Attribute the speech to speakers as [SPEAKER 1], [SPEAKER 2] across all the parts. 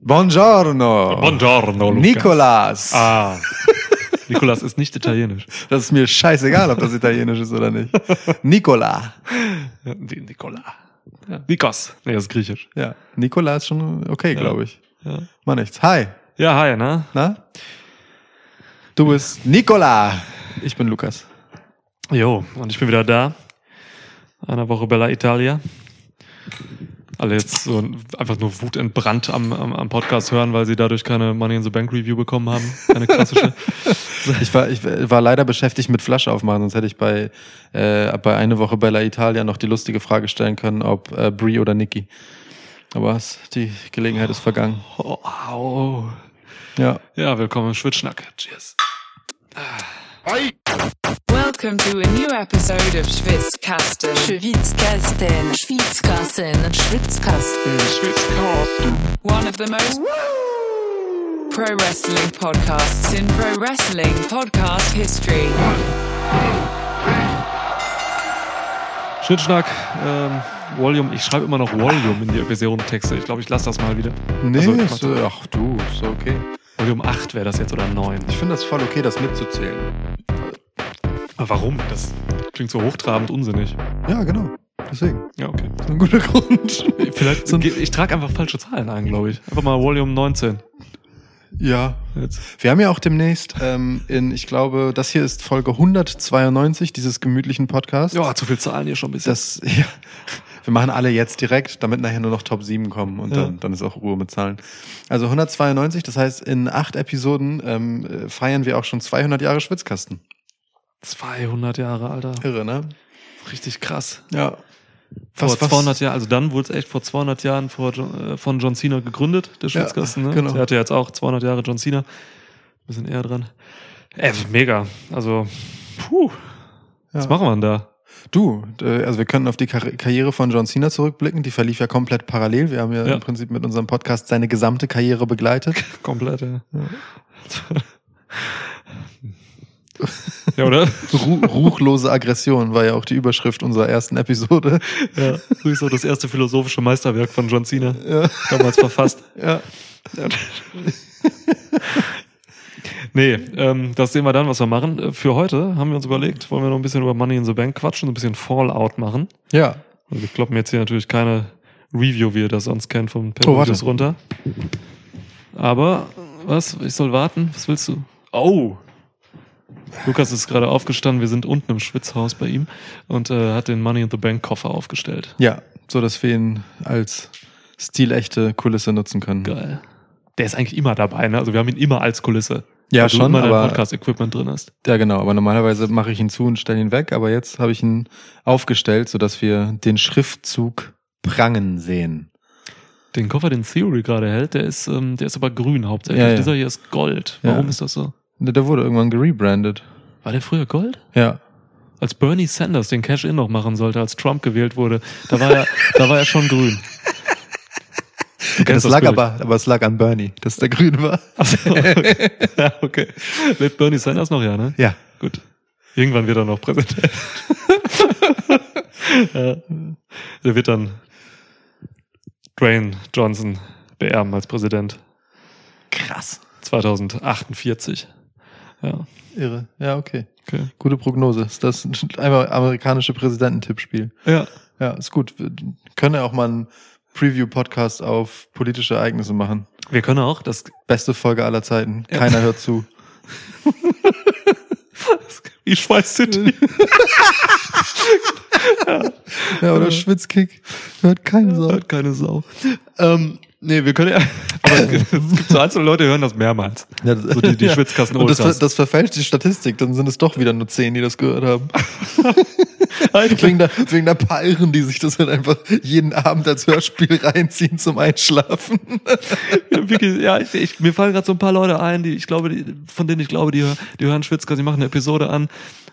[SPEAKER 1] Oh.
[SPEAKER 2] Buongiorno.
[SPEAKER 1] Buongiorno, Lukas.
[SPEAKER 2] Nicolas.
[SPEAKER 1] Ah. Nikolas ist nicht italienisch.
[SPEAKER 2] Das ist mir scheißegal, ob das italienisch ist oder nicht. Nicola.
[SPEAKER 1] Die Nikola. Ja. Nikos. Nee, das ist griechisch.
[SPEAKER 2] Ja. Nicola ist schon okay, glaube ich.
[SPEAKER 1] Ja.
[SPEAKER 2] Mal nichts. Hi.
[SPEAKER 1] ja, hi, ne?
[SPEAKER 2] Na? Du bist Nicola. Ich bin Lukas.
[SPEAKER 1] Jo, und ich bin wieder da. Eine Woche Bella Italia. Alle jetzt so einfach nur wutentbrannt am, am, am Podcast hören, weil sie dadurch keine Money in the Bank Review bekommen haben. Keine klassische.
[SPEAKER 2] Ich war, ich war leider beschäftigt mit Flasche aufmachen, sonst hätte ich bei, äh, bei eine Woche Bella Italia noch die lustige Frage stellen können, ob äh, Brie oder Nikki. Aber es, die Gelegenheit ist vergangen.
[SPEAKER 1] oh, au.
[SPEAKER 2] Ja.
[SPEAKER 1] Ja, willkommen im Schwitzschnack. Cheers.
[SPEAKER 3] Welcome to a new episode of Schwitzkasten. Schwitzkasten. Schwitzkasten. Schwitzkasten. One of the most pro wrestling podcasts in pro wrestling podcast history.
[SPEAKER 1] Schnittschnack, ähm, Volume. Ich schreibe immer noch Volume in die Episodentexte. Ich glaube, ich lasse das mal wieder.
[SPEAKER 2] Nee,
[SPEAKER 1] Also,
[SPEAKER 2] ist, äh, ach du, ist okay.
[SPEAKER 1] Volume 8 wäre das jetzt oder 9.
[SPEAKER 2] Ich finde das voll okay, das mitzuzählen.
[SPEAKER 1] Aber warum? Das klingt so hochtrabend unsinnig.
[SPEAKER 2] Ja, genau. Deswegen.
[SPEAKER 1] Ja, okay.
[SPEAKER 2] Das ist ein guter Grund.
[SPEAKER 1] Vielleicht
[SPEAKER 2] So ein-
[SPEAKER 1] ich, ich trage einfach falsche Zahlen ein, glaube ich. Einfach mal Volume 19.
[SPEAKER 2] Ja.
[SPEAKER 1] Jetzt.
[SPEAKER 2] Wir haben ja auch demnächst ähm, in, ich glaube, das hier ist Folge 192 dieses gemütlichen Podcasts.
[SPEAKER 1] Ja, zu viel Zahlen hier schon ein bisschen.
[SPEAKER 2] Das, ja. Wir machen alle jetzt direkt, damit nachher nur noch Top 7 kommen und
[SPEAKER 1] Ja.
[SPEAKER 2] dann, dann ist auch Ruhe mit Zahlen. Also 192, das heißt, in acht Episoden ähm, äh, feiern wir auch schon 200 Jahre Schwitzkasten.
[SPEAKER 1] 200 Jahre, Alter.
[SPEAKER 2] Irre, ne?
[SPEAKER 1] Richtig krass.
[SPEAKER 2] Ja.
[SPEAKER 1] Vor
[SPEAKER 2] Was, was,
[SPEAKER 1] 200 Jahren, also dann wurde es echt vor 200 Jahren vor, Jo- äh, von John Cena gegründet, der Schwitzkasten. ne?
[SPEAKER 2] genau.
[SPEAKER 1] Der hatte jetzt auch 200 Jahre John Cena. Bisschen eher dran. Äh, mega. Also, puh. Was
[SPEAKER 2] Ja.
[SPEAKER 1] machen wir denn da?
[SPEAKER 2] Du, äh, also wir können auf die Kar Karriere von John Cena zurückblicken. Die verlief ja komplett parallel. Wir haben ja,
[SPEAKER 1] Ja.
[SPEAKER 2] im Prinzip mit unserem Podcast seine gesamte Karriere begleitet.
[SPEAKER 1] Komplett, ja. ja, oder?
[SPEAKER 2] Ru ruchlose Aggression war ja auch die Überschrift unserer ersten Episode.
[SPEAKER 1] Ja, so das erste philosophische Meisterwerk von John Cena.
[SPEAKER 2] Ja.
[SPEAKER 1] Damals verfasst.
[SPEAKER 2] Ja.
[SPEAKER 1] Nee, ähm, das sehen wir dann, was wir machen. Äh, Für heute haben wir uns überlegt, wollen wir noch ein bisschen über Money in the Bank quatschen, so ein bisschen Fallout machen.
[SPEAKER 2] Ja.
[SPEAKER 1] Also wir kloppen jetzt hier natürlich keine Review, wie ihr das sonst kennt, vom
[SPEAKER 2] Oh, warte.
[SPEAKER 1] Perus runter. Aber, äh, was? Ich soll warten? Was willst du? Oh! Lukas ist gerade aufgestanden, wir sind unten im Schwitzhaus bei ihm und äh, hat den Money in the Bank Koffer aufgestellt.
[SPEAKER 2] Ja, so dass wir ihn als stilechte Kulisse nutzen können.
[SPEAKER 1] Geil. Der ist eigentlich immer dabei, ne? Also wir haben ihn immer als Kulisse.
[SPEAKER 2] Ja,
[SPEAKER 1] Weil du
[SPEAKER 2] schon,
[SPEAKER 1] Also immer
[SPEAKER 2] aber-
[SPEAKER 1] dein Podcast-Equipment drin hast.
[SPEAKER 2] Ja, genau. Aber normalerweise mache ich ihn zu und stelle ihn weg. Aber jetzt habe ich ihn aufgestellt, so dass wir den Schriftzug prangen sehen.
[SPEAKER 1] Den Koffer, den Theory gerade hält, der ist, ähm, der ist aber grün hauptsächlich.
[SPEAKER 2] Ja, ja.
[SPEAKER 1] Dieser hier ist Gold.
[SPEAKER 2] Ja.
[SPEAKER 1] Warum ist das so?
[SPEAKER 2] Der der wurde irgendwann gerebrandet.
[SPEAKER 1] War der früher Gold?
[SPEAKER 2] Ja.
[SPEAKER 1] Als Bernie Sanders den Cash-In noch machen sollte, als Trump gewählt wurde, da war er, da war er schon grün. Du
[SPEAKER 2] Das,
[SPEAKER 1] kennst
[SPEAKER 2] lag
[SPEAKER 1] Bild.
[SPEAKER 2] aber, aber es lag an Bernie, dass der grün war.
[SPEAKER 1] Ach so. ja, okay. Lebt Bernie Sanders noch, ja, ne?
[SPEAKER 2] Ja.
[SPEAKER 1] Gut. Irgendwann wird er noch Präsident. ja. Der wird dann Dwayne Johnson beerben als Präsident.
[SPEAKER 2] Krass.
[SPEAKER 1] 2048. Ja,
[SPEAKER 2] Irre. Ja, okay.
[SPEAKER 1] okay.
[SPEAKER 2] Gute Prognose. Ist das einmal amerikanische Präsidententippspiel?
[SPEAKER 1] Ja.
[SPEAKER 2] Ja, ist gut. Wir können ja auch mal einen Preview-Podcast auf politische Ereignisse machen.
[SPEAKER 1] Wir können auch, das,
[SPEAKER 2] Beste Folge aller Zeiten. Keiner hört zu.
[SPEAKER 1] ich weiß City.
[SPEAKER 2] Ja, oder Schwitzkick. Hört keinen
[SPEAKER 1] Hört keine Sau. Ähm, nee, wir können ja, aber es gibt- es gibt so einzelne Leute, die hören das mehrmals.
[SPEAKER 2] Ja,
[SPEAKER 1] So die, die
[SPEAKER 2] Ja.
[SPEAKER 1] Schwitzkasten
[SPEAKER 2] Und das, ver
[SPEAKER 1] Ultras.
[SPEAKER 2] das verfälscht die Statistik, dann sind es doch wieder nur zehn, die das gehört haben. wegen, der, wegen der Palren, die sich das halt einfach jeden Abend als Hörspiel reinziehen zum Einschlafen.
[SPEAKER 1] Wirklich, ja, ich, ich, mir fallen gerade so ein paar Leute ein, die ich glaube, die, von denen ich glaube, die, hör- die hören Schwitzkasten, die machen eine Episode an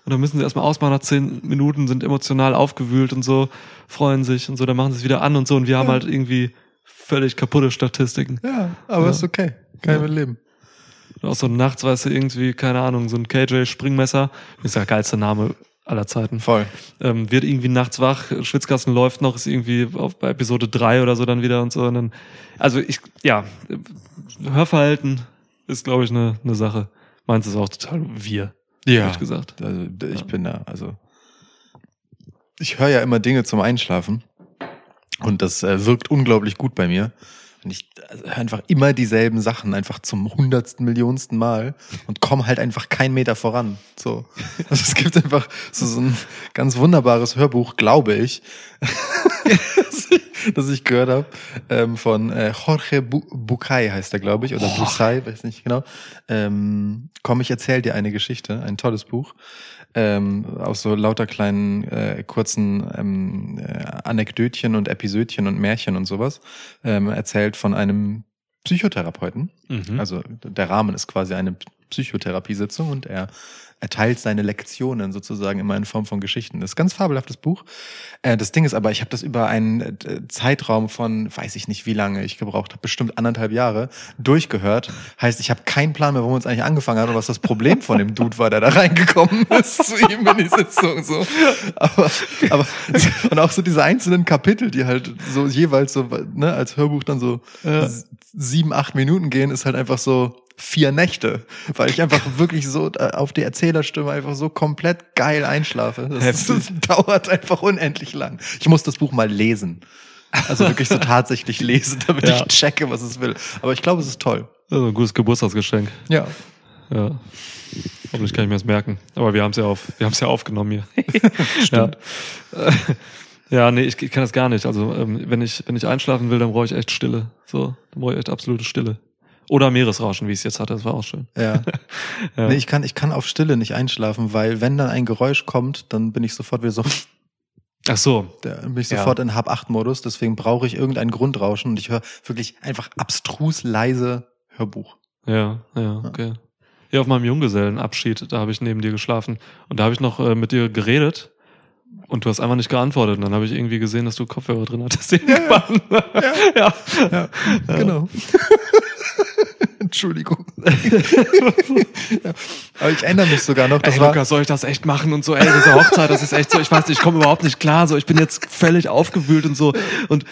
[SPEAKER 1] und dann müssen sie erstmal ausmachen nach zehn Minuten, sind emotional aufgewühlt und so, freuen sich und so, dann machen sie es wieder an und so und wir haben halt irgendwie völlig kaputte Statistiken.
[SPEAKER 2] Ja, aber
[SPEAKER 1] Ja.
[SPEAKER 2] ist okay. Kann ich
[SPEAKER 1] Ja.
[SPEAKER 2] mit leben.
[SPEAKER 1] Und auch so nachts, weißt du, irgendwie, keine Ahnung, so ein KJ-Springmesser. Ist der geilste Name aller Zeiten.
[SPEAKER 2] Voll.
[SPEAKER 1] Ähm, wird irgendwie nachts wach, Schwitzkasten läuft noch, ist irgendwie auf, bei Episode 3 oder so dann wieder und so. Und dann, also ich, ja, Hörverhalten ist, glaube ich, eine ne Sache. Meins ist auch total wir,
[SPEAKER 2] Ja.
[SPEAKER 1] hab ich gesagt.
[SPEAKER 2] Also ich
[SPEAKER 1] Ja.
[SPEAKER 2] bin da, also ich höre ja immer Dinge zum Einschlafen und das äh, wirkt unglaublich gut bei mir. Und ich also, höre einfach immer dieselben Sachen, einfach zum hundertsten, millionsten Mal und komme halt einfach keinen Meter voran. So. Also es gibt einfach so, so ein ganz wunderbares Hörbuch, glaube ich, das ich- das ich gehört habe, ähm, von äh, Jorge Bu Bucay heißt er, glaube ich, oder Bucay, weiß nicht genau. Ähm, komm, ich erzähl dir eine Geschichte, ein tolles Buch ähm, aus so lauter kleinen, äh, kurzen ähm, äh, Anekdötchen und Episödchen und Märchen und sowas, ähm, erzählt von einem Psychotherapeuten.
[SPEAKER 1] Mhm.
[SPEAKER 2] Also der Rahmen ist quasi eine Psychotherapiesitzung und er erteilt seine Lektionen sozusagen immer in Form von Geschichten. Das ist ein ganz fabelhaftes Buch. Äh, das Ding ist aber, ich habe das über einen äh, Zeitraum von, weiß ich nicht wie lange ich gebraucht habe, bestimmt anderthalb Jahre durchgehört. Heißt, ich habe keinen Plan mehr, warum uns eigentlich angefangen hat und was das Problem von dem Dude war, der da reingekommen ist zu ihm in die Sitzung. So. Aber, aber und auch so diese einzelnen Kapitel, die halt so jeweils so ne, als Hörbuch dann so
[SPEAKER 1] Ja.
[SPEAKER 2] s- sieben, acht Minuten gehen, ist halt einfach so vier Nächte, weil ich einfach wirklich so äh, auf die Erzählerstimme einfach so komplett geil einschlafe. Das, das dauert einfach unendlich lang. Ich muss das Buch mal lesen. Also wirklich so tatsächlich lesen, damit
[SPEAKER 1] Ja.
[SPEAKER 2] ich checke, was es will. Aber ich glaube, es ist toll.
[SPEAKER 1] Also ein gutes Geburtstagsgeschenk.
[SPEAKER 2] Ja.
[SPEAKER 1] Ja. Hoffentlich kann ich mir das merken. Aber wir haben es ja, auf, wir haben's ja aufgenommen hier. Stimmt. Ja. Äh, ja, nee, ich, ich kann das gar nicht. Also ähm, wenn, ich, wenn ich einschlafen will, dann brauche ich echt Stille. So, dann brauche ich echt absolute Stille. Oder Meeresrauschen, wie ich es jetzt hatte, das war auch schön.
[SPEAKER 2] Ja.
[SPEAKER 1] Ja.
[SPEAKER 2] Nee, ich kann, ich kann auf Stille nicht einschlafen, weil wenn dann ein Geräusch kommt, dann bin ich sofort wieder so,
[SPEAKER 1] Ach so.
[SPEAKER 2] da bin ich
[SPEAKER 1] Ja.
[SPEAKER 2] sofort in Hab-8-Modus, deswegen brauche ich irgendein Grundrauschen und ich höre wirklich einfach abstrus leise Hörbuch.
[SPEAKER 1] Ja, ja, okay. Ja, auf meinem Junggesellenabschied, da habe ich neben dir geschlafen. Und da habe ich noch äh, mit dir geredet. Und du hast einfach nicht geantwortet. Und dann habe ich irgendwie gesehen, dass du Kopfhörer drin hattest. irgendwann. ja.
[SPEAKER 2] Ja, genau. Entschuldigung. ja. Aber ich ändere mich sogar noch. Das
[SPEAKER 1] Ey,
[SPEAKER 2] war,
[SPEAKER 1] Lukas, soll ich das echt machen und so, ey, diese Hochzeit, das ist echt so, ich weiß nicht, ich komme überhaupt nicht klar, so, ich bin jetzt völlig aufgewühlt und so und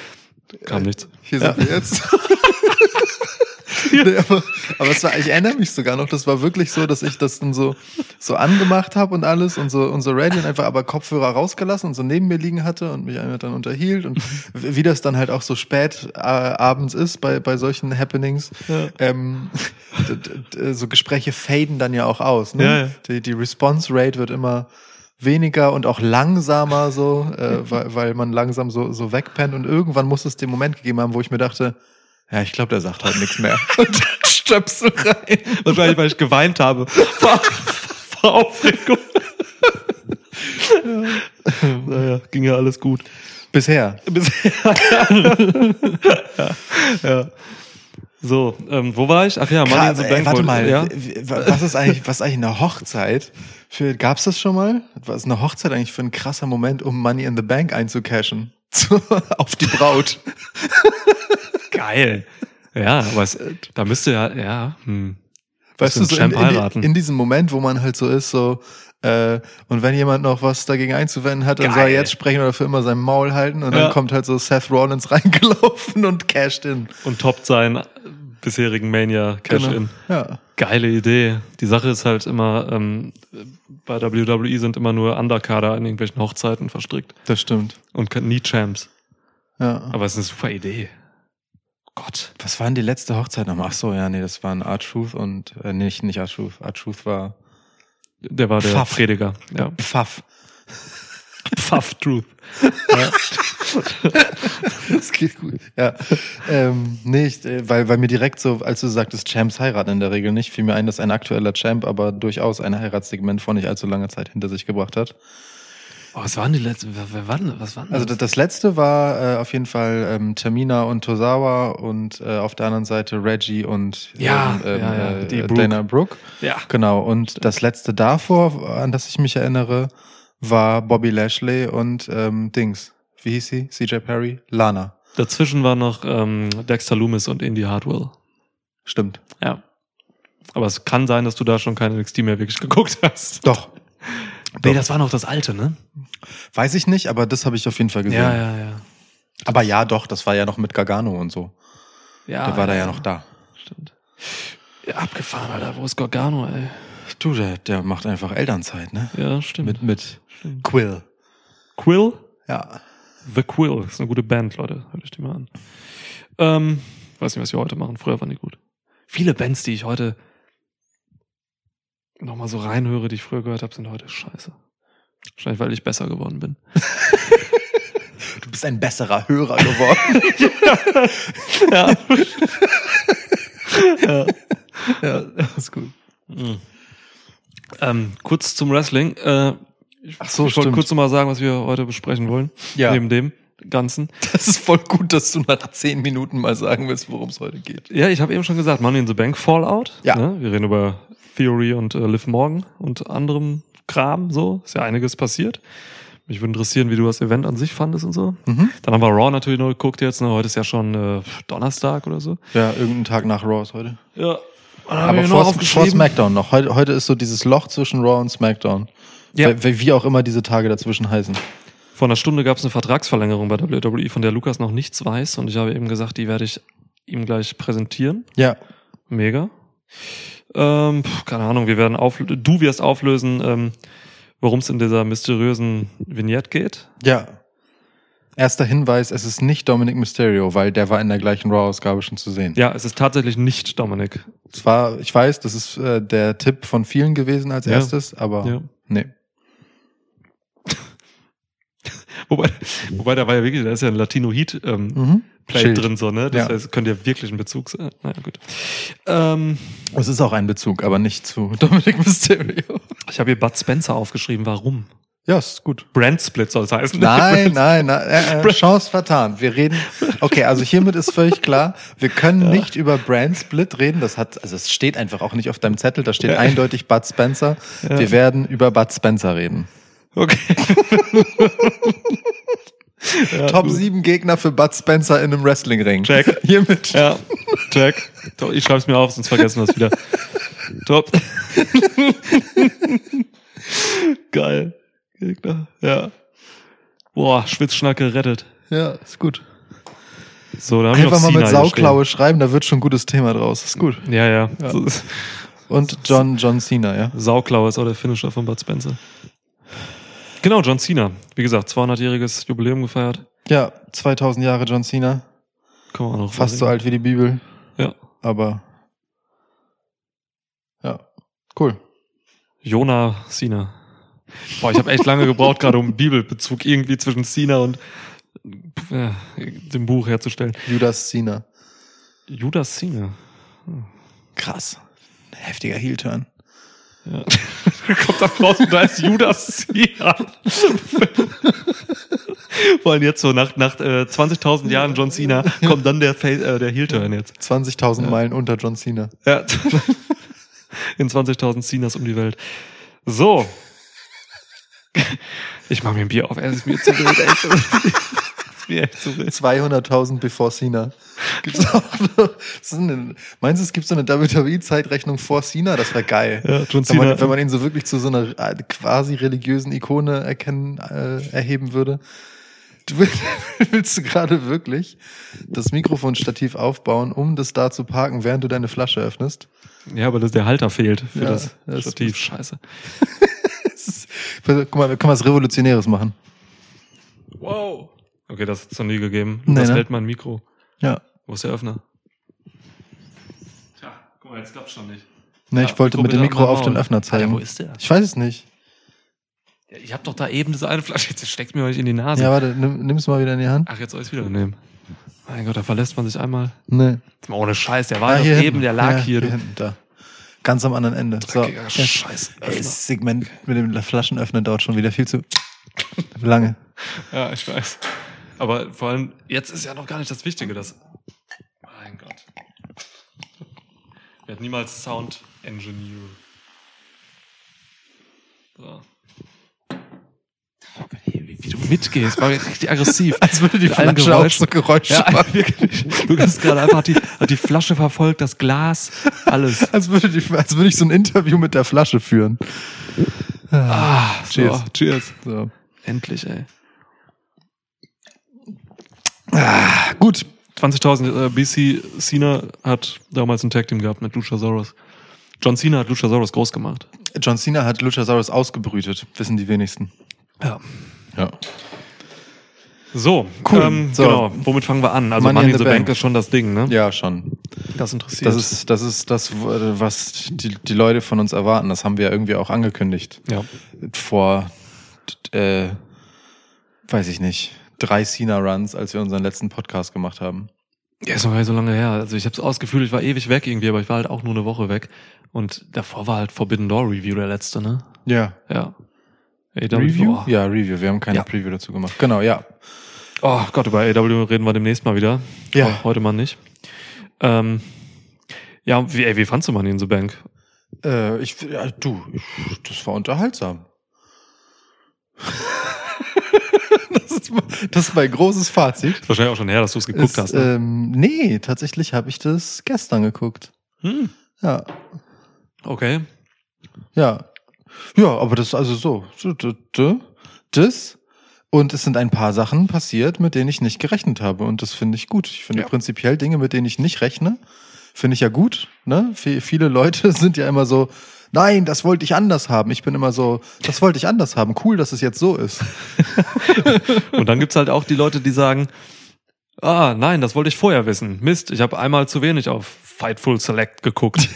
[SPEAKER 1] äh, kam nichts.
[SPEAKER 2] Hier sind wir jetzt. nee, aber, aber es war, ich erinnere mich sogar noch, das war wirklich so, dass ich das dann so, so angemacht habe und alles und so, und so ready und einfach aber Kopfhörer rausgelassen und so neben mir liegen hatte und mich einmal dann unterhielt und
[SPEAKER 1] Mhm.
[SPEAKER 2] wie das dann halt auch so spät äh, abends ist bei, bei solchen Happenings,
[SPEAKER 1] Ja.
[SPEAKER 2] ähm, d- d- d- so Gespräche faden dann ja auch aus. Ne?
[SPEAKER 1] Ja, ja.
[SPEAKER 2] Die, die Response Rate wird immer weniger und auch langsamer so, äh, weil, weil man langsam so, so wegpennt und irgendwann muss es den Moment gegeben haben, wo ich mir dachte, ja, ich glaube, der sagt halt nichts mehr. Und stöpsel rein.
[SPEAKER 1] Wahrscheinlich, weil ich geweint habe. Vor, vor Aufregung. ja. Naja, ging ja alles gut.
[SPEAKER 2] Bisher.
[SPEAKER 1] Ja. So, ähm, wo war ich? Ach ja, Money in the
[SPEAKER 2] Ey,
[SPEAKER 1] Bank
[SPEAKER 2] warte
[SPEAKER 1] wollte-
[SPEAKER 2] mal,
[SPEAKER 1] Ja?
[SPEAKER 2] w- w- was ist eigentlich, was ist eigentlich eine Hochzeit? Für, gab's das schon mal? Was ist eine Hochzeit eigentlich für ein krasser Moment, um Money in the Bank einzucashen? Zu- Auf die Braut.
[SPEAKER 1] Geil. Ja, aber es, da müsste ja, ja, hm.
[SPEAKER 2] Weißt du, so
[SPEAKER 1] Bisschen
[SPEAKER 2] in,
[SPEAKER 1] Champ
[SPEAKER 2] in,
[SPEAKER 1] heiraten.
[SPEAKER 2] die- in diesem Moment, wo man halt so ist, so, äh, und wenn jemand noch was dagegen einzuwenden hat, dann soll er
[SPEAKER 1] Geil.
[SPEAKER 2] jetzt sprechen oder für immer sein Maul halten und
[SPEAKER 1] Ja.
[SPEAKER 2] dann kommt halt so Seth Rollins reingelaufen und casht in.
[SPEAKER 1] Und toppt seinen bisherigen Mania Cash
[SPEAKER 2] Genau.
[SPEAKER 1] in.
[SPEAKER 2] Ja.
[SPEAKER 1] Geile Idee. Die Sache ist halt immer, ähm, bei WWE sind immer nur Underkader an irgendwelchen Hochzeiten verstrickt
[SPEAKER 2] Das stimmt.
[SPEAKER 1] und ke- nie Champs.
[SPEAKER 2] Ja.
[SPEAKER 1] Aber es ist eine super Idee. Gott.
[SPEAKER 2] Was waren die letzte Hochzeit nochmal? Ach so, ja, nee, das waren Art Truth und, äh, nee, nicht, nicht Art Truth. Art Truth war
[SPEAKER 1] Der war der
[SPEAKER 2] Pfaff.
[SPEAKER 1] Prediger. Ja.
[SPEAKER 2] Pfaff.
[SPEAKER 1] Pfaff Truth.
[SPEAKER 2] Das geht gut. Ja. Ähm, nee, ich, äh, weil, weil mir direkt so, als du sagtest, Champs heiraten in der Regel nicht, fiel mir ein, dass ein aktueller Champ aber durchaus ein Heiratssegment vor nicht allzu langer Zeit hinter sich gebracht hat.
[SPEAKER 1] Oh, was waren die letzten? Wer, wer waren, was waren
[SPEAKER 2] Also das, das letzte war äh, auf jeden Fall ähm, Tamina und Tozawa und äh, auf der anderen Seite Reggie und
[SPEAKER 1] Ja,
[SPEAKER 2] ähm, ähm,
[SPEAKER 1] ja, ja,
[SPEAKER 2] äh,
[SPEAKER 1] die Brooke.
[SPEAKER 2] Dana Brooke.
[SPEAKER 1] Ja.
[SPEAKER 2] Genau, und das letzte davor, an das ich mich erinnere, war Bobby Lashley und ähm, Dings. Wie hieß sie? CJ Perry? Lana.
[SPEAKER 1] Dazwischen war noch ähm, Dexter Loomis und Indy Hardwell.
[SPEAKER 2] Stimmt.
[SPEAKER 1] Ja. Aber es kann sein, dass du da schon keine NXT mehr wirklich geguckt hast.
[SPEAKER 2] Doch.
[SPEAKER 1] Nee, das war noch das alte, ne?
[SPEAKER 2] Weiß ich nicht, aber das habe ich auf jeden Fall gesehen.
[SPEAKER 1] Ja, ja, ja.
[SPEAKER 2] Aber ja, doch, das war ja noch mit Gargano und so.
[SPEAKER 1] ja
[SPEAKER 2] der war da Ah, ja noch da.
[SPEAKER 1] Stimmt. Ja, abgefahren, Alter. Wo ist Gorgano, ey?
[SPEAKER 2] Du, der, der macht einfach Elternzeit, ne?
[SPEAKER 1] Ja, stimmt.
[SPEAKER 2] Mit, mit
[SPEAKER 1] Stimmt.
[SPEAKER 2] Quill.
[SPEAKER 1] Quill?
[SPEAKER 2] Ja.
[SPEAKER 1] The Quill. Ist eine gute Band, Leute. Hört euch die mal an. Ähm, weiß nicht, was wir heute machen. Früher waren die gut. Viele Bands, die ich heute nochmal so reinhöre, die ich früher gehört habe, sind heute scheiße. Wahrscheinlich, weil ich besser geworden bin.
[SPEAKER 2] Du bist ein besserer Hörer geworden.
[SPEAKER 1] Ja. ja. ja. Ist gut. Ähm, kurz zum Wrestling. Äh, ich
[SPEAKER 2] Ach so,
[SPEAKER 1] ich wollte
[SPEAKER 2] stimmt.
[SPEAKER 1] kurz nochmal sagen, was wir heute besprechen wollen.
[SPEAKER 2] Ja.
[SPEAKER 1] Neben dem Ganzen.
[SPEAKER 2] das ist voll gut, dass du nach zehn Minuten mal sagen willst, worum es heute geht.
[SPEAKER 1] Ja, ich habe eben schon gesagt, Money in the Bank Fallout.
[SPEAKER 2] Ja.
[SPEAKER 1] Ne? Wir reden über Theory und äh, Liv Morgan und anderem Kram. So ist ja einiges passiert. Mich würde interessieren, wie du das Event an sich fandest und so.
[SPEAKER 2] Mhm.
[SPEAKER 1] Dann haben wir Raw natürlich noch geguckt jetzt. Ne? Heute ist ja schon äh, Donnerstag oder so.
[SPEAKER 2] Ja, irgendeinen Tag nach Raw ist heute.
[SPEAKER 1] Ja.
[SPEAKER 2] Aber vor, vor SmackDown noch. Heute, heute ist so dieses Loch zwischen Raw und SmackDown.
[SPEAKER 1] Ja.
[SPEAKER 2] Wie- Wie, wie auch immer diese Tage dazwischen heißen.
[SPEAKER 1] Vor einer Stunde gab es eine Vertragsverlängerung bei WWE, von der Lukas noch nichts weiß. Und ich habe eben gesagt, die werde ich ihm gleich präsentieren.
[SPEAKER 2] Ja.
[SPEAKER 1] Mega. Ähm, pf, keine Ahnung, wir werden auf, du wirst auflösen, ähm, worum es in dieser mysteriösen Vignette geht.
[SPEAKER 2] Ja. Erster Hinweis, es ist nicht Dominic Mysterio, weil der war in der gleichen Raw-Ausgabe schon zu sehen.
[SPEAKER 1] Ja, es ist tatsächlich nicht Dominik.
[SPEAKER 2] Zwar, ich weiß, das ist äh, der Tipp von vielen gewesen als
[SPEAKER 1] Ja.
[SPEAKER 2] erstes, aber
[SPEAKER 1] Ja.
[SPEAKER 2] nee.
[SPEAKER 1] Wobei, wobei da war ja wirklich, da ist ja ein Latino Heat ähm,
[SPEAKER 2] Mhm.
[SPEAKER 1] Play
[SPEAKER 2] Schild.
[SPEAKER 1] drin, so, ne? Das
[SPEAKER 2] Ja.
[SPEAKER 1] heißt, könnte ja wirklich ein Bezug sein. Na naja, gut. Ähm,
[SPEAKER 2] Es ist auch ein Bezug, aber nicht zu Dominic Mysterio.
[SPEAKER 1] ich habe hier Bud Spencer aufgeschrieben, warum?
[SPEAKER 2] Ja, ist gut.
[SPEAKER 1] Brand Split soll es heißen.
[SPEAKER 2] Nein, nein, nein. Äh, äh, Chance vertan. Wir reden. Okay, also hiermit ist völlig klar, wir können nicht über Brand Split reden. Das hat, also es steht einfach auch nicht auf deinem Zettel. Da steht eindeutig Bud Spencer. Wir werden über Bud Spencer reden.
[SPEAKER 1] Okay. Ja,
[SPEAKER 2] Top
[SPEAKER 1] gut.
[SPEAKER 2] 7 Gegner für Bud Spencer in einem Wrestling-Ring.
[SPEAKER 1] Check.
[SPEAKER 2] Hiermit.
[SPEAKER 1] Ja, check. Doch, Ich schreib's mir auf, sonst vergessen wir es wieder. Top. Geil. Gegner. Ja. Boah, Schwitzschnacke rettet.
[SPEAKER 2] Ja, ist gut.
[SPEAKER 1] So, da haben wir noch
[SPEAKER 2] Einfach mal mit
[SPEAKER 1] Cena hier
[SPEAKER 2] Sauklaue schreiben, da wird schon ein gutes Thema draus. Ist gut.
[SPEAKER 1] stehen. Ja, ja. So,
[SPEAKER 2] Und John, John Cena, ja.
[SPEAKER 1] Sauklaue ist auch der Finisher von Bud Spencer. Genau, John Cena. Wie gesagt, 200-jähriges Jubiläum gefeiert.
[SPEAKER 2] Ja, 2000 Jahre John Cena.
[SPEAKER 1] Kann man auch noch
[SPEAKER 2] Fast so alt wie die Bibel.
[SPEAKER 1] Ja.
[SPEAKER 2] Aber. Ja. Cool.
[SPEAKER 1] Jona Sina. Boah, ich habe echt lange gebraucht, gerade um Bibelbezug irgendwie zwischen Sina und äh, dem Buch herzustellen.
[SPEAKER 2] Judas Cena.
[SPEAKER 1] Judas Sina. Hm.
[SPEAKER 2] Krass. Heftiger Heel-Turn.
[SPEAKER 1] Ja. Kommt da raus und da ist Judas Sina. Vor allem jetzt so nach, nach äh, 20.000 Jahren John Cena kommt dann der, Fa- äh, der Heel-Turn jetzt.
[SPEAKER 2] 20.000 Meilen unter John Cena.
[SPEAKER 1] Ja. In 20.000 Sinas um die Welt. So. Ich mach mir ein Bier auf. Es ist mir zu wild. echt. Es ist mir echt zu wild.
[SPEAKER 2] 200.000 before Cena. Gibt's auch noch. Was ist denn- Meinst du, es gibt so eine WWE-Zeitrechnung vor Cena? Das wäre geil.
[SPEAKER 1] Ja, John
[SPEAKER 2] Wenn
[SPEAKER 1] Cena.
[SPEAKER 2] man, wenn man ihn so wirklich zu so einer äh, quasi religiösen Ikone erkennen, äh, erheben würde. Du will- willst du gerade wirklich das Mikrofonstativ aufbauen, um das da zu parken, während du deine Flasche öffnest?
[SPEAKER 1] Ja, aber das, der Halter fehlt für
[SPEAKER 2] Ja,
[SPEAKER 1] das,
[SPEAKER 2] das ist
[SPEAKER 1] Stativ. Scheiße.
[SPEAKER 2] Das ist- Guck mal, wir können was Revolutionäres machen.
[SPEAKER 1] Wow. Okay, das hat's noch nie gegeben.
[SPEAKER 2] Nee,
[SPEAKER 1] das
[SPEAKER 2] ne?
[SPEAKER 1] hält mein Mikro.
[SPEAKER 2] Ja.
[SPEAKER 1] Wo ist der Öffner? Tja, guck mal, jetzt klappt's schon nicht.
[SPEAKER 2] Ne,
[SPEAKER 1] Ja,
[SPEAKER 2] ich wollte mit dem
[SPEAKER 1] bitte
[SPEAKER 2] Mikro
[SPEAKER 1] mal
[SPEAKER 2] auf den
[SPEAKER 1] bauen.
[SPEAKER 2] Öffner
[SPEAKER 1] Alter,
[SPEAKER 2] zeigen.
[SPEAKER 1] wo ist der?
[SPEAKER 2] Ich weiß es nicht.
[SPEAKER 1] Ja, Ich hab doch da eben diese eine Flasche. Jetzt steckt mir euch in die Nase.
[SPEAKER 2] Ja, warte, nimm, nimm's mal wieder in die Hand.
[SPEAKER 1] Ach, jetzt soll ich's wieder nehmen. Mein Gott, da verlässt man sich einmal.
[SPEAKER 2] Nee.
[SPEAKER 1] Jetzt mal Ohne Scheiß, der war doch
[SPEAKER 2] hier
[SPEAKER 1] eben,
[SPEAKER 2] hinten.
[SPEAKER 1] der lag
[SPEAKER 2] Ja,
[SPEAKER 1] Ah, hier. du
[SPEAKER 2] hinten, da. Ganz am anderen Ende. So.
[SPEAKER 1] dreckiger
[SPEAKER 2] Ja.
[SPEAKER 1] Scheiß.
[SPEAKER 2] Ey, das Segment mit dem Flaschenöffner dauert schon wieder viel zu lange.
[SPEAKER 1] Ja, ich weiß. Aber vor allem, jetzt ist ja noch gar nicht das Wichtige, das. Mein Gott. Werd niemals Sound Engineer. So. Wie, wie du mitgehst, war richtig aggressiv.
[SPEAKER 2] Als würde die
[SPEAKER 1] Mit allen
[SPEAKER 2] Flasche auch
[SPEAKER 1] Geräuschen.
[SPEAKER 2] so Geräusche
[SPEAKER 1] Ja,
[SPEAKER 2] machen.
[SPEAKER 1] wirklich. Du hast gerade einfach hat die, hat die Flasche verfolgt, das Glas, alles.
[SPEAKER 2] Als würde, die, als würde ich so ein Interview mit der Flasche führen.
[SPEAKER 1] Ah, cheers.
[SPEAKER 2] Cheers.
[SPEAKER 1] So, cheers.
[SPEAKER 2] So.
[SPEAKER 1] Endlich, ey. Ah, gut. 20.000 äh, BC Cena hat damals ein Tag Team gehabt mit Luchasaurus. John Cena hat Luchasaurus groß gemacht.
[SPEAKER 2] John Cena hat Luchasaurus ausgebrütet, wissen die wenigsten.
[SPEAKER 1] Ja.
[SPEAKER 2] Ja.
[SPEAKER 1] So,
[SPEAKER 2] Cool.
[SPEAKER 1] ähm,
[SPEAKER 2] So.
[SPEAKER 1] genau. Womit fangen wir an? Also Money, in the, Bank. ist schon das Ding, ne?
[SPEAKER 2] Ja, schon.
[SPEAKER 1] Das interessiert.
[SPEAKER 2] Das ist, das ist das, wo- äh, was die, die Leute von uns erwarten. Das haben wir irgendwie auch angekündigt.
[SPEAKER 1] ja.
[SPEAKER 2] Vor, äh, weiß ich nicht, drei Cena-Runs, als wir unseren letzten Podcast gemacht haben.
[SPEAKER 1] Ja, ist noch gar nicht so lange her. Also ich habe das Gefühl, ich war ewig weg irgendwie, aber ich war halt auch nur eine Woche weg. Und davor war halt Forbidden Door Review der letzte, ne?
[SPEAKER 2] Ja.
[SPEAKER 1] Ja. AW,
[SPEAKER 2] Review?
[SPEAKER 1] Oh.
[SPEAKER 2] Ja, Review. Wir haben keine
[SPEAKER 1] Ja.
[SPEAKER 2] Preview dazu gemacht. Genau, ja.
[SPEAKER 1] oh Gott, über AW reden wir demnächst mal wieder.
[SPEAKER 2] Ja.
[SPEAKER 1] He- Heute mal nicht. Ähm, ja, wie, ey, wie fandst du Money in the Bank?
[SPEAKER 2] Äh, ich, ja, du, ich, das war unterhaltsam. das, ist, mein- das ist mein großes Fazit.
[SPEAKER 1] Ist wahrscheinlich auch schon her, dass du es geguckt
[SPEAKER 2] Ist,
[SPEAKER 1] hast. Ne?
[SPEAKER 2] ähm, nee, tatsächlich habe ich das gestern geguckt.
[SPEAKER 1] Hm,
[SPEAKER 2] Ja,
[SPEAKER 1] okay.
[SPEAKER 2] ja. Ja, aber das ist also so. So, d- d- Das. Und es sind ein paar Sachen passiert, mit denen ich nicht gerechnet habe. Und das finde ich gut. Ich finde
[SPEAKER 1] Ja.
[SPEAKER 2] prinzipiell Dinge, mit denen ich nicht rechne, finde ich ja gut. Ne? V- Viele Leute sind ja immer so, nein, das wollte ich anders haben. Ich bin immer so, das wollte ich anders haben. Cool, dass es jetzt so ist.
[SPEAKER 1] Und dann gibt's halt auch die Leute, die sagen, ah, nein, das wollte ich vorher wissen. Mist, ich habe einmal zu wenig auf Fightful Select geguckt.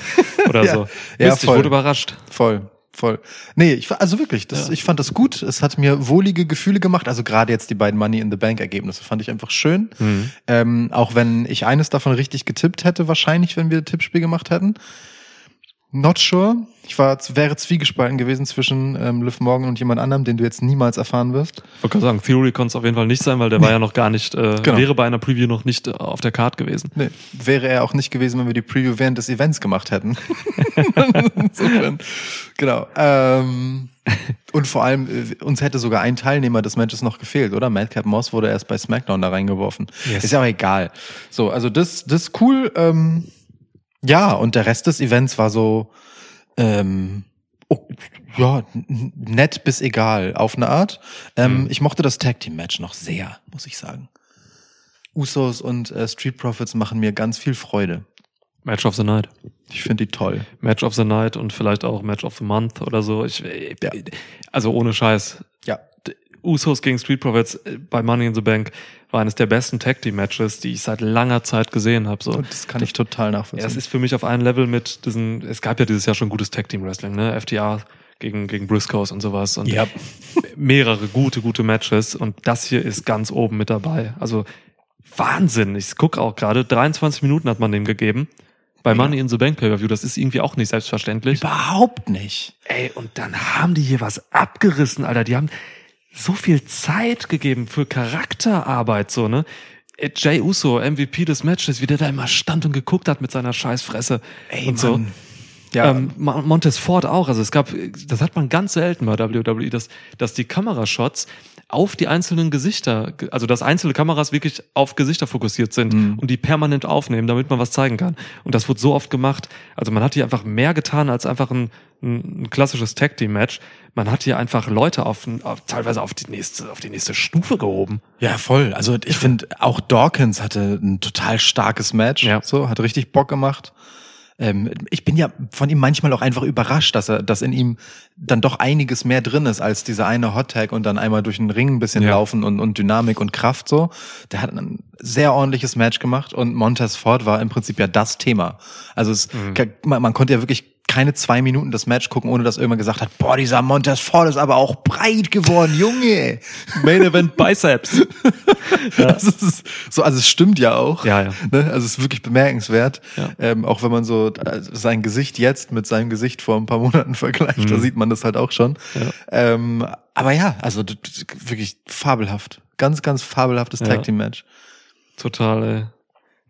[SPEAKER 1] Oder
[SPEAKER 2] Ja.
[SPEAKER 1] so.
[SPEAKER 2] Ja,
[SPEAKER 1] Mist, ich
[SPEAKER 2] voll.
[SPEAKER 1] wurde überrascht.
[SPEAKER 2] Voll, voll. Nee, ich, war- also wirklich, das,
[SPEAKER 1] Ja.
[SPEAKER 2] ich fand das gut. Es hat mir wohlige Gefühle gemacht. Also gerade jetzt die beiden Money in the Bank Ergebnisse fand ich einfach schön.
[SPEAKER 1] Mhm.
[SPEAKER 2] Ähm, auch wenn ich eines davon richtig getippt hätte, wahrscheinlich, wenn wir Tippspiel gemacht hätten. Not sure. Ich war, wäre zwiegespalten gewesen zwischen ähm, Liv Morgan und jemand anderem, den du jetzt niemals erfahren wirst.
[SPEAKER 1] Ich wollte gerade sagen, Theory konnte es auf jeden Fall nicht sein, weil der war ja noch gar nicht, äh,
[SPEAKER 2] Genau.
[SPEAKER 1] wäre bei einer Preview noch nicht äh, auf der Card gewesen.
[SPEAKER 2] Nee, wäre er auch nicht gewesen, wenn wir die Preview während des Events gemacht hätten. Insofern. Genau. Ähm, und vor allem, äh, uns hätte sogar ein Teilnehmer des Matches noch gefehlt, oder? Madcap Moss wurde erst bei SmackDown da reingeworfen.
[SPEAKER 1] Yes.
[SPEAKER 2] Ist ja auch egal. So, also das, das ist cool. Ähm, ja, und der Rest des Events war so, ähm, oh, ja, n- n- nett bis egal, auf eine Art. Ähm, Ich mochte das Tag Team Match noch sehr, muss ich sagen. Usos und äh, Street Profits machen mir ganz viel Freude.
[SPEAKER 1] Match of the Night.
[SPEAKER 2] Ich finde die toll.
[SPEAKER 1] Match of the Night und vielleicht auch Match of the Month oder so. Ich, äh,
[SPEAKER 2] Ja.
[SPEAKER 1] Also ohne Scheiß.
[SPEAKER 2] Ja.
[SPEAKER 1] Usos gegen Street Profits äh, bei Money in the Bank war eines der besten Tag Team Matches, die ich seit langer Zeit gesehen habe. So.
[SPEAKER 2] Und das kann ich total
[SPEAKER 1] Ja, es
[SPEAKER 2] nachvollziehen.
[SPEAKER 1] ist für mich auf einem Level mit diesen, es gab ja dieses Jahr schon gutes Tag-Team-Wrestling, ne? FTA gegen, gegen Briscoes und sowas und
[SPEAKER 2] ja,
[SPEAKER 1] mehrere gute, gute Matches und das hier ist ganz oben mit dabei. Also Wahnsinn, ich gucke auch gerade, 23 Minuten hat man dem gegeben. Bei Money in the Bank Pay-Per-View, das ist irgendwie auch nicht selbstverständlich.
[SPEAKER 2] überhaupt nicht.
[SPEAKER 1] Ey, und dann haben die hier was abgerissen, Alter. Die haben so viel Zeit gegeben für Charakterarbeit, so, ne? Äh, Jay Uso, MVP des Matches, wie der da immer stand und geguckt hat mit seiner Scheißfresse. Ey, und so.
[SPEAKER 2] Mann. Ja,
[SPEAKER 1] Ähm, Ma- Montez Ford auch. Also es gab, das hat man ganz selten bei WWE, dass, dass die Kamerashots auf die einzelnen Gesichter, ge- also dass einzelne Kameras wirklich auf Gesichter fokussiert sind und die permanent aufnehmen, damit man was zeigen kann. Und das wurde so oft gemacht. Also man hat hier einfach mehr getan als einfach ein, ein, ein klassisches Tag Team Match. Man hat hier einfach Leute auf, auf teilweise auf die nächste, auf die nächste Stufe gehoben.
[SPEAKER 2] ja, voll. Also ich finde, auch Dawkins hatte ein total starkes Match.
[SPEAKER 1] Ja.
[SPEAKER 2] So, hat richtig Bock gemacht. Ähm, ich bin ja von ihm manchmal auch einfach überrascht, dass er, dass in ihm dann doch einiges mehr drin ist als dieser eine Hot Tag und dann einmal durch den Ring ein bisschen
[SPEAKER 1] Ja.
[SPEAKER 2] laufen und, und Dynamik und Kraft so. Der hat ein sehr ordentliches Match gemacht und Montez Ford war im Prinzip ja das Thema. Also es,
[SPEAKER 1] Mhm.
[SPEAKER 2] ka- man, man konnte ja wirklich keine zwei Minuten das Match gucken, ohne dass irgendwann gesagt hat, boah, dieser Montez Ford ist aber auch breit geworden, Junge.
[SPEAKER 1] Main Event Biceps.
[SPEAKER 2] Das ist so, also es stimmt ja auch.
[SPEAKER 1] Ja, ja.
[SPEAKER 2] Ne? Also es ist wirklich bemerkenswert.
[SPEAKER 1] Ja.
[SPEAKER 2] Ähm, auch wenn man so äh, sein Gesicht jetzt mit seinem Gesicht vor ein paar Monaten vergleicht, da sieht man das halt auch schon.
[SPEAKER 1] Mhm. Ja.
[SPEAKER 2] Ähm, aber ja, also d- d- wirklich fabelhaft. Ganz, ganz fabelhaftes
[SPEAKER 1] Ja.
[SPEAKER 2] Tag Team Match.
[SPEAKER 1] Total, ey.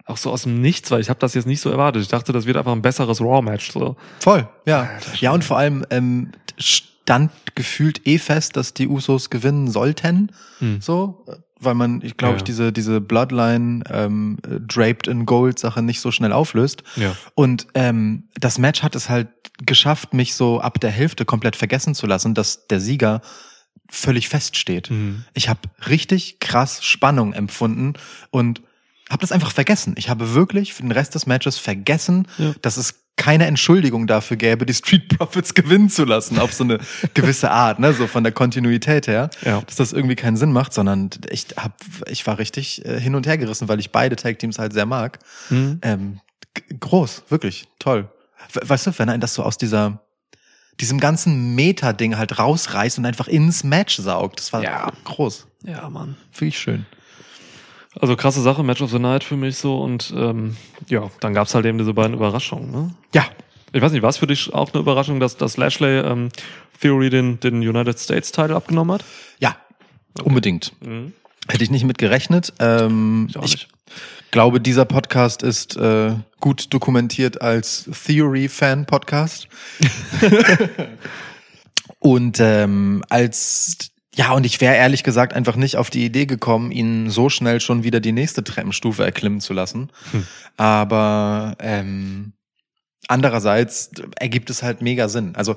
[SPEAKER 1] Auch so aus dem Nichts, weil ich habe das jetzt nicht so erwartet. Ich dachte, das wird einfach ein besseres Raw-Match. So.
[SPEAKER 2] Voll, ja. Ja, und vor allem ähm, stand gefühlt eh fest, dass die Usos gewinnen sollten. So, weil man, ich glaube,
[SPEAKER 1] Ja.
[SPEAKER 2] ich diese diese Bloodline ähm, äh, draped in Gold Sache nicht so schnell auflöst.
[SPEAKER 1] Ja.
[SPEAKER 2] Und ähm, das Match hat es halt geschafft, mich so ab der Hälfte komplett vergessen zu lassen, dass der Sieger völlig feststeht.
[SPEAKER 1] Mhm.
[SPEAKER 2] Ich habe richtig krass Spannung empfunden und habe das einfach vergessen. Ich habe wirklich für den Rest des Matches vergessen,
[SPEAKER 1] Ja.
[SPEAKER 2] dass es keine Entschuldigung dafür gäbe, die Street Profits gewinnen zu lassen, auf so eine gewisse Art, ne, so von der Kontinuität her,
[SPEAKER 1] Ja.
[SPEAKER 2] dass das irgendwie keinen Sinn macht, sondern ich hab, ich war richtig äh, hin und her gerissen, weil ich beide Tag Teams halt sehr mag.
[SPEAKER 1] Mhm.
[SPEAKER 2] Ähm, g- groß, wirklich, toll. We- Weißt du, wenn ein das so aus dieser, diesem ganzen Meta-Ding halt rausreißt und einfach ins Match saugt, das war
[SPEAKER 1] Ja.
[SPEAKER 2] groß.
[SPEAKER 1] Ja, Mann.
[SPEAKER 2] Finde ich schön.
[SPEAKER 1] Also krasse Sache, Match of the Night für mich so und ähm, ja, dann gab's halt eben diese beiden Überraschungen. Ne?
[SPEAKER 2] Ja.
[SPEAKER 1] Ich weiß nicht, war es für dich auch eine Überraschung, dass, dass Lashley ähm, Theory den, den United States Title abgenommen hat?
[SPEAKER 2] Ja. Unbedingt.
[SPEAKER 1] Mhm.
[SPEAKER 2] Hätte ich nicht mit gerechnet. Ähm,
[SPEAKER 1] Ich
[SPEAKER 2] ich
[SPEAKER 1] auch nicht.
[SPEAKER 2] glaube, dieser Podcast ist äh, gut dokumentiert als Theory-Fan-Podcast. und ähm, als ja, und ich wäre ehrlich gesagt einfach nicht auf die Idee gekommen, ihn so schnell schon wieder die nächste Treppenstufe erklimmen zu lassen.
[SPEAKER 1] Hm.
[SPEAKER 2] Aber ähm, andererseits ergibt es halt mega Sinn. Also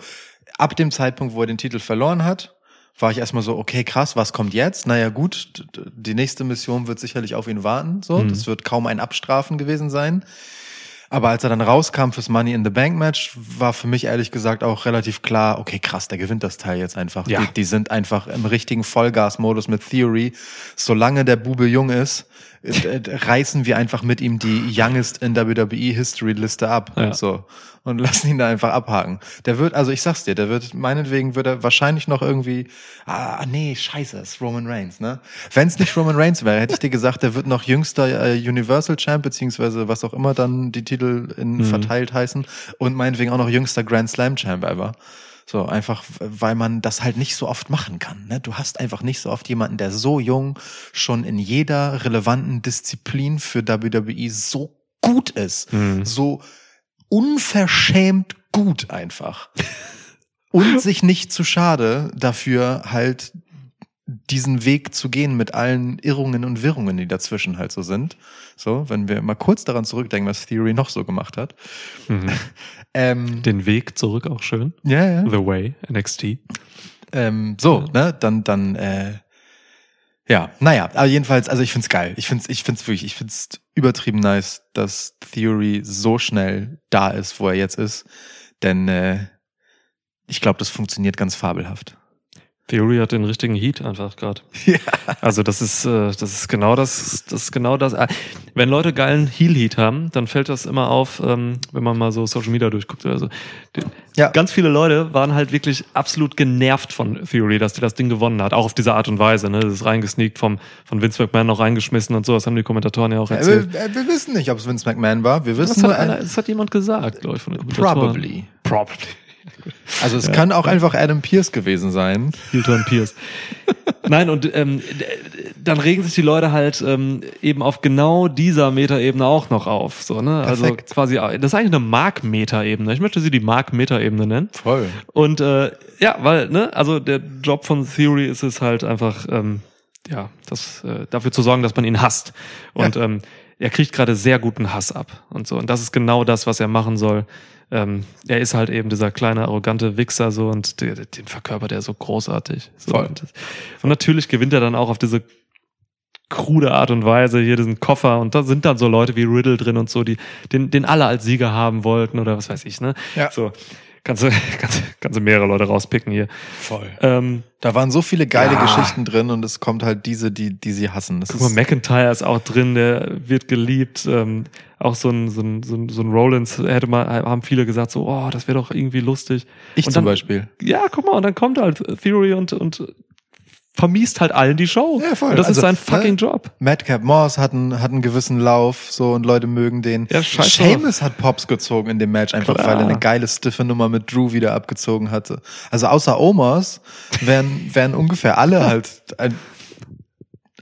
[SPEAKER 2] ab dem Zeitpunkt, wo er den Titel verloren hat, war ich erstmal so, okay, krass, was kommt jetzt? Naja, gut, d- d- die nächste Mission wird sicherlich auf ihn warten. So,
[SPEAKER 1] Mhm.
[SPEAKER 2] das wird kaum ein Abstrafen gewesen sein. Aber als er dann rauskam fürs Money in the Bank Match, war für mich ehrlich gesagt auch relativ klar, okay, krass, der gewinnt das Teil jetzt einfach.
[SPEAKER 1] Ja.
[SPEAKER 2] Die, die sind einfach im richtigen Vollgas-Modus mit Theory. Solange der Bube jung ist, äh, äh, reißen wir einfach mit ihm die Youngest in WWE History Liste ab.
[SPEAKER 1] Ja.
[SPEAKER 2] So. Und lassen ihn da einfach abhaken. Der wird, also ich sag's dir, der wird, meinetwegen wird er wahrscheinlich noch irgendwie, ah, nee, scheiße, ist Roman Reigns, ne? Wenn's nicht Roman Reigns wäre, hätte ich dir gesagt, der wird noch jüngster äh, Universal Champ, beziehungsweise was auch immer dann die Titel in verteilt heißen und meinetwegen auch noch jüngster Grand Slam Champ ever. So, einfach, weil man das halt nicht so oft machen kann. Ne? Du hast einfach nicht so oft jemanden, der so jung schon in jeder relevanten Disziplin für WWE so gut ist.
[SPEAKER 1] Mhm.
[SPEAKER 2] So unverschämt gut einfach. Und sich nicht zu schade dafür halt diesen Weg zu gehen mit allen Irrungen und Wirrungen, die dazwischen halt so sind. So, wenn wir mal kurz daran zurückdenken, was Theory noch so gemacht hat.
[SPEAKER 1] Mhm.
[SPEAKER 2] Ähm,
[SPEAKER 1] Den Weg zurück auch schön.
[SPEAKER 2] ja, ja.
[SPEAKER 1] The Way, NXT.
[SPEAKER 2] Ähm, so, ne, dann, dann, äh, ja, naja, aber jedenfalls, also ich find's geil. Ich find's, ich find's wirklich, ich find's übertrieben nice, dass Theory so schnell da ist, wo er jetzt ist. Denn äh, ich glaube, das funktioniert ganz fabelhaft.
[SPEAKER 1] Theory hat den richtigen Heat einfach gerade.
[SPEAKER 2] Ja.
[SPEAKER 1] Also das ist, äh, das ist genau das, das ist genau das. Ah, Wenn Leute geilen Heel-Heat haben, dann fällt das immer auf, ähm, wenn man mal so Social Media durchguckt oder so. Die-
[SPEAKER 2] Ja.
[SPEAKER 1] Ganz viele Leute waren halt wirklich absolut genervt von Theory, dass die das Ding gewonnen hat. Auch auf diese Art und Weise. Ne? Das ist reingesneakt vom, von Vince McMahon noch reingeschmissen und so. Das haben die Kommentatoren ja auch erzählt.
[SPEAKER 2] wir, äh, wir wissen nicht, ob es Vince McMahon war. Wir
[SPEAKER 1] Das
[SPEAKER 2] wissen
[SPEAKER 1] hat,
[SPEAKER 2] nur,
[SPEAKER 1] einer,
[SPEAKER 2] ein,
[SPEAKER 1] das hat jemand gesagt, glaube ich, von den Kommentatoren.
[SPEAKER 2] probably.
[SPEAKER 1] Probably.
[SPEAKER 2] Also es kann auch einfach Adam Pierce gewesen sein.
[SPEAKER 1] Hilton Pierce. Nein, und ähm, d- d- dann regen sich die Leute halt ähm, eben auf genau dieser Metaebene auch noch auf. So, ne? Also
[SPEAKER 2] Perfekt.
[SPEAKER 1] quasi, das ist eigentlich eine Mark-Metaebene. Ich möchte sie die Mark-Metaebene nennen.
[SPEAKER 2] Voll.
[SPEAKER 1] Und äh, ja, weil, ne, also der Job von Theory ist es halt einfach, ähm, ja, das, äh, dafür zu sorgen, dass man ihn hasst. Und ähm, er kriegt gerade sehr guten Hass ab und so. Und das ist genau das, was er machen soll. Ähm, er ist halt eben dieser kleine, arrogante Wichser so und der, der- den verkörpert er so großartig. So,
[SPEAKER 2] Voll.
[SPEAKER 1] Und, das, und natürlich gewinnt er dann auch auf diese krude Art und Weise hier diesen Koffer und da sind dann so Leute wie Riddle drin und so, die den, den alle als Sieger haben wollten oder was weiß ich, ne?
[SPEAKER 2] Ja.
[SPEAKER 1] So. Kannst du, kannst, du- kannst du mehrere Leute rauspicken hier.
[SPEAKER 2] Voll.
[SPEAKER 1] Ähm,
[SPEAKER 2] Da waren so viele geile
[SPEAKER 1] Ja.
[SPEAKER 2] Geschichten drin und es kommt halt diese, die, die sie hassen. Das
[SPEAKER 1] guck mal, McIntyre ist auch drin, der wird geliebt. Ähm, auch so ein, so ein, so ein, so ein Rollins hätte mal, haben viele gesagt, so, oh, das wäre doch irgendwie lustig.
[SPEAKER 2] ich
[SPEAKER 1] und
[SPEAKER 2] zum
[SPEAKER 1] dann-
[SPEAKER 2] Beispiel.
[SPEAKER 1] Ja, guck mal, und dann kommt halt Theory und, und vermiest halt allen die Show.
[SPEAKER 2] Ja, voll.
[SPEAKER 1] Und das
[SPEAKER 2] Also,
[SPEAKER 1] ist sein
[SPEAKER 2] ne?
[SPEAKER 1] fucking Job.
[SPEAKER 2] Madcap Moss hat einen, hat einen gewissen Lauf, so und Leute mögen den.
[SPEAKER 1] Ja, scheiß
[SPEAKER 2] Seamus hat Pops gezogen in dem Match, einfach
[SPEAKER 1] Klar.
[SPEAKER 2] weil er eine geile stiffe Nummer mit Drew wieder abgezogen hatte. Also außer Omas wären, wären ungefähr alle halt ein,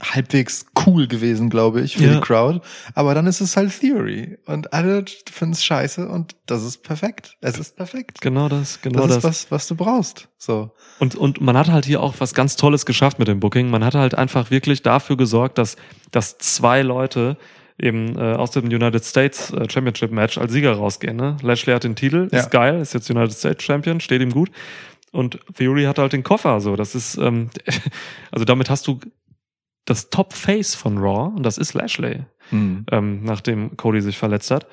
[SPEAKER 2] halbwegs cool gewesen, glaube ich, für
[SPEAKER 1] Ja.
[SPEAKER 2] die Crowd. Aber dann ist es halt Theory. Und alle finden es scheiße und das ist perfekt. Es ist perfekt.
[SPEAKER 1] Genau das, genau
[SPEAKER 2] Das
[SPEAKER 1] das.
[SPEAKER 2] ist was, was du brauchst. So.
[SPEAKER 1] Und, und man hat halt hier auch was ganz Tolles geschafft mit dem Booking. Man hat halt einfach wirklich dafür gesorgt, dass, dass zwei Leute eben äh, aus dem United States äh, Championship Match als Sieger rausgehen. Ne? Lashley hat den Titel,
[SPEAKER 2] Ja.
[SPEAKER 1] ist geil, ist jetzt United States Champion, steht ihm gut. Und Theory hat halt den Koffer. So, das ist ähm, also damit hast du das Top Face von Raw und das ist Lashley ähm, nachdem Cody sich verletzt hat,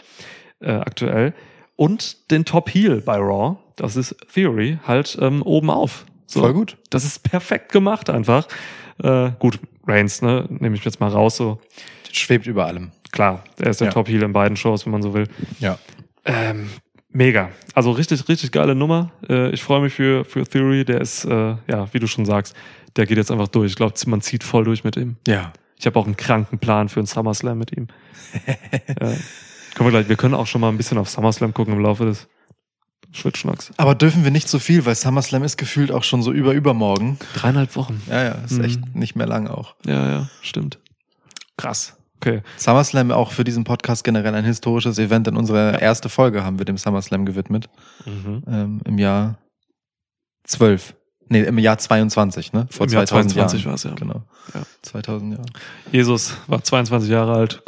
[SPEAKER 1] äh, aktuell. Und den Top Heel bei Raw, das ist Theory, halt ähm, oben auf. So,
[SPEAKER 2] Voll gut.
[SPEAKER 1] Das ist perfekt gemacht einfach. Äh, gut, Reigns, ne, nehme ich jetzt mal raus, so.
[SPEAKER 2] Schwebt über allem.
[SPEAKER 1] Klar, er ist der
[SPEAKER 2] Ja.
[SPEAKER 1] Top Heel in beiden Shows, wenn man so will.
[SPEAKER 2] Ja.
[SPEAKER 1] Ähm, mega. Also richtig, richtig geile Nummer. Äh, ich freue mich für, für Theory, der ist, äh, ja, wie du schon sagst, der geht jetzt einfach durch. Ich glaube, man zieht voll durch mit ihm.
[SPEAKER 2] Ja.
[SPEAKER 1] Ich habe auch einen kranken Plan für einen SummerSlam mit ihm. äh, können wir gleich, wir können auch schon mal ein bisschen auf SummerSlam gucken im Laufe des Schwitzschnacks.
[SPEAKER 2] Aber dürfen wir nicht so viel, weil SummerSlam ist gefühlt auch schon so über übermorgen.
[SPEAKER 1] Dreieinhalb Wochen.
[SPEAKER 2] Ja, ja, ist
[SPEAKER 1] Mhm.
[SPEAKER 2] echt nicht mehr lang auch.
[SPEAKER 1] Ja, ja, stimmt. Krass. Okay.
[SPEAKER 2] SummerSlam auch für diesen Podcast generell ein historisches Event. In unserer erste Folge haben wir dem SummerSlam gewidmet.
[SPEAKER 1] Mhm.
[SPEAKER 2] Ähm, Im Jahr 12. Nee, im Jahr 22, ne? Vor
[SPEAKER 1] Im Jahr
[SPEAKER 2] 2000
[SPEAKER 1] 22
[SPEAKER 2] Jahren.
[SPEAKER 1] war's, ja.
[SPEAKER 2] Genau.
[SPEAKER 1] Ja.
[SPEAKER 2] 2000 Jahre.
[SPEAKER 1] Jesus war 22 Jahre alt,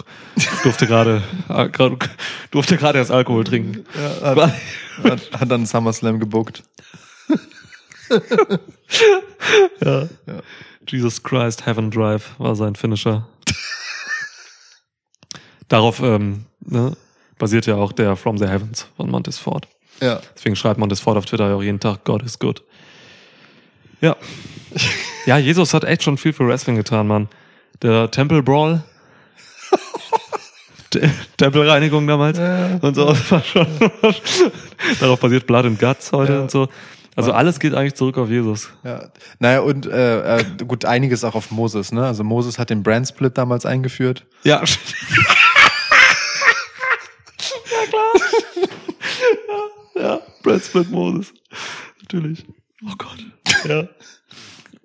[SPEAKER 1] durfte gerade äh, grad- durfte gerade erst Alkohol trinken.
[SPEAKER 2] Ja, hat, hat, hat dann SummerSlam gebuckt.
[SPEAKER 1] Ja.
[SPEAKER 2] Ja.
[SPEAKER 1] Jesus Christ, Heaven Drive war sein Finisher. Darauf ähm, ne, basiert ja auch der From the Heavens von Montes Ford.
[SPEAKER 2] Ja.
[SPEAKER 1] Deswegen schreibt man das fort auf Twitter ja auch jeden Tag, God is good. Ja. Ja, Jesus hat echt schon viel für Wrestling getan, Mann. Der Temple Brawl. Te- Tempelreinigung damals. Und so. Das war schon, darauf basiert Blood and Guts heute
[SPEAKER 2] Ja.
[SPEAKER 1] und so. Also alles geht eigentlich zurück auf Jesus.
[SPEAKER 2] Ja. Naja, und äh, äh, gut, einiges auch auf Moses, ne? Also Moses hat den Brand Split damals eingeführt.
[SPEAKER 1] Ja. ja, klar. Ja, ja. Brad Split Moses. Natürlich. Oh Gott. Ja.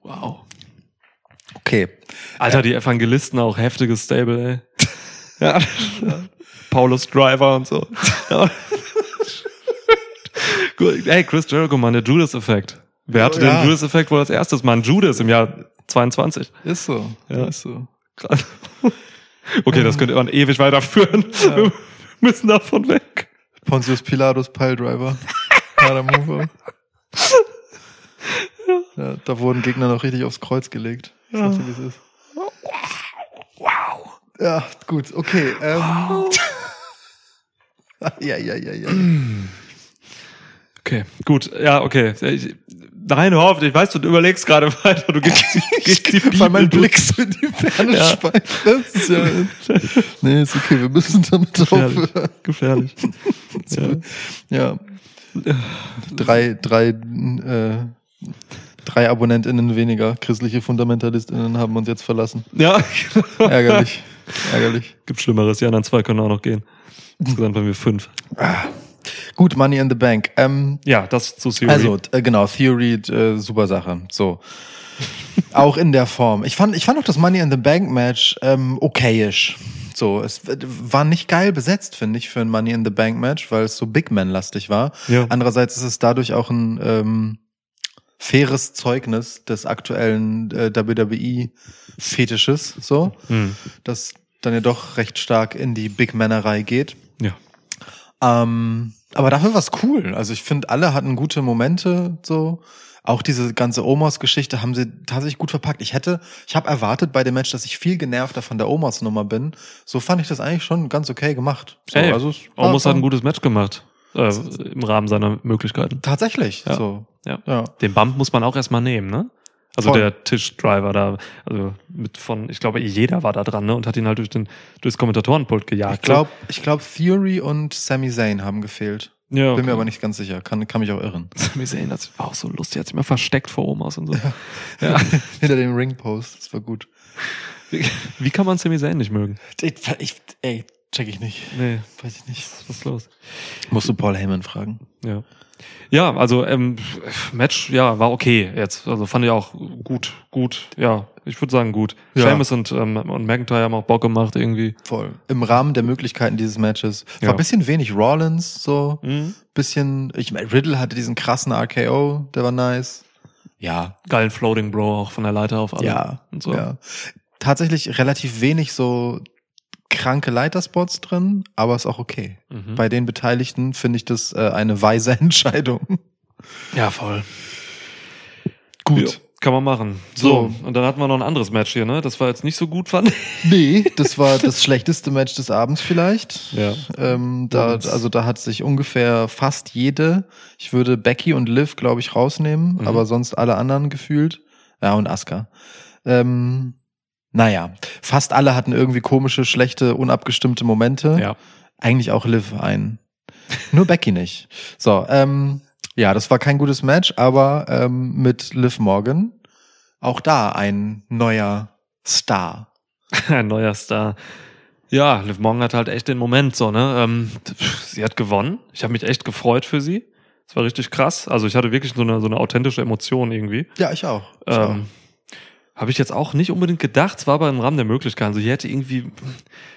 [SPEAKER 1] Wow.
[SPEAKER 2] Okay.
[SPEAKER 1] Alter, die Evangelisten auch heftiges Stable, ey. Ja. Paulus Driver und so. Ja. Gut. Ey, Chris Jericho, Mann, der Judas-Effekt. Wer hatte
[SPEAKER 2] Oh, ja.
[SPEAKER 1] den Judas-Effekt wohl als erstes? Mann, Judas im Jahr 22.
[SPEAKER 2] Ist so.
[SPEAKER 1] Ja.
[SPEAKER 2] Ist so.
[SPEAKER 1] Krass. Okay, das könnte man ewig weiterführen. Wir müssen davon weg.
[SPEAKER 2] Pontius Pilatus Piledriver. Harder Move. Ja, da wurden Gegner noch richtig aufs Kreuz gelegt. Ich sagte, wie es ist.
[SPEAKER 1] Wow.
[SPEAKER 2] Ja, gut, okay. Ähm. ja, ja, ja, ja.
[SPEAKER 1] Okay, gut. Ja, okay. Ich, nein, hofft, ich weiß, du überlegst gerade weiter. Du gehst, gehst die Bibel
[SPEAKER 2] Weil mein
[SPEAKER 1] durch.
[SPEAKER 2] Blick so in die Ferne
[SPEAKER 1] Ja.
[SPEAKER 2] schweift. Das ist ja. Nee, ist okay, wir müssen damit
[SPEAKER 1] Gefährlich.
[SPEAKER 2] aufhören.
[SPEAKER 1] Gefährlich. ja.
[SPEAKER 2] Ja. Drei, drei, äh, drei AbonnentInnen weniger, christliche FundamentalistInnen haben uns jetzt verlassen.
[SPEAKER 1] Ja,
[SPEAKER 2] Ärgerlich. Ärgerlich.
[SPEAKER 1] gibt Schlimmeres. Die anderen zwei können auch noch gehen. Insgesamt waren wir fünf.
[SPEAKER 2] Gut, Money in the Bank. Ähm,
[SPEAKER 1] Ja, das zu Theory.
[SPEAKER 2] also, äh, genau, Theory, äh, super Sache. So. auch in der Form. Ich fand, ich fand auch das Money in the Bank Match ähm, okayisch. So, es w- war nicht geil besetzt, finde ich, für ein Money in the Bank Match, weil es so Big Man-lastig war.
[SPEAKER 1] Ja.
[SPEAKER 2] Andererseits ist es dadurch auch ein ähm, faires Zeugnis des aktuellen äh, WWE-Fetisches, so,
[SPEAKER 1] Hm.
[SPEAKER 2] das dann ja doch recht stark in die Big Männerei geht.
[SPEAKER 1] Ja.
[SPEAKER 2] Ähm, aber dafür war's cool. Also ich finde, alle hatten gute Momente so. Auch diese ganze Omos-Geschichte haben sie tatsächlich gut verpackt. Ich hätte, ich habe erwartet bei dem Match, dass ich viel genervter von der Omos-Nummer bin. So fand ich das eigentlich schon ganz okay gemacht. So,
[SPEAKER 1] Ey,
[SPEAKER 2] also es war-
[SPEAKER 1] Almost
[SPEAKER 2] war-
[SPEAKER 1] hat ein gutes Match gemacht. Äh, Im Rahmen seiner Möglichkeiten.
[SPEAKER 2] Tatsächlich.
[SPEAKER 1] Ja.
[SPEAKER 2] So.
[SPEAKER 1] Ja.
[SPEAKER 2] ja.
[SPEAKER 1] Den Bump muss man auch erstmal nehmen, ne? Also
[SPEAKER 2] Voll.
[SPEAKER 1] der Tischdriver da, also mit von, ich glaube, jeder war da dran, ne? Und hat ihn halt durch den, durchs Kommentatorenpult gejagt.
[SPEAKER 2] Ich glaube, ich glaub, Theory und Sami Zayn haben gefehlt.
[SPEAKER 1] ja,
[SPEAKER 2] Bin mir aber nicht ganz sicher. Kann, kann mich auch irren.
[SPEAKER 1] Sami Zayn, das war auch so lustig, hat sich mal versteckt vor Omas und so.
[SPEAKER 2] Hinter dem Ringpost. Das war gut.
[SPEAKER 1] Wie kann man Sami Zayn nicht mögen?
[SPEAKER 2] Ich, ich, ey, Check ich nicht.
[SPEAKER 1] Nee,
[SPEAKER 2] Weiß ich nicht.
[SPEAKER 1] was ist los?
[SPEAKER 2] Musst du Paul Heyman fragen.
[SPEAKER 1] Ja. Ja, also ähm, Match, ja, war okay jetzt. Also fand ich auch gut, gut, ja. Ich würde sagen gut.
[SPEAKER 2] Ja.
[SPEAKER 1] Seamus und, ähm, und McIntyre haben auch Bock gemacht irgendwie.
[SPEAKER 2] Voll. Im Rahmen der Möglichkeiten dieses Matches. War
[SPEAKER 1] Ja.
[SPEAKER 2] ein bisschen wenig Rollins, so. Bisschen, ich meine, Riddle hatte diesen krassen RKO, der war nice. Ja.
[SPEAKER 1] Geilen Floating Bro auch von der Leiter auf alle.
[SPEAKER 2] Ja.
[SPEAKER 1] Und so.
[SPEAKER 2] Ja. Tatsächlich relativ wenig so kranke Leiterspots drin, aber ist auch okay.
[SPEAKER 1] Mhm.
[SPEAKER 2] Bei den Beteiligten finde ich das äh, eine weise Entscheidung.
[SPEAKER 1] ja, voll.
[SPEAKER 2] Gut.
[SPEAKER 1] Ja, kann man machen. So, und dann hatten wir noch ein anderes Match hier, ne? Das war jetzt nicht so gut, fand ich.
[SPEAKER 2] Nee, das war das schlechteste Match des Abends vielleicht.
[SPEAKER 1] Ja.
[SPEAKER 2] Ähm, da,
[SPEAKER 1] Und-
[SPEAKER 2] also da hat sich ungefähr fast jede, ich würde Becky und Liv, glaube ich, rausnehmen,
[SPEAKER 1] Mhm.
[SPEAKER 2] aber sonst alle anderen gefühlt. Ja, und Asuka. Ähm, naja, fast alle hatten irgendwie komische, schlechte, unabgestimmte Momente.
[SPEAKER 1] Ja.
[SPEAKER 2] Eigentlich auch Liv ein. Nur Becky nicht. So, ähm, ja, das war kein gutes Match, aber ähm, mit Liv Morgan auch da ein neuer Star.
[SPEAKER 1] Ein neuer Star. Ja, Liv Morgan hat halt echt den Moment so, ne? Ähm, pff, sie hat gewonnen. Ich habe mich echt gefreut für sie. Es war richtig krass. Also ich hatte wirklich so eine, so eine authentische Emotion irgendwie.
[SPEAKER 2] Ja, ich auch. Ich auch.
[SPEAKER 1] Ähm, habe ich jetzt auch nicht unbedingt gedacht. Es war aber im Rahmen der Möglichkeiten. Also hier hätte irgendwie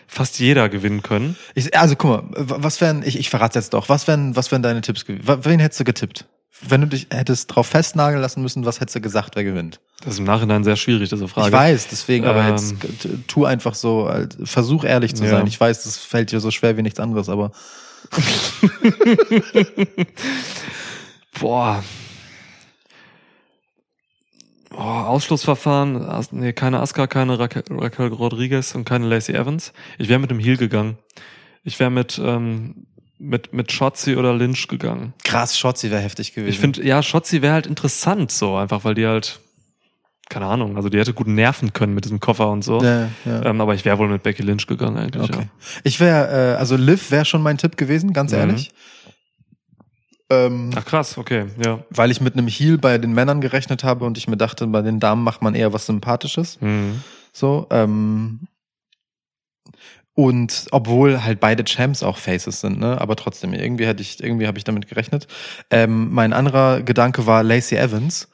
[SPEAKER 1] fast jeder gewinnen können.
[SPEAKER 2] Ich, also guck mal, w- was wären, ich, ich verrate jetzt doch, was wären, was wären deine Tipps gewesen? W- Wen hättest du getippt? Wenn du dich hättest drauf festnageln lassen müssen, was hättest du gesagt, wer gewinnt?
[SPEAKER 1] Das ist im Nachhinein sehr schwierig, diese Frage.
[SPEAKER 2] Ich weiß, deswegen, aber
[SPEAKER 1] Ähm.
[SPEAKER 2] jetzt g- t- tu einfach so, als- versuch ehrlich zu
[SPEAKER 1] Ja.
[SPEAKER 2] sein. Ich weiß, das fällt dir so schwer wie nichts anderes, aber
[SPEAKER 1] Boah. Boah, Ausschlussverfahren. As nee, keine Aska, keine Raquel, Raquel Rodriguez und keine Lacey Evans. Ich wäre mit dem Heel gegangen. Ich wäre mit, ähm, mit, mit Shotzi oder Lynch gegangen.
[SPEAKER 2] krass, Schotzi wäre heftig gewesen.
[SPEAKER 1] Ich finde, ja, Shotzi wäre halt interessant so, einfach weil die halt, keine Ahnung, also die hätte gut nerven können mit diesem Koffer und so.
[SPEAKER 2] ja, ja.
[SPEAKER 1] Ähm, aber ich wäre wohl mit Becky Lynch gegangen eigentlich.
[SPEAKER 2] Okay. Ich wäre, äh, also Liv wäre schon mein Tipp gewesen, ganz
[SPEAKER 1] Mhm.
[SPEAKER 2] ehrlich. Ähm,
[SPEAKER 1] Ja. Ach krass, okay, ja.
[SPEAKER 2] weil ich mit einem Heel bei den Männern gerechnet habe und ich mir dachte, bei den Damen macht man eher was Sympathisches.
[SPEAKER 1] Hm.
[SPEAKER 2] So, ähm, und obwohl halt beide Champs auch Faces sind, ne? Aber trotzdem, irgendwie hätte ich, irgendwie habe ich damit gerechnet. Ähm, mein anderer Gedanke war Lacey Evans,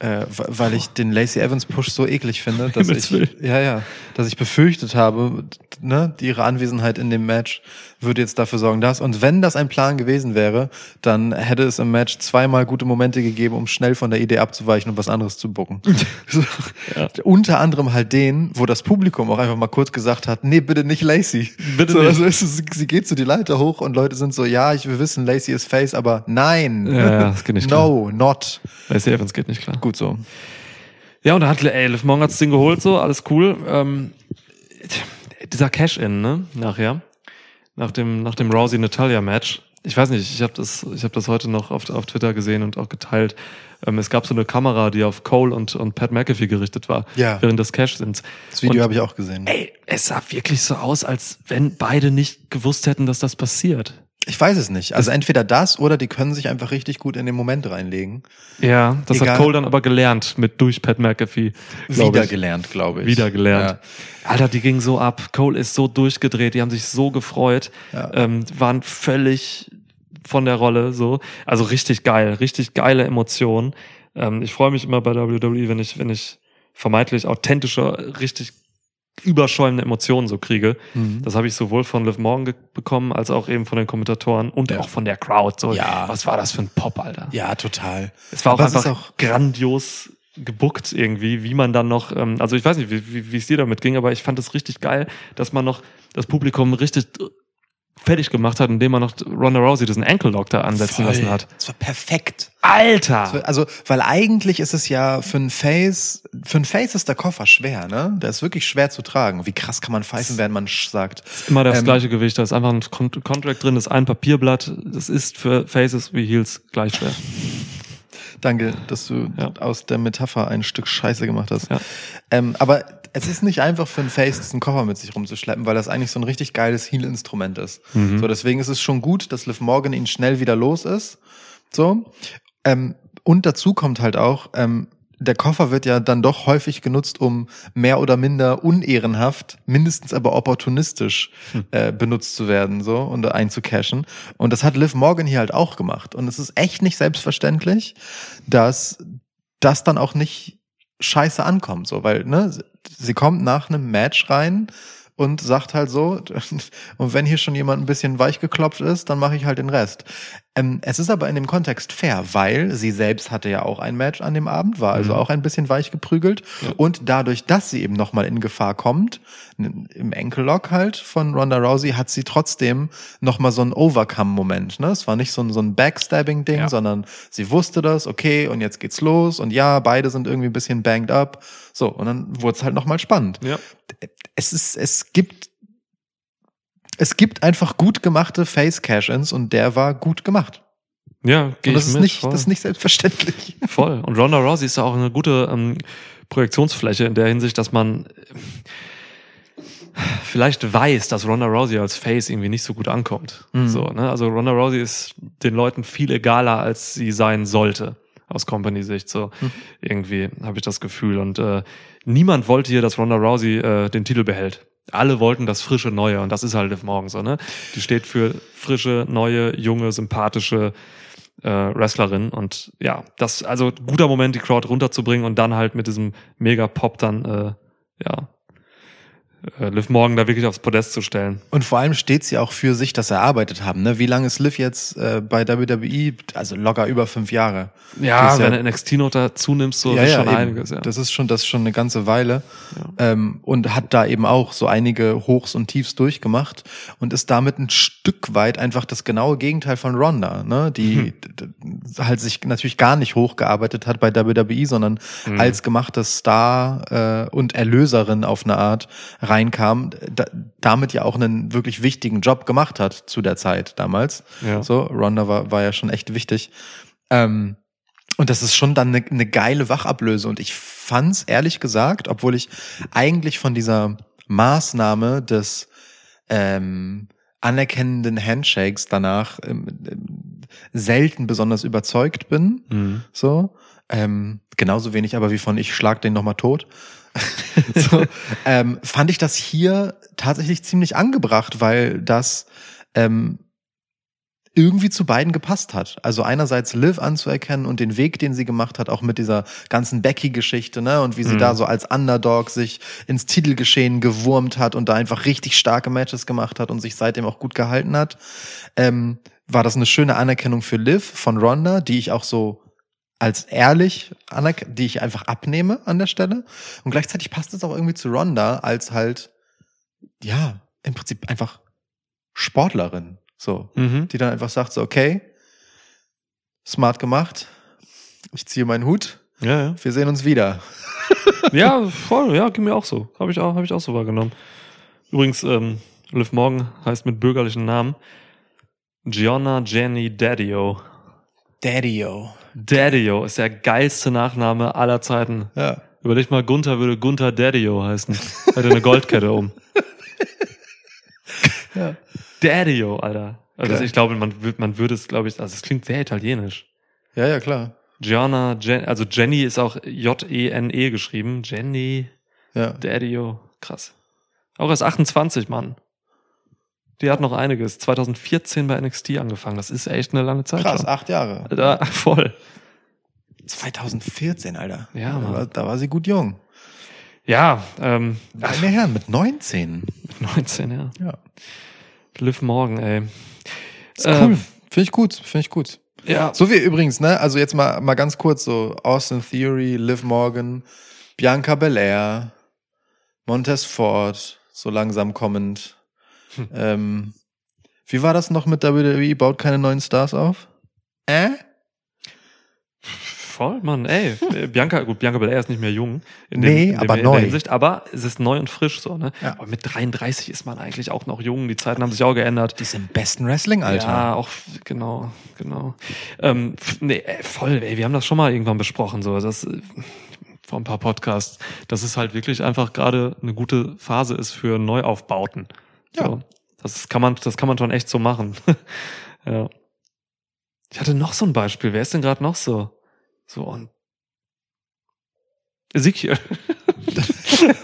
[SPEAKER 2] äh, w- weil ich den Lacey Evans Push so eklig finde, dass
[SPEAKER 1] Um Himmels
[SPEAKER 2] ich,
[SPEAKER 1] Willen.
[SPEAKER 2] ja, ja, dass ich befürchtet habe, ne, die- ihre Anwesenheit in dem Match würde jetzt dafür sorgen, dass, und wenn das ein Plan gewesen wäre, dann hätte es im Match zweimal gute Momente gegeben, um schnell von der Idee abzuweichen und was anderes zu bucken. so,
[SPEAKER 1] Ja.
[SPEAKER 2] unter anderem halt den, wo das Publikum auch einfach mal kurz gesagt hat, nee, bitte nicht Lacey.
[SPEAKER 1] Bitte
[SPEAKER 2] so,
[SPEAKER 1] nicht.
[SPEAKER 2] Also es ist, sie geht so die Leiter hoch und Leute sind so, ja, ich, wir wissen, Lacey ist Face, aber nein.
[SPEAKER 1] Ja, ja, das geht nicht
[SPEAKER 2] No, not.
[SPEAKER 1] Lacey Evans geht nicht klar.
[SPEAKER 2] Gut so.
[SPEAKER 1] Ja, und da hat ey, Liv Morgan hat's Ding geholt, so, alles cool. Ähm, dieser Cash-In, ne, nachher. Nach dem, nach dem Rousey-Natalia-Match. Ich weiß nicht, ich habe das, ich hab das heute noch auf, auf Twitter gesehen und auch geteilt. Ähm, es gab so eine Kamera, die auf Cole und, und Pat McAfee gerichtet war.
[SPEAKER 2] Ja.
[SPEAKER 1] Während des Cash-Ins.
[SPEAKER 2] Das Video
[SPEAKER 1] Und-
[SPEAKER 2] habe ich auch gesehen.
[SPEAKER 1] Ey, es sah wirklich so aus, als wenn beide nicht gewusst hätten, dass das passiert.
[SPEAKER 2] Ich weiß es nicht. Also entweder das oder die können sich einfach richtig gut in den Moment reinlegen.
[SPEAKER 1] Ja, das
[SPEAKER 2] Egal.
[SPEAKER 1] hat Cole dann aber gelernt mit durch Pat McAfee. glaub ich.
[SPEAKER 2] gelernt, glaube ich.
[SPEAKER 1] Wieder gelernt. Alter, die ging so ab. Cole ist so durchgedreht, die haben sich so gefreut,
[SPEAKER 2] Ja.
[SPEAKER 1] ähm, waren völlig von der Rolle so. Also richtig geil, richtig geile Emotionen. Ähm, ich freue mich immer bei WWE, wenn ich, wenn ich vermeintlich authentische, richtig überschäumende Emotionen so kriege.
[SPEAKER 2] Ja. Mhm.
[SPEAKER 1] Das habe ich sowohl von Liv Morgan ge- bekommen, als auch eben von den Kommentatoren und
[SPEAKER 2] Ja.
[SPEAKER 1] auch von der Crowd. So,
[SPEAKER 2] Ja.
[SPEAKER 1] was war das für ein Pop, Alter?
[SPEAKER 2] ja, total.
[SPEAKER 1] Es war auch
[SPEAKER 2] Aber es ist
[SPEAKER 1] einfach
[SPEAKER 2] auch-
[SPEAKER 1] grandios gebuckt irgendwie, wie man dann noch, ähm, also ich weiß nicht, wie, wie, wie es dir damit ging, aber ich fand es richtig geil, dass man noch das Publikum richtig äh, fertig gemacht hat, indem man noch Ronda Rousey diesen Ankle Lock da ansetzen lassen hat. Ah.
[SPEAKER 2] Das war perfekt.
[SPEAKER 1] Alter!
[SPEAKER 2] Also, weil eigentlich ist es ja für ein Face, für ein Face ist der Koffer schwer, ne? Der ist wirklich schwer zu tragen. Wie krass kann man pfeifen, während man sch- sagt.
[SPEAKER 1] Immer das
[SPEAKER 2] Ähm,
[SPEAKER 1] gleiche Gewicht, da ist einfach ein Con Contract drin, das ist ein Papierblatt, das ist für Faces wie Heels gleich schwer.
[SPEAKER 2] Danke, dass du
[SPEAKER 1] Ja.
[SPEAKER 2] aus der Metapher ein Stück Scheiße gemacht hast.
[SPEAKER 1] Ja.
[SPEAKER 2] Ähm, aber es ist nicht einfach für ein Face, diesen Koffer mit sich rumzuschleppen, weil das eigentlich so ein richtig geiles Heal-Instrument ist.
[SPEAKER 1] Mhm.
[SPEAKER 2] So, deswegen ist es schon gut, dass Liv Morgan ihn schnell wieder los ist. So. Ähm, und dazu kommt halt auch, ähm, der Koffer wird ja dann doch häufig genutzt, um mehr oder minder unehrenhaft, mindestens aber opportunistisch
[SPEAKER 1] Hm.
[SPEAKER 2] äh, benutzt zu werden so und einzucashen. Und das hat Liv Morgan hier halt auch gemacht. Und es ist echt nicht selbstverständlich, dass das dann auch nicht scheiße ankommt, so, weil ne, sie kommt nach einem Match rein und sagt halt so, und wenn hier schon jemand ein bisschen weich geklopft ist, dann mache ich halt den Rest. Ähm, es ist aber in dem Kontext fair, weil sie selbst hatte ja auch ein Match an dem Abend, war also
[SPEAKER 1] Mhm.
[SPEAKER 2] auch ein bisschen weich geprügelt
[SPEAKER 1] Ja.
[SPEAKER 2] und dadurch, dass sie eben nochmal in Gefahr kommt, n- im Enkellock halt von Ronda Rousey, hat sie trotzdem nochmal so einen Overcome-Moment. Ne? Es war nicht so ein, so ein Backstabbing-Ding,
[SPEAKER 1] Ja.
[SPEAKER 2] sondern sie wusste das, okay, und jetzt geht's los und ja, beide sind irgendwie ein bisschen banged up. So, und dann wurde es halt nochmal spannend
[SPEAKER 1] Ja.
[SPEAKER 2] es ist, es gibt, es gibt einfach gut gemachte Face Cash-Ins und der war gut gemacht.
[SPEAKER 1] Ja, geh
[SPEAKER 2] Und das
[SPEAKER 1] ich
[SPEAKER 2] ist
[SPEAKER 1] mit,
[SPEAKER 2] nicht,
[SPEAKER 1] voll.
[SPEAKER 2] das ist nicht selbstverständlich.
[SPEAKER 1] Voll. Und Ronda Rousey ist ja auch eine gute ähm, Projektionsfläche in der Hinsicht, dass man vielleicht weiß, dass Ronda Rousey als Face irgendwie nicht so gut ankommt.
[SPEAKER 2] Mhm.
[SPEAKER 1] So, ne? Also Ronda Rousey ist den Leuten viel egaler, als sie sein sollte. Aus Company-Sicht so.
[SPEAKER 2] Mhm.
[SPEAKER 1] Irgendwie habe ich das Gefühl. Und äh, niemand wollte hier, dass Ronda Rousey äh, den Titel behält. Alle wollten das frische Neue und das ist halt Liv Morgan so, ne? Die steht für frische, neue, junge, sympathische äh, Wrestlerin und ja, das also guter Moment, die Crowd runterzubringen und dann halt mit diesem Mega Pop dann äh, ja äh, Liv Morgan da wirklich aufs Podest zu stellen.
[SPEAKER 2] Und vor allem steht sie auch für sich, dass erarbeitet haben. Ne? Wie lange ist Liv jetzt äh, bei WWE? Also locker über fünf Jahre. Das
[SPEAKER 1] Ja,
[SPEAKER 2] ist
[SPEAKER 1] wenn
[SPEAKER 2] ja-
[SPEAKER 1] du NXT noch dazu nimmst, so ist schon
[SPEAKER 2] eben.
[SPEAKER 1] einiges. Ja.
[SPEAKER 2] Das ist schon, das ist schon eine ganze Weile. Ähm, und hat da eben auch so einige Hochs und Tiefs durchgemacht und ist damit ein Stück weit einfach das genaue Gegenteil von Ronda, ne?
[SPEAKER 1] Mhm.
[SPEAKER 2] die d- d- halt sich natürlich gar nicht hochgearbeitet hat bei WWE, sondern
[SPEAKER 1] Mhm.
[SPEAKER 2] als gemachte Star äh, und Erlöserin auf eine Art reinkam, da, damit ja auch einen wirklich wichtigen Job gemacht hat zu der Zeit damals.
[SPEAKER 1] ja.
[SPEAKER 2] So, Ronda war, war ja schon echt wichtig. Ähm, und das ist schon dann eine ne geile Wachablöse. Und ich fand's ehrlich gesagt, obwohl ich eigentlich von dieser Maßnahme des ähm, anerkennenden Handshakes danach ähm, ähm, selten besonders überzeugt bin.
[SPEAKER 1] Mhm.
[SPEAKER 2] So. Ähm, genauso wenig aber wie von ich schlag den nochmal tot. so, ähm, fand ich das hier tatsächlich ziemlich angebracht, weil das ähm, irgendwie zu beiden gepasst hat. Also einerseits Liv anzuerkennen und den Weg, den sie gemacht hat, auch mit dieser ganzen Becky-Geschichte, ne, und wie sie
[SPEAKER 1] Mhm.
[SPEAKER 2] da so als Underdog sich ins Titelgeschehen gewurmt hat und da einfach richtig starke Matches gemacht hat und sich seitdem auch gut gehalten hat, ähm, war das eine schöne Anerkennung für Liv von Ronda, die ich auch so als ehrlich anerk- die ich einfach abnehme an der Stelle. Und gleichzeitig passt es auch irgendwie zu Ronda als halt, ja, im Prinzip einfach Sportlerin, so
[SPEAKER 1] Mhm.
[SPEAKER 2] die dann einfach sagt so, okay, smart gemacht, ich ziehe meinen Hut,
[SPEAKER 1] ja, ja.
[SPEAKER 2] wir sehen uns wieder.
[SPEAKER 1] Ja, voll, ja, ging mir auch so. Habe ich auch, habe ich auch so wahrgenommen. Übrigens, ähm, Liv Morgan heißt mit bürgerlichen Namen Gianna Jenny Daddio.
[SPEAKER 2] Daddy-o.
[SPEAKER 1] Daddio ist der geilste Nachname aller Zeiten.
[SPEAKER 2] Ja.
[SPEAKER 1] Überleg mal, Gunther würde Gunther Daddio heißen. Hätte eine Goldkette um.
[SPEAKER 2] Ja.
[SPEAKER 1] Daddio, Alter. Also
[SPEAKER 2] Geil.
[SPEAKER 1] ich glaube, man, wür- man würde es, glaube ich, also es klingt sehr italienisch.
[SPEAKER 2] ja, ja, klar.
[SPEAKER 1] Gianna, Jen, also Jenny ist auch J-E-N-E geschrieben. Jenny.
[SPEAKER 2] Ja.
[SPEAKER 1] Daddio, krass. Auch erst 28, Mann. Die hat noch einiges. 2014 bei NXT angefangen. Das ist echt eine lange Zeit.
[SPEAKER 2] Krass,
[SPEAKER 1] schon.
[SPEAKER 2] acht Jahre.
[SPEAKER 1] Da, voll.
[SPEAKER 2] 2014, Alter.
[SPEAKER 1] Ja,
[SPEAKER 2] da
[SPEAKER 1] Mann.
[SPEAKER 2] war, da war sie gut jung.
[SPEAKER 1] Ja, ähm,
[SPEAKER 2] Meine Herren, mit 19.
[SPEAKER 1] mit 19, ja.
[SPEAKER 2] Ja.
[SPEAKER 1] Liv Morgan, ey.
[SPEAKER 2] Ist cool.
[SPEAKER 1] Ähm,
[SPEAKER 2] Finde ich gut, finde ich gut.
[SPEAKER 1] ja.
[SPEAKER 2] So wie übrigens, ne, also jetzt mal, mal ganz kurz so Austin Theory, Liv Morgan, Bianca Belair, Montez Ford, so langsam kommend.
[SPEAKER 1] Hm.
[SPEAKER 2] Ähm, wie war das noch mit WWE? Baut keine neuen Stars auf? Äh?
[SPEAKER 1] Voll, Mann, ey. Äh, Bianca, gut, Bianca Belair ist nicht mehr jung.
[SPEAKER 2] Nee, aber
[SPEAKER 1] in
[SPEAKER 2] neu.
[SPEAKER 1] Der Hinsicht, aber es ist neu und frisch so, ne?
[SPEAKER 2] Ja.
[SPEAKER 1] Aber mit 33 ist man eigentlich auch noch jung. Die Zeiten haben sich auch geändert.
[SPEAKER 2] Die ist im besten Wrestling-Alter.
[SPEAKER 1] Ja, auch, f- genau, genau. Ähm, f- nee, äh, voll, ey, wir haben das schon mal irgendwann besprochen, so, das, äh, vor ein paar Podcasts, dass es halt wirklich einfach gerade eine gute Phase ist für Neuaufbauten.
[SPEAKER 2] Ja.
[SPEAKER 1] So, das kann man, das kann man schon echt so machen. ja. Ich hatte noch so ein Beispiel. Wer ist denn gerade noch so? So, und Ezekiel.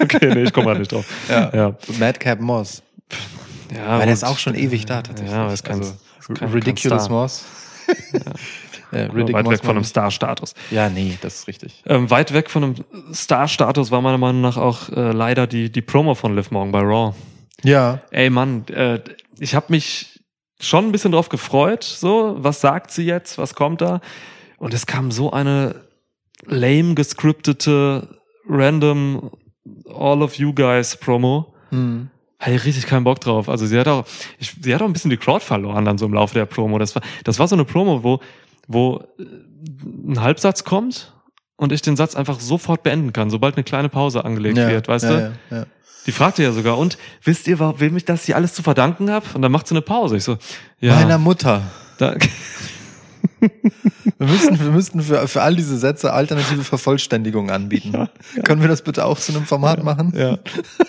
[SPEAKER 1] okay, nee, ich komme halt nicht drauf.
[SPEAKER 2] Ja.
[SPEAKER 1] Ja,
[SPEAKER 2] Madcap Moss.
[SPEAKER 1] ja
[SPEAKER 2] Weil der ist
[SPEAKER 1] Ah, gut.
[SPEAKER 2] auch schon ewig da tatsächlich. Also,
[SPEAKER 1] Ja, aber ist kein- ist kein- kein
[SPEAKER 2] Ridiculous
[SPEAKER 1] Star.
[SPEAKER 2] Moss. ja. Ridic
[SPEAKER 1] weit
[SPEAKER 2] Moss
[SPEAKER 1] weg von einem
[SPEAKER 2] Moss.
[SPEAKER 1] Star-Status.
[SPEAKER 2] Ja, nee, das ist richtig.
[SPEAKER 1] Ähm, weit weg von einem Star-Status war meiner Meinung nach auch äh, leider die, die Promo von Liv Morgan bei Raw.
[SPEAKER 2] Ja.
[SPEAKER 1] Ey Mann, äh, ich habe mich schon ein bisschen drauf gefreut, so, was sagt sie jetzt, was kommt da? Und es kam so eine lame gescriptete, random All of You Guys Promo.
[SPEAKER 2] Hm.
[SPEAKER 1] Hatte ich richtig keinen Bock drauf. Also sie hat auch, ich, sie hat auch ein bisschen die Crowd verloren dann so im Laufe der Promo. Das war, das war so eine Promo, wo, wo äh, ein Halbsatz kommt und ich den Satz einfach sofort beenden kann, sobald eine kleine Pause angelegt
[SPEAKER 2] Ja,
[SPEAKER 1] wird, weißt
[SPEAKER 2] ja,
[SPEAKER 1] du?
[SPEAKER 2] Ja, ja.
[SPEAKER 1] Die fragte ja sogar, und wisst ihr, wa- wem ich das hier alles zu verdanken habe? Und dann macht sie eine Pause. Ich so,
[SPEAKER 2] Meiner
[SPEAKER 1] ja.
[SPEAKER 2] Mutter.
[SPEAKER 1] Da,
[SPEAKER 2] Wir müssten, wir müssten für, für all diese Sätze alternative Vervollständigungen anbieten. Können wir das bitte auch zu einem Format machen?
[SPEAKER 1] ja,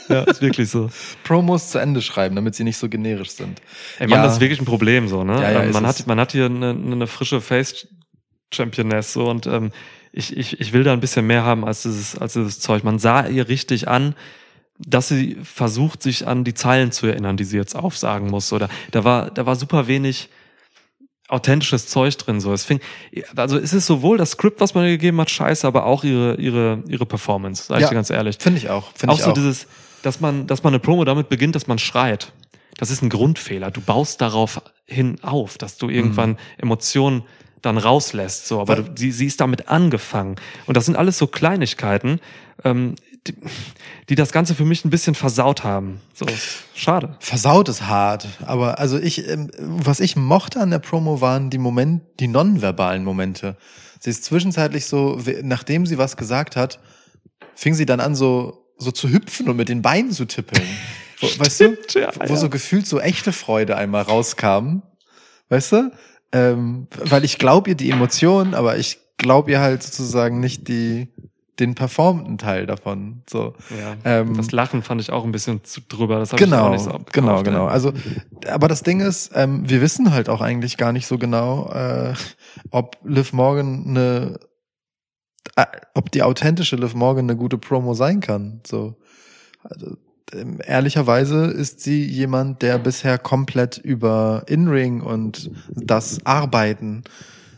[SPEAKER 1] ja, ist wirklich so.
[SPEAKER 2] Promos zu Ende schreiben, damit sie nicht so generisch sind.
[SPEAKER 1] Ey, Mann,
[SPEAKER 2] Ja.
[SPEAKER 1] das ist wirklich ein Problem so, ne?
[SPEAKER 2] Ja, ja,
[SPEAKER 1] Ähm, man,
[SPEAKER 2] es ist-
[SPEAKER 1] hat, man hat hier eine, eine frische Face Championess so und ähm, ich, ich, ich will da ein bisschen mehr haben als dieses, als dieses Zeug. Man sah ihr richtig an, dass sie versucht, sich an die Zeilen zu erinnern, die sie jetzt aufsagen muss. Oder da war, da war super wenig authentisches Zeug drin. So. Es fing, also es ist sowohl das Skript, was man ihr gegeben hat, scheiße, aber auch ihre, ihre, ihre Performance, sag ich
[SPEAKER 2] Ja.
[SPEAKER 1] dir ganz ehrlich
[SPEAKER 2] Finde ich auch. Finde
[SPEAKER 1] auch
[SPEAKER 2] ich
[SPEAKER 1] so
[SPEAKER 2] auch.
[SPEAKER 1] dieses, dass man, dass man eine Promo damit beginnt, dass man schreit. Das ist ein Grundfehler. Du baust darauf hin auf, dass du
[SPEAKER 2] Mhm.
[SPEAKER 1] irgendwann Emotionen dann rauslässt. So, aber
[SPEAKER 2] Weil-
[SPEAKER 1] du, sie, sie ist damit angefangen. Und das sind alles so Kleinigkeiten, ähm, die, die das Ganze für mich ein bisschen versaut haben. So, ist schade.
[SPEAKER 2] Versaut ist hart, aber also ich, ähm, was ich mochte an der Promo waren die Moment, die nonverbalen Momente. Sie ist zwischenzeitlich so, we- nachdem sie was gesagt hat, fing sie dann an so, so zu hüpfen und mit den Beinen zu tippeln. Wo, weißt du?
[SPEAKER 1] Stimmt, ja,
[SPEAKER 2] Wo
[SPEAKER 1] ja.
[SPEAKER 2] so gefühlt so echte Freude einmal rauskam. Weißt du? Ähm, weil ich glaube ihr die Emotionen, aber ich glaube ihr halt sozusagen nicht die, den performten Teil davon. So.
[SPEAKER 1] Ja.
[SPEAKER 2] Ähm,
[SPEAKER 1] das Lachen fand ich auch ein bisschen zu drüber. Das hab ich auch
[SPEAKER 2] Genau,
[SPEAKER 1] nicht so ne? abgekauft,
[SPEAKER 2] genau,
[SPEAKER 1] ey.
[SPEAKER 2] genau. Also, aber das Ding ist, ähm, wir wissen halt auch eigentlich gar nicht so genau, äh, ob Liv Morgan eine, äh, ob die authentische Liv Morgan eine gute Promo sein kann. So, also, ähm, ehrlicherweise ist sie jemand, der bisher komplett über In-Ring und das Arbeiten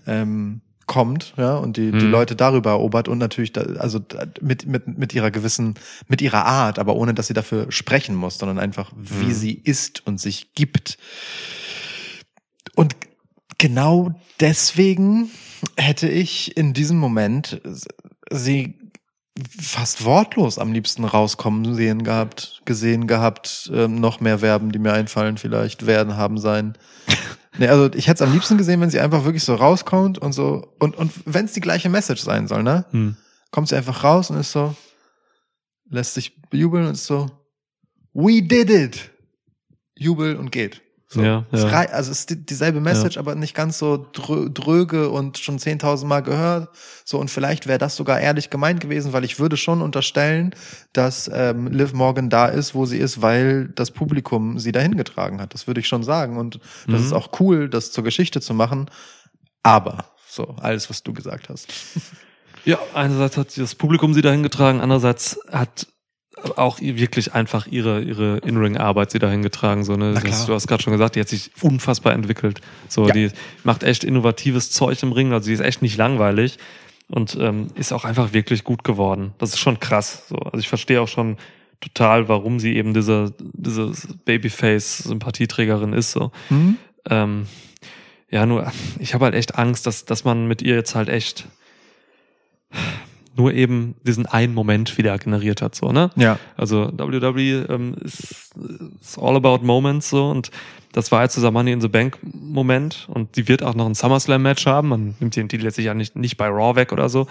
[SPEAKER 2] ähm, kommt, ja, und die, die
[SPEAKER 1] Mhm.
[SPEAKER 2] Leute darüber erobert und natürlich, da, also da- mit, mit, mit ihrer gewissen, mit ihrer Art, aber ohne, dass sie dafür sprechen muss, sondern einfach, wie
[SPEAKER 1] Mhm.
[SPEAKER 2] sie ist und sich gibt. Und g- genau deswegen hätte ich in diesem Moment s- sie fast wortlos am liebsten rauskommen sehen gehabt, gesehen gehabt, ähm, noch mehr Verben, die mir einfallen vielleicht, werden, haben, sein. Nee, also ich hätte es am liebsten gesehen, wenn sie einfach wirklich so rauskommt und so, und, und wenn es die gleiche Message sein soll, ne?
[SPEAKER 1] Hm.
[SPEAKER 2] Kommt sie einfach raus und ist so, lässt sich bejubeln und ist so, we did it! Jubel und geht. So.
[SPEAKER 1] Ja,
[SPEAKER 2] Es
[SPEAKER 1] ja.
[SPEAKER 2] rei- also es ist die- dieselbe Message, aber nicht ganz so drö dröge und schon 10.000 Mal gehört. So und vielleicht wäre das sogar ehrlich gemeint gewesen, weil ich würde schon unterstellen, dass ähm, Liv Morgan da ist, wo sie ist, weil das Publikum sie dahin getragen hat. Das würde ich schon sagen und das
[SPEAKER 1] Mhm.
[SPEAKER 2] ist auch cool, das zur Geschichte zu machen. Aber so alles, was du gesagt hast.
[SPEAKER 1] Ja, einerseits hat das Publikum sie dahin getragen, andererseits hat auch ihr wirklich einfach ihre, ihre In-Ring-Arbeit sie dahin getragen. So, ne?
[SPEAKER 2] Na
[SPEAKER 1] das,
[SPEAKER 2] klar.
[SPEAKER 1] du hast gerade schon gesagt, die hat sich unfassbar entwickelt. So,
[SPEAKER 2] Ja.
[SPEAKER 1] Die macht echt innovatives Zeug im Ring, also die ist echt nicht langweilig und ähm, ist auch einfach wirklich gut geworden. Das ist schon krass. So. Also ich verstehe auch schon total, warum sie eben diese, diese Babyface-Sympathieträgerin ist. So.
[SPEAKER 2] Hm?
[SPEAKER 1] Ähm, ja, nur, ich habe halt echt Angst, dass, dass man mit ihr jetzt halt echt nur eben diesen einen Moment wieder generiert hat, so, ne?
[SPEAKER 2] Ja.
[SPEAKER 1] Also WWE ähm, ist, ist all about moments so und das war jetzt dieser Money in the Bank Moment und die wird auch noch ein SummerSlam Match haben. Man nimmt den Titel jetzt sicher nicht, nicht bei Raw weg oder so.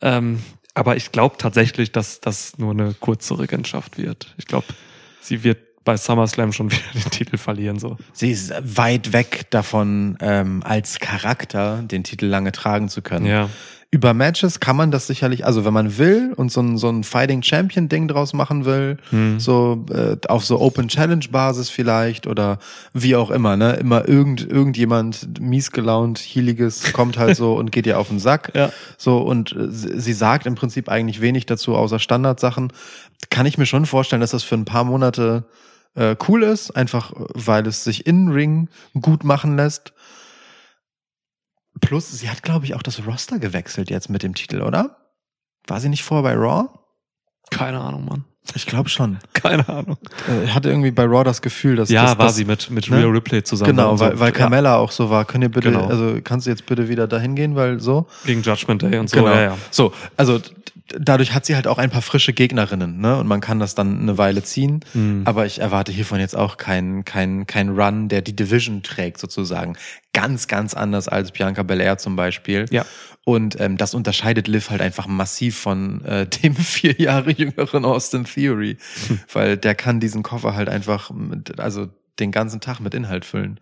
[SPEAKER 1] Ähm, aber ich glaube tatsächlich, dass das nur eine kurze Regentschaft wird. Ich glaube, sie wird bei SummerSlam schon wieder den Titel verlieren, so.
[SPEAKER 2] Sie ist weit weg davon, ähm, als Charakter den Titel lange tragen zu können.
[SPEAKER 1] Ja.
[SPEAKER 2] über Matches kann man das sicherlich, also wenn man will und so ein, so ein Fighting Champion Ding draus machen will, so äh, auf so Open Challenge Basis vielleicht oder wie auch immer, ne? Immer irgend, irgendjemand mies gelaunt, hieliges kommt halt so und geht ihr auf den Sack.
[SPEAKER 1] Ja.
[SPEAKER 2] So und äh, sie sie sagt im Prinzip eigentlich wenig dazu außer Standardsachen. Kann ich mir schon vorstellen, dass das für ein paar Monate äh, cool ist, einfach äh, weil es sich in Ring gut machen lässt. Plus, sie hat, glaube ich, auch das Roster gewechselt jetzt mit dem Titel, oder? War sie nicht vorher bei Raw?
[SPEAKER 1] Keine Ahnung, Mann.
[SPEAKER 2] Ich glaube schon.
[SPEAKER 1] Keine Ahnung.
[SPEAKER 2] Äh, hatte irgendwie bei Raw das Gefühl, dass
[SPEAKER 1] ja,
[SPEAKER 2] das,
[SPEAKER 1] war
[SPEAKER 2] das,
[SPEAKER 1] sie mit, mit
[SPEAKER 2] ne?
[SPEAKER 1] Real Ripley zusammen.
[SPEAKER 2] Genau,
[SPEAKER 1] und so.
[SPEAKER 2] weil, weil
[SPEAKER 1] ja,
[SPEAKER 2] Carmella auch so war. Können ihr bitte,
[SPEAKER 1] Genau.
[SPEAKER 2] also kannst du jetzt bitte wieder dahin gehen, weil so.
[SPEAKER 1] gegen Judgment Day und so.
[SPEAKER 2] genau.
[SPEAKER 1] Ja, ja.
[SPEAKER 2] So, also d- d- dadurch hat sie halt auch ein paar frische Gegnerinnen, ne? Und man kann das dann eine Weile ziehen.
[SPEAKER 1] Mhm.
[SPEAKER 2] Aber ich erwarte hiervon jetzt auch keinen keinen keinen Run, der die Division trägt, sozusagen. Ganz, ganz anders als Bianca Belair zum Beispiel.
[SPEAKER 1] Ja.
[SPEAKER 2] Und ähm, das unterscheidet Liv halt einfach massiv von äh, dem vier Jahre jüngeren Austin Theory. Weil der kann diesen Koffer halt einfach, mit, also den ganzen Tag mit Inhalt füllen.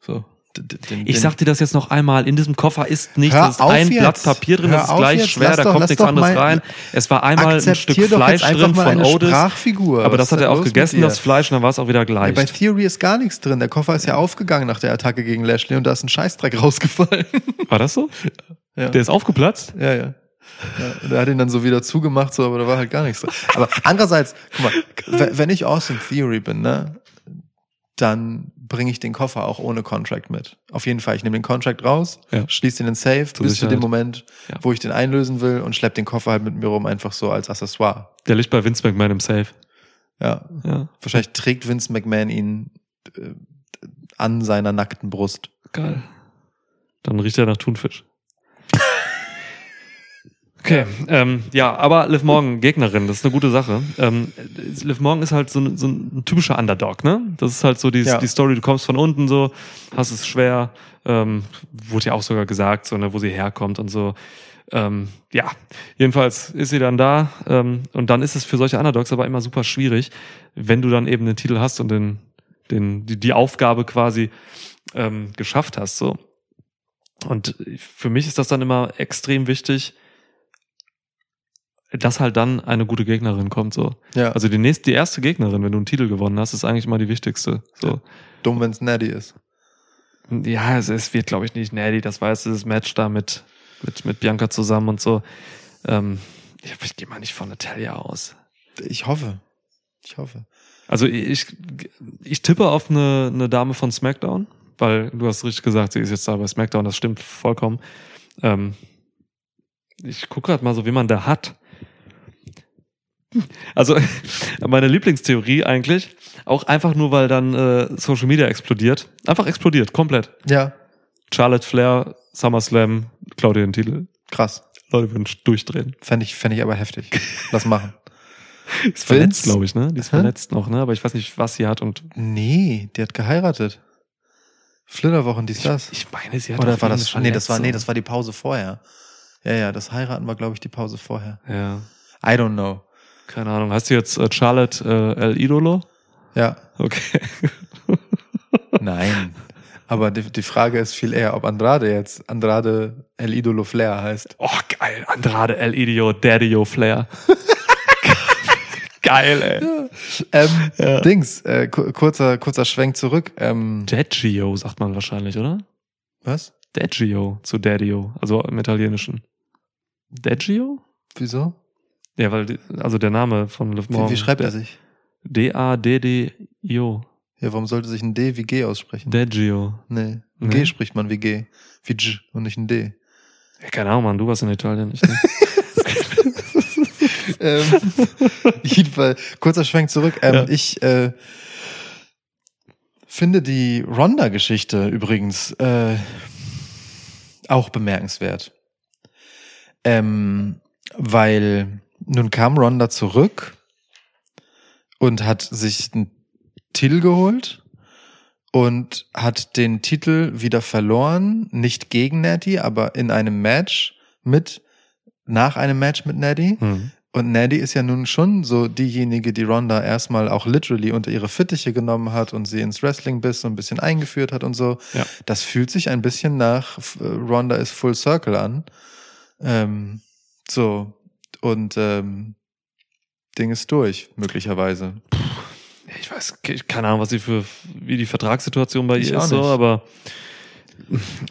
[SPEAKER 2] So. D- d- Den,
[SPEAKER 1] Ich
[SPEAKER 2] den-
[SPEAKER 1] sag dir das jetzt noch einmal, in diesem Koffer ist nichts,
[SPEAKER 2] Hör
[SPEAKER 1] es ist
[SPEAKER 2] auf
[SPEAKER 1] ein
[SPEAKER 2] jetzt.
[SPEAKER 1] Blatt Papier drin,
[SPEAKER 2] Hör
[SPEAKER 1] das ist
[SPEAKER 2] auf
[SPEAKER 1] gleich
[SPEAKER 2] jetzt.
[SPEAKER 1] schwer,
[SPEAKER 2] Lass
[SPEAKER 1] da
[SPEAKER 2] doch-
[SPEAKER 1] kommt
[SPEAKER 2] lass
[SPEAKER 1] nichts
[SPEAKER 2] doch
[SPEAKER 1] anderes
[SPEAKER 2] mal-
[SPEAKER 1] rein. Es war einmal ein Stück
[SPEAKER 2] Akzeptier doch
[SPEAKER 1] Fleisch
[SPEAKER 2] jetzt einfach
[SPEAKER 1] drin
[SPEAKER 2] mal
[SPEAKER 1] von
[SPEAKER 2] eine
[SPEAKER 1] Otis,
[SPEAKER 2] Sprachfigur.
[SPEAKER 1] aber
[SPEAKER 2] Was
[SPEAKER 1] das
[SPEAKER 2] ist
[SPEAKER 1] hat er
[SPEAKER 2] denn
[SPEAKER 1] auch
[SPEAKER 2] los mit
[SPEAKER 1] gegessen,
[SPEAKER 2] dir?
[SPEAKER 1] das Fleisch, und dann war es auch wieder
[SPEAKER 2] Ja,
[SPEAKER 1] gleich.
[SPEAKER 2] bei Theory ist gar nichts drin. Der Koffer ist ja aufgegangen nach der Attacke gegen Lashley und da ist ein Scheißdreck rausgefallen.
[SPEAKER 1] war das so?
[SPEAKER 2] Ja.
[SPEAKER 1] Der ist aufgeplatzt?
[SPEAKER 2] Ja, ja. ja der hat ihn dann so wieder zugemacht, so, aber da war halt gar nichts drin. Aber andererseits, guck mal, we- wenn ich Austin Theory bin, ne, dann bringe ich den Koffer auch ohne Contract mit. Auf jeden Fall. Ich nehme den Contract raus,
[SPEAKER 1] Ja.
[SPEAKER 2] schließe den in Safe bis zu
[SPEAKER 1] Sicherheit.
[SPEAKER 2] dem Moment,
[SPEAKER 1] Ja.
[SPEAKER 2] wo ich den einlösen will und schlepp den Koffer halt mit mir rum, einfach so als Accessoire.
[SPEAKER 1] Der liegt bei Vince McMahon im Safe.
[SPEAKER 2] Ja.
[SPEAKER 1] Ja,
[SPEAKER 2] Wahrscheinlich trägt Vince McMahon ihn äh, an seiner nackten Brust.
[SPEAKER 1] geil. Dann riecht er nach Thunfisch. Okay, ähm, ja, aber Liv Morgan, Gegnerin, das ist eine gute Sache. Ähm, Liv Morgan ist halt so ein, so ein typischer Underdog, ne? Das ist halt so die,
[SPEAKER 2] Ja.
[SPEAKER 1] die Story, du kommst von unten so, hast es schwer, ähm, wurde ja auch sogar gesagt, so, ne, wo sie herkommt und so. Ähm, ja, jedenfalls ist sie dann da ähm, und dann ist es für solche Underdogs aber immer super schwierig, wenn du dann eben den Titel hast und den, den, die, die Aufgabe quasi ähm, geschafft hast. So. Und für mich ist das dann immer extrem wichtig, dass halt dann eine gute Gegnerin kommt. So.
[SPEAKER 2] Ja.
[SPEAKER 1] Also die, nächste, die erste Gegnerin, wenn du einen Titel gewonnen hast, ist eigentlich immer die wichtigste. So.
[SPEAKER 2] Dumm, wenn's Natty ist.
[SPEAKER 1] Ja, also es, es wird, glaube ich, nicht Nelly, das war jetzt dieses Match da mit, mit, mit Bianca zusammen und so. Ähm, ich ich gehe mal nicht von Natalia aus.
[SPEAKER 2] Ich hoffe. Ich hoffe.
[SPEAKER 1] Also ich, ich tippe auf eine, eine Dame von SmackDown, weil du hast richtig gesagt, sie ist jetzt da bei SmackDown, das stimmt vollkommen. Ähm, ich gucke gerade mal so, wie man da hat. Also meine Lieblingstheorie eigentlich, auch einfach nur, weil dann äh, Social Media explodiert. Einfach explodiert, komplett.
[SPEAKER 2] Ja,
[SPEAKER 1] Charlotte Flair, SummerSlam, Claudia den Titel.
[SPEAKER 2] krass.
[SPEAKER 1] Leute würden durchdrehen.
[SPEAKER 2] Fände ich, fänd ich aber heftig. Lass machen.
[SPEAKER 1] Ist verletzt,
[SPEAKER 2] Vince?
[SPEAKER 1] glaube ich, ne? Die ist
[SPEAKER 2] Hä?
[SPEAKER 1] verletzt noch, ne? Aber ich weiß nicht, was sie hat und
[SPEAKER 2] Nee, die hat geheiratet. Flitterwochen, dies, das.
[SPEAKER 1] ich meine, sie hat
[SPEAKER 2] Oder
[SPEAKER 1] auf
[SPEAKER 2] war
[SPEAKER 1] jeden
[SPEAKER 2] das
[SPEAKER 1] Fall
[SPEAKER 2] schon? Nee, das war,
[SPEAKER 1] Verletzung.
[SPEAKER 2] nee, das war die Pause vorher. Ja, ja, das Heiraten war, glaube ich, die Pause vorher.
[SPEAKER 1] Ja,
[SPEAKER 2] I don't know.
[SPEAKER 1] keine Ahnung. Hast du jetzt äh, Charlotte äh, El Idolo?
[SPEAKER 2] Ja,
[SPEAKER 1] Okay.
[SPEAKER 2] nein. Aber die, die Frage ist viel eher, ob Andrade jetzt Andrade El Idolo Flair heißt.
[SPEAKER 1] Oh, geil. Andrade El Idio, Daddio Flair. geil, ey.
[SPEAKER 2] Ähm, Dings, äh, ku- kurzer, kurzer Schwenk zurück. Ähm,
[SPEAKER 1] Dadgio sagt man wahrscheinlich, oder?
[SPEAKER 2] was?
[SPEAKER 1] Dadgio zu Daddio, also im Italienischen. Dadgio?
[SPEAKER 2] Wieso?
[SPEAKER 1] Ja, weil, die- also der Name von Liv
[SPEAKER 2] Wie,
[SPEAKER 1] Morgan.
[SPEAKER 2] wie schreibt er sich?
[SPEAKER 1] D-A-D-D-I-O.
[SPEAKER 2] Ja, warum sollte sich ein D wie G aussprechen?
[SPEAKER 1] Dadgio.
[SPEAKER 2] Nee.
[SPEAKER 1] Nee.
[SPEAKER 2] Ein G spricht man wie G. Wie G und nicht ein D.
[SPEAKER 1] Ja, keine Ahnung, Mann, du warst in Italien. Ich, ne?
[SPEAKER 2] ähm, jedenfalls, kurzer Schwenk zurück. Ähm,
[SPEAKER 1] Ja.
[SPEAKER 2] Ich äh, finde die Ronda-Geschichte übrigens äh, auch bemerkenswert. Ähm, weil nun kam Ronda zurück und hat sich einen Titel geholt und hat den Titel wieder verloren, nicht gegen Natty, aber in einem Match mit, nach einem Match mit Natty.
[SPEAKER 1] hm.
[SPEAKER 2] Und Natty ist ja nun schon so diejenige, die Ronda erstmal auch literally unter ihre Fittiche genommen hat und sie ins Wrestling bis so ein bisschen eingeführt hat und so.
[SPEAKER 1] Ja.
[SPEAKER 2] Das fühlt sich ein bisschen nach äh, Ronda ist Full Circle an. Ähm, so, und ähm, Ding ist durch, möglicherweise.
[SPEAKER 1] Ich weiß, ke- keine Ahnung, was die für, wie die Vertragssituation bei
[SPEAKER 2] Ich
[SPEAKER 1] ihr
[SPEAKER 2] auch
[SPEAKER 1] ist, so,
[SPEAKER 2] nicht.
[SPEAKER 1] aber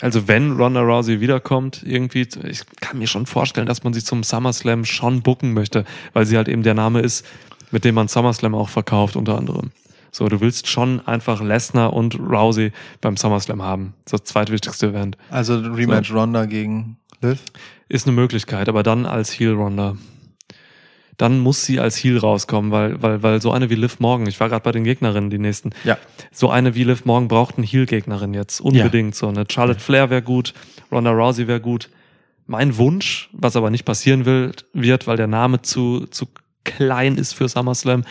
[SPEAKER 1] also wenn Ronda Rousey wiederkommt, irgendwie, ich kann mir schon vorstellen, dass man sie zum SummerSlam schon booken möchte, weil sie halt eben der Name ist, mit dem man SummerSlam auch verkauft, unter anderem. So, du willst schon einfach Lesnar und Rousey beim SummerSlam haben. Das zweitwichtigste Event.
[SPEAKER 2] Also Rematch Ronda gegen Liv.
[SPEAKER 1] Ist eine Möglichkeit, aber dann als Heel Ronda. Dann muss sie als Heel rauskommen, weil, weil, weil so eine wie Liv Morgan, ich war gerade bei den Gegnerinnen, die nächsten,
[SPEAKER 2] Ja.
[SPEAKER 1] so eine wie Liv Morgan braucht eine Heel-Gegnerin jetzt. Unbedingt so. Eine Charlotte Flair wäre gut, Ronda Rousey wäre gut. Mein Wunsch, was aber nicht passieren will, wird, weil der Name zu, zu klein ist für SummerSlam,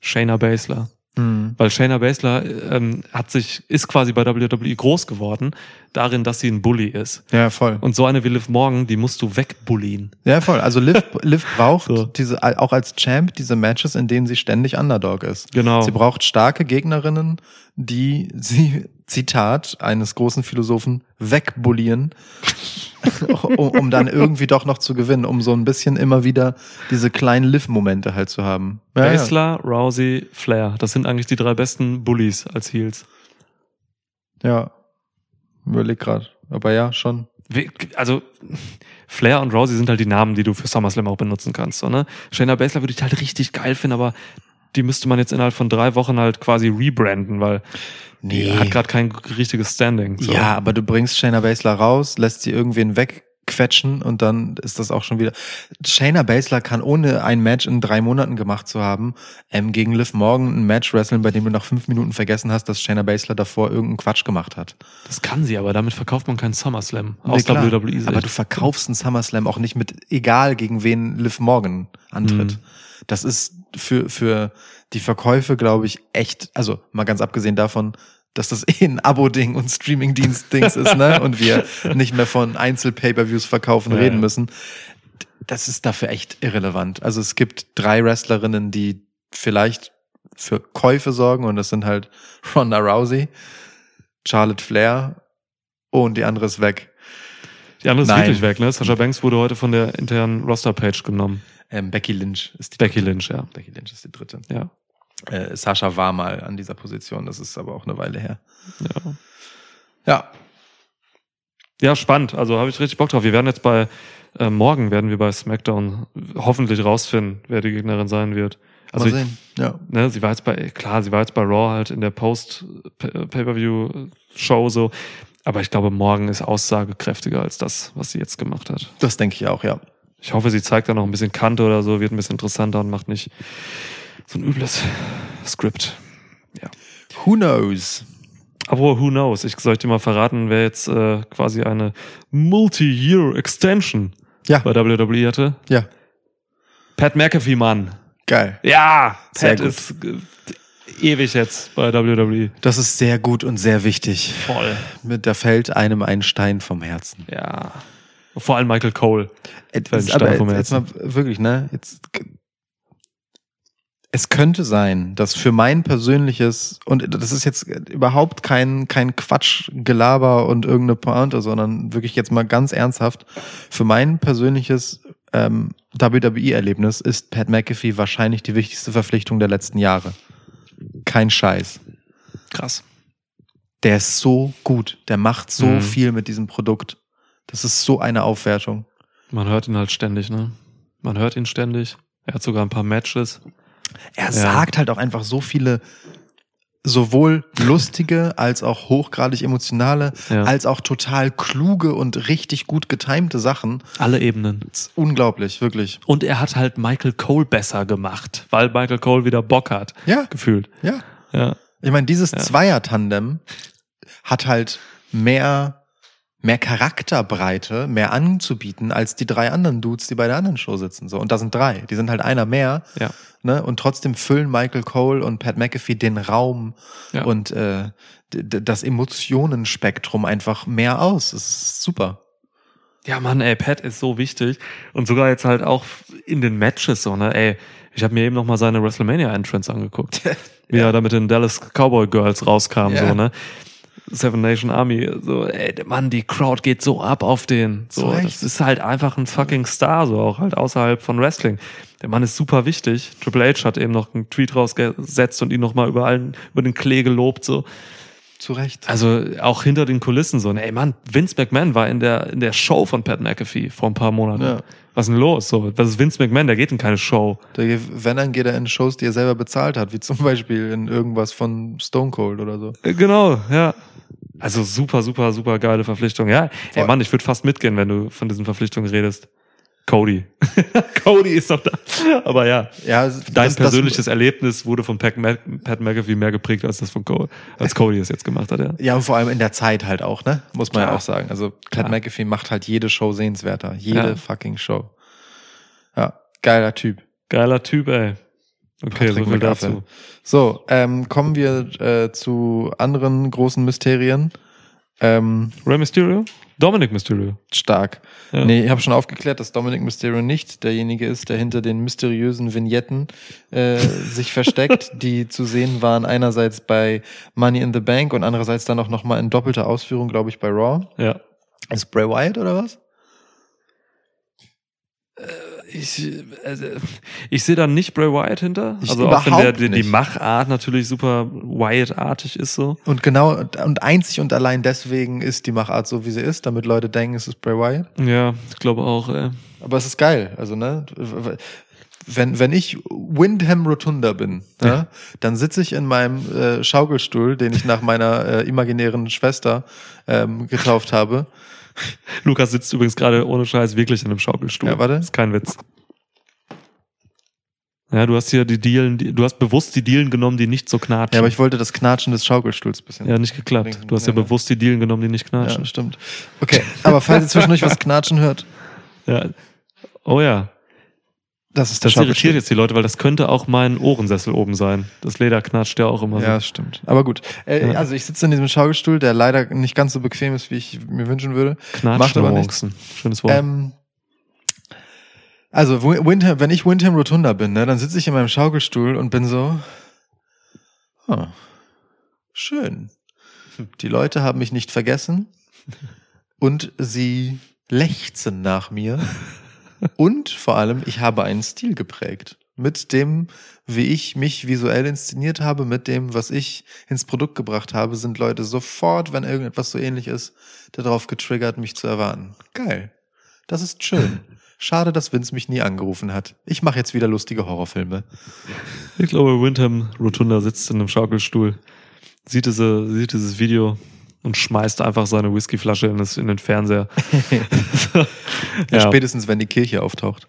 [SPEAKER 1] Shayna Baszler.
[SPEAKER 2] Mhm.
[SPEAKER 1] Weil Shayna Baszler ähm, hat sich, ist quasi bei WWE groß geworden, darin, dass sie ein Bully ist.
[SPEAKER 2] Ja, voll.
[SPEAKER 1] Und so eine wie Liv Morgan, die musst du wegbulliehen.
[SPEAKER 2] Ja, voll. Also Liv, Liv braucht
[SPEAKER 1] So.
[SPEAKER 2] diese, auch als Champ diese Matches, in denen sie ständig Underdog ist.
[SPEAKER 1] Genau.
[SPEAKER 2] Sie braucht starke Gegnerinnen, die sie, Zitat eines großen Philosophen, wegbullieren, um, um dann irgendwie doch noch zu gewinnen, um so ein bisschen immer wieder diese kleinen Liv-Momente halt zu haben. Ja, ja.
[SPEAKER 1] Baszler, Rousey, Flair. Das sind eigentlich die drei besten Bullies als Heels.
[SPEAKER 2] ja. überleg grad. Aber ja, schon.
[SPEAKER 1] Wir- also Flair und Rousey sind halt die Namen, die du für SummerSlam auch benutzen kannst. So, ne? Shayna Baszler würde ich halt richtig geil finden, aber die müsste man jetzt innerhalb von drei Wochen halt quasi rebranden, weil die hat gerade kein richtiges Standing. So.
[SPEAKER 2] Ja, aber du bringst Shayna Baszler raus, lässt sie irgendwen wegquetschen und dann ist das auch schon wieder. Shayna Baszler kann ohne ein Match in drei Monaten gemacht zu haben, ähm, gegen Liv Morgan ein Match wrestlen, bei dem du nach fünf Minuten vergessen hast, dass Shayna Baszler davor irgendeinen Quatsch gemacht hat.
[SPEAKER 1] Das kann sie, aber damit verkauft man keinen SummerSlam
[SPEAKER 2] Nee,
[SPEAKER 1] aus
[SPEAKER 2] klar.
[SPEAKER 1] WWE. -Sicht.
[SPEAKER 2] Aber du verkaufst einen SummerSlam auch nicht mit, egal gegen wen Liv Morgan antritt.
[SPEAKER 1] Mhm.
[SPEAKER 2] Das ist für, für die Verkäufe, glaube ich, echt, also mal ganz abgesehen davon, dass das eh ein Abo-Ding und Streaming-Dienst-Dings ist, ne? Und wir nicht mehr von Einzel-Pay-Per-Views verkaufen
[SPEAKER 1] Ja,
[SPEAKER 2] reden
[SPEAKER 1] ja.
[SPEAKER 2] müssen. Das ist dafür echt irrelevant. Also es gibt drei Wrestlerinnen, die vielleicht für Käufe sorgen und das sind halt Ronda Rousey, Charlotte Flair und die andere ist weg.
[SPEAKER 1] die andere ist
[SPEAKER 2] Nein.
[SPEAKER 1] wirklich weg, ne? Sasha Banks wurde heute von der internen Roster-Page genommen.
[SPEAKER 2] Ähm, Becky Lynch ist die
[SPEAKER 1] Becky
[SPEAKER 2] dritte.
[SPEAKER 1] Lynch, ja.
[SPEAKER 2] Becky Lynch ist die dritte.
[SPEAKER 1] Ja.
[SPEAKER 2] Äh, Sascha war mal an dieser Position, das ist aber auch eine Weile her.
[SPEAKER 1] ja.
[SPEAKER 2] Ja.
[SPEAKER 1] Ja, spannend. Also habe ich richtig Bock drauf. Wir werden jetzt bei äh, morgen werden wir bei SmackDown hoffentlich rausfinden, wer die Gegnerin sein wird. Also
[SPEAKER 2] Mal sehen. Ja.
[SPEAKER 1] ne, sie war jetzt bei, klar, sie war jetzt bei Raw halt in der Post-Pay-Per-View-Show äh, so. Aber ich glaube, morgen ist aussagekräftiger als das, was sie jetzt gemacht hat.
[SPEAKER 2] Das denke ich auch, ja.
[SPEAKER 1] Ich hoffe, sie zeigt da noch ein bisschen Kante oder so, wird ein bisschen interessanter und macht nicht so ein übles Skript.
[SPEAKER 2] Who knows?
[SPEAKER 1] Aber who knows? Ich soll ich dir mal verraten, wer jetzt äh, quasi eine Multi-Year-Extension
[SPEAKER 2] Ja.
[SPEAKER 1] bei WWE hatte?
[SPEAKER 2] Ja.
[SPEAKER 1] Pat McAfee, Mann.
[SPEAKER 2] Geil.
[SPEAKER 1] Ja,
[SPEAKER 2] Sehr
[SPEAKER 1] Pat
[SPEAKER 2] gut.
[SPEAKER 1] ist äh, ewig jetzt bei E. WWE.
[SPEAKER 2] Das ist sehr gut und sehr wichtig.
[SPEAKER 1] Voll.
[SPEAKER 2] Mit, da fällt einem ein Stein vom Herzen.
[SPEAKER 1] Ja. Vor allem Michael Cole.
[SPEAKER 2] Jetzt,
[SPEAKER 1] Fällt ein
[SPEAKER 2] aber
[SPEAKER 1] Stein vom
[SPEAKER 2] jetzt, jetzt mal wirklich, ne? Jetzt, es könnte sein, dass für mein persönliches, und das ist jetzt überhaupt kein, kein Quatschgelaber und irgendeine Pointe, sondern wirklich jetzt mal ganz ernsthaft, für mein persönliches ähm, WWE-Erlebnis ist Pat McAfee wahrscheinlich die wichtigste Verpflichtung der letzten Jahre. Kein Scheiß.
[SPEAKER 1] Krass.
[SPEAKER 2] Der ist so gut. Der macht so
[SPEAKER 1] Mhm.
[SPEAKER 2] viel mit diesem Produkt. Das ist so eine Aufwertung.
[SPEAKER 1] Man hört ihn halt ständig, ne? Man hört ihn ständig. Er hat sogar ein paar Matches.
[SPEAKER 2] er
[SPEAKER 1] Ja.
[SPEAKER 2] sagt halt auch einfach so viele sowohl lustige als auch hochgradig emotionale
[SPEAKER 1] Ja.
[SPEAKER 2] als auch total kluge und richtig gut getimte Sachen.
[SPEAKER 1] Alle Ebenen.
[SPEAKER 2] Das ist unglaublich, wirklich.
[SPEAKER 1] Und er hat halt Michael Cole besser gemacht, weil Michael Cole wieder Bock hat.
[SPEAKER 2] Ja,
[SPEAKER 1] Gefühlt.
[SPEAKER 2] ja.
[SPEAKER 1] Ja.
[SPEAKER 2] Ich meine, dieses Zweier-Tandem hat halt mehr mehr Charakterbreite, mehr anzubieten als die drei anderen Dudes, die bei der anderen Show sitzen. So und da sind drei, die sind halt einer mehr.
[SPEAKER 1] Ja.
[SPEAKER 2] Ne? Und trotzdem füllen Michael Cole und Pat McAfee den Raum
[SPEAKER 1] Ja.
[SPEAKER 2] und äh, d- d- das Emotionenspektrum einfach mehr aus. Das ist super.
[SPEAKER 1] Ja, Mann, ey, Pat ist so wichtig. Und sogar jetzt halt auch in den Matches so, ne? Ey, ich habe mir eben noch mal seine WrestleMania-Entrance angeguckt. wie er da mit den Dallas Cowboy Girls rauskam,
[SPEAKER 2] Ja.
[SPEAKER 1] so, ne? Seven Nation Army. So, ey, Mann, die Crowd geht so ab auf den. So,
[SPEAKER 2] Zu Recht.
[SPEAKER 1] das ist halt einfach ein fucking Star, so auch halt außerhalb von Wrestling. Der Mann ist super wichtig. Triple H hat eben noch einen Tweet rausgesetzt und ihn nochmal über allen, über den Klee gelobt, so.
[SPEAKER 2] Zu Recht.
[SPEAKER 1] Also auch hinter den Kulissen so. ne, Ey Mann, Vince McMahon war in der, in der Show von Pat McAfee vor ein paar Monaten.
[SPEAKER 2] Ja.
[SPEAKER 1] Was ist denn los? So, das ist Vince McMahon, der geht in keine Show.
[SPEAKER 2] Der, geht- wenn, dann geht er in Shows, die er selber bezahlt hat, wie zum Beispiel in irgendwas von Stone Cold oder so.
[SPEAKER 1] Äh, Genau, ja. Also super, super, super geile Verpflichtung. Ja, ey
[SPEAKER 2] Voll.
[SPEAKER 1] Mann, ich würde fast mitgehen, wenn du von diesen Verpflichtungen redest. Cody. Cody ist noch da. Aber ja,
[SPEAKER 2] Ja, es-
[SPEAKER 1] dein
[SPEAKER 2] das- das-
[SPEAKER 1] persönliches Erlebnis wurde von Pat, Mac Pat McAfee mehr geprägt als das von Cody, als Cody es jetzt gemacht hat, ja.
[SPEAKER 2] Ja, und vor allem in der Zeit halt auch, ne? Muss man ja
[SPEAKER 1] Klar.
[SPEAKER 2] auch sagen. Also Pat
[SPEAKER 1] Klar.
[SPEAKER 2] McAfee macht halt jede Show sehenswerter. Jede
[SPEAKER 1] Ja.
[SPEAKER 2] fucking Show. Ja, geiler Typ.
[SPEAKER 1] Geiler Typ, ey. Okay,
[SPEAKER 2] Patrick
[SPEAKER 1] so viel
[SPEAKER 2] McAfee.
[SPEAKER 1] dazu.
[SPEAKER 2] So, ähm, kommen wir äh, zu anderen großen Mysterien. Ähm,
[SPEAKER 1] Rey Mysterio? Dominic Mysterio.
[SPEAKER 2] stark.
[SPEAKER 1] Ja.
[SPEAKER 2] Nee, ich habe schon aufgeklärt, dass Dominic Mysterio nicht derjenige ist, der hinter den mysteriösen Vignetten äh, sich versteckt, die zu sehen waren einerseits bei Money in the Bank und andererseits dann auch nochmal in doppelter Ausführung, glaube ich, bei Raw.
[SPEAKER 1] Ja.
[SPEAKER 2] Ist Bray Wyatt oder was?
[SPEAKER 1] Ich, also, ich sehe da nicht Bray Wyatt hinter.
[SPEAKER 2] Ich
[SPEAKER 1] also auch wenn der,
[SPEAKER 2] überhaupt
[SPEAKER 1] die, die
[SPEAKER 2] nicht.
[SPEAKER 1] Machart natürlich super Wyatt-artig ist so.
[SPEAKER 2] Und genau, und einzig und allein deswegen ist die Machart so, wie sie ist, damit Leute denken, es ist Bray Wyatt.
[SPEAKER 1] Ja, ich glaube auch. äh, Ey.
[SPEAKER 2] Aber es ist geil. Also, ne? Wenn, wenn ich Windham Rotunda bin, ne,
[SPEAKER 1] Ja.
[SPEAKER 2] dann sitze ich in meinem äh, Schaukelstuhl, den ich nach meiner äh, imaginären Schwester ähm, getauft habe.
[SPEAKER 1] Lukas sitzt übrigens gerade ohne Scheiß wirklich in einem Schaukelstuhl.
[SPEAKER 2] Ja, warte.
[SPEAKER 1] Ist kein Witz. Ja, du hast hier die Dielen, die, du hast bewusst die Dielen genommen, die nicht so knatschen.
[SPEAKER 2] Ja, aber ich wollte das Knatschen des Schaukelstuhls bisschen.
[SPEAKER 1] ja, nicht geklappt. Du hast ja
[SPEAKER 2] Ja, ne.
[SPEAKER 1] bewusst die Dielen genommen, die nicht
[SPEAKER 2] ja
[SPEAKER 1] knatschen.
[SPEAKER 2] stimmt. Okay, aber falls ihr zwischendurch was knatschen hört,
[SPEAKER 1] Ja. Oh ja.
[SPEAKER 2] das ist der
[SPEAKER 1] Das irritiert
[SPEAKER 2] Schaukelstuhl.
[SPEAKER 1] jetzt die Leute, weil das könnte auch mein Ohrensessel oben sein. Das Leder knatscht ja auch immer
[SPEAKER 2] Ja,
[SPEAKER 1] so.
[SPEAKER 2] stimmt. Aber gut. Äh,
[SPEAKER 1] Ja.
[SPEAKER 2] Also ich sitze in diesem Schaukelstuhl, der leider nicht ganz so bequem ist, wie ich mir wünschen würde.
[SPEAKER 1] Knatschen
[SPEAKER 2] macht aber
[SPEAKER 1] Wonsen. Schönes Wort.
[SPEAKER 2] Ähm, also, Wi- Windham, wenn ich Windham Rotunda bin, ne, dann sitze ich in meinem Schaukelstuhl und bin so. Oh, schön. Die Leute haben mich nicht vergessen und sie lechzen nach mir. Und vor allem, ich habe einen Stil geprägt. Mit dem, wie ich mich visuell inszeniert habe, mit dem, was ich ins Produkt gebracht habe, sind Leute sofort, wenn irgendetwas so ähnlich ist, darauf getriggert, mich zu erwarten. Geil. Das ist schön. Schade, dass Vince mich nie angerufen hat. Ich mache jetzt wieder lustige Horrorfilme.
[SPEAKER 1] Ich glaube, Windham Rotunda sitzt in einem Schaukelstuhl, sieht, diese, sieht dieses Video und schmeißt einfach seine Whiskyflasche in, das, in den Fernseher.
[SPEAKER 2] Ja.
[SPEAKER 1] ja,
[SPEAKER 2] Spätestens, wenn die Kirche auftaucht.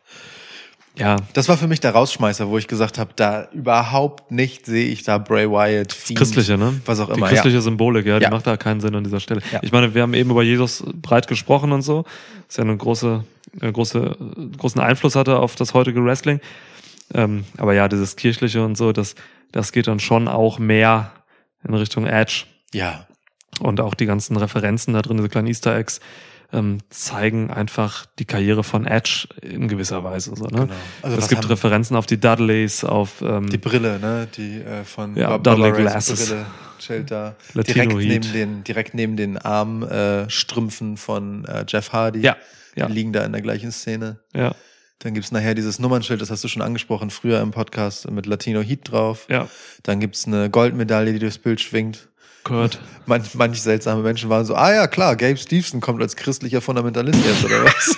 [SPEAKER 1] ja,
[SPEAKER 2] Das war für mich der Rausschmeißer, wo ich gesagt habe, da überhaupt nicht sehe ich da Bray Wyatt. Fiend,
[SPEAKER 1] christliche, ne?
[SPEAKER 2] Was auch
[SPEAKER 1] Die
[SPEAKER 2] immer.
[SPEAKER 1] christliche
[SPEAKER 2] ja.
[SPEAKER 1] Symbolik, ja,
[SPEAKER 2] Ja.
[SPEAKER 1] die macht da keinen Sinn an dieser Stelle.
[SPEAKER 2] Ja.
[SPEAKER 1] Ich meine, wir haben eben über Jesus breit gesprochen und so. Ist ja eine große, äh, große, äh, großen Einfluss hatte auf das heutige Wrestling. Ähm, aber ja, dieses kirchliche und so, das, das geht dann schon auch mehr in Richtung Edge.
[SPEAKER 2] ja.
[SPEAKER 1] und auch die ganzen Referenzen da drin, diese kleinen Easter Eggs, ähm, zeigen einfach die Karriere von Edge in gewisser Weise. So, ne?
[SPEAKER 2] Genau. Also
[SPEAKER 1] es
[SPEAKER 2] was
[SPEAKER 1] gibt
[SPEAKER 2] haben-
[SPEAKER 1] Referenzen auf die Dudleys, auf ähm,
[SPEAKER 2] Die Brille, ne? Die äh, von
[SPEAKER 1] Ja,
[SPEAKER 2] Bob
[SPEAKER 1] Dudley
[SPEAKER 2] Dolores
[SPEAKER 1] Glasses.
[SPEAKER 2] Brille. Schild da.
[SPEAKER 1] Latino
[SPEAKER 2] Direkt
[SPEAKER 1] Heat.
[SPEAKER 2] neben, den, direkt neben den Armstrümpfen von äh, Jeff Hardy.
[SPEAKER 1] ja, ja,
[SPEAKER 2] Die liegen da in der gleichen Szene.
[SPEAKER 1] ja,
[SPEAKER 2] Dann gibt's nachher dieses Nummernschild, das hast du schon angesprochen, früher im Podcast mit Latino Heat drauf.
[SPEAKER 1] ja,
[SPEAKER 2] Dann gibt's eine Goldmedaille, die durchs Bild schwingt.
[SPEAKER 1] Kurt.
[SPEAKER 2] Manch, manch seltsame Menschen waren so, ah ja klar, Gabe Stevenson kommt als christlicher Fundamentalist jetzt, oder was?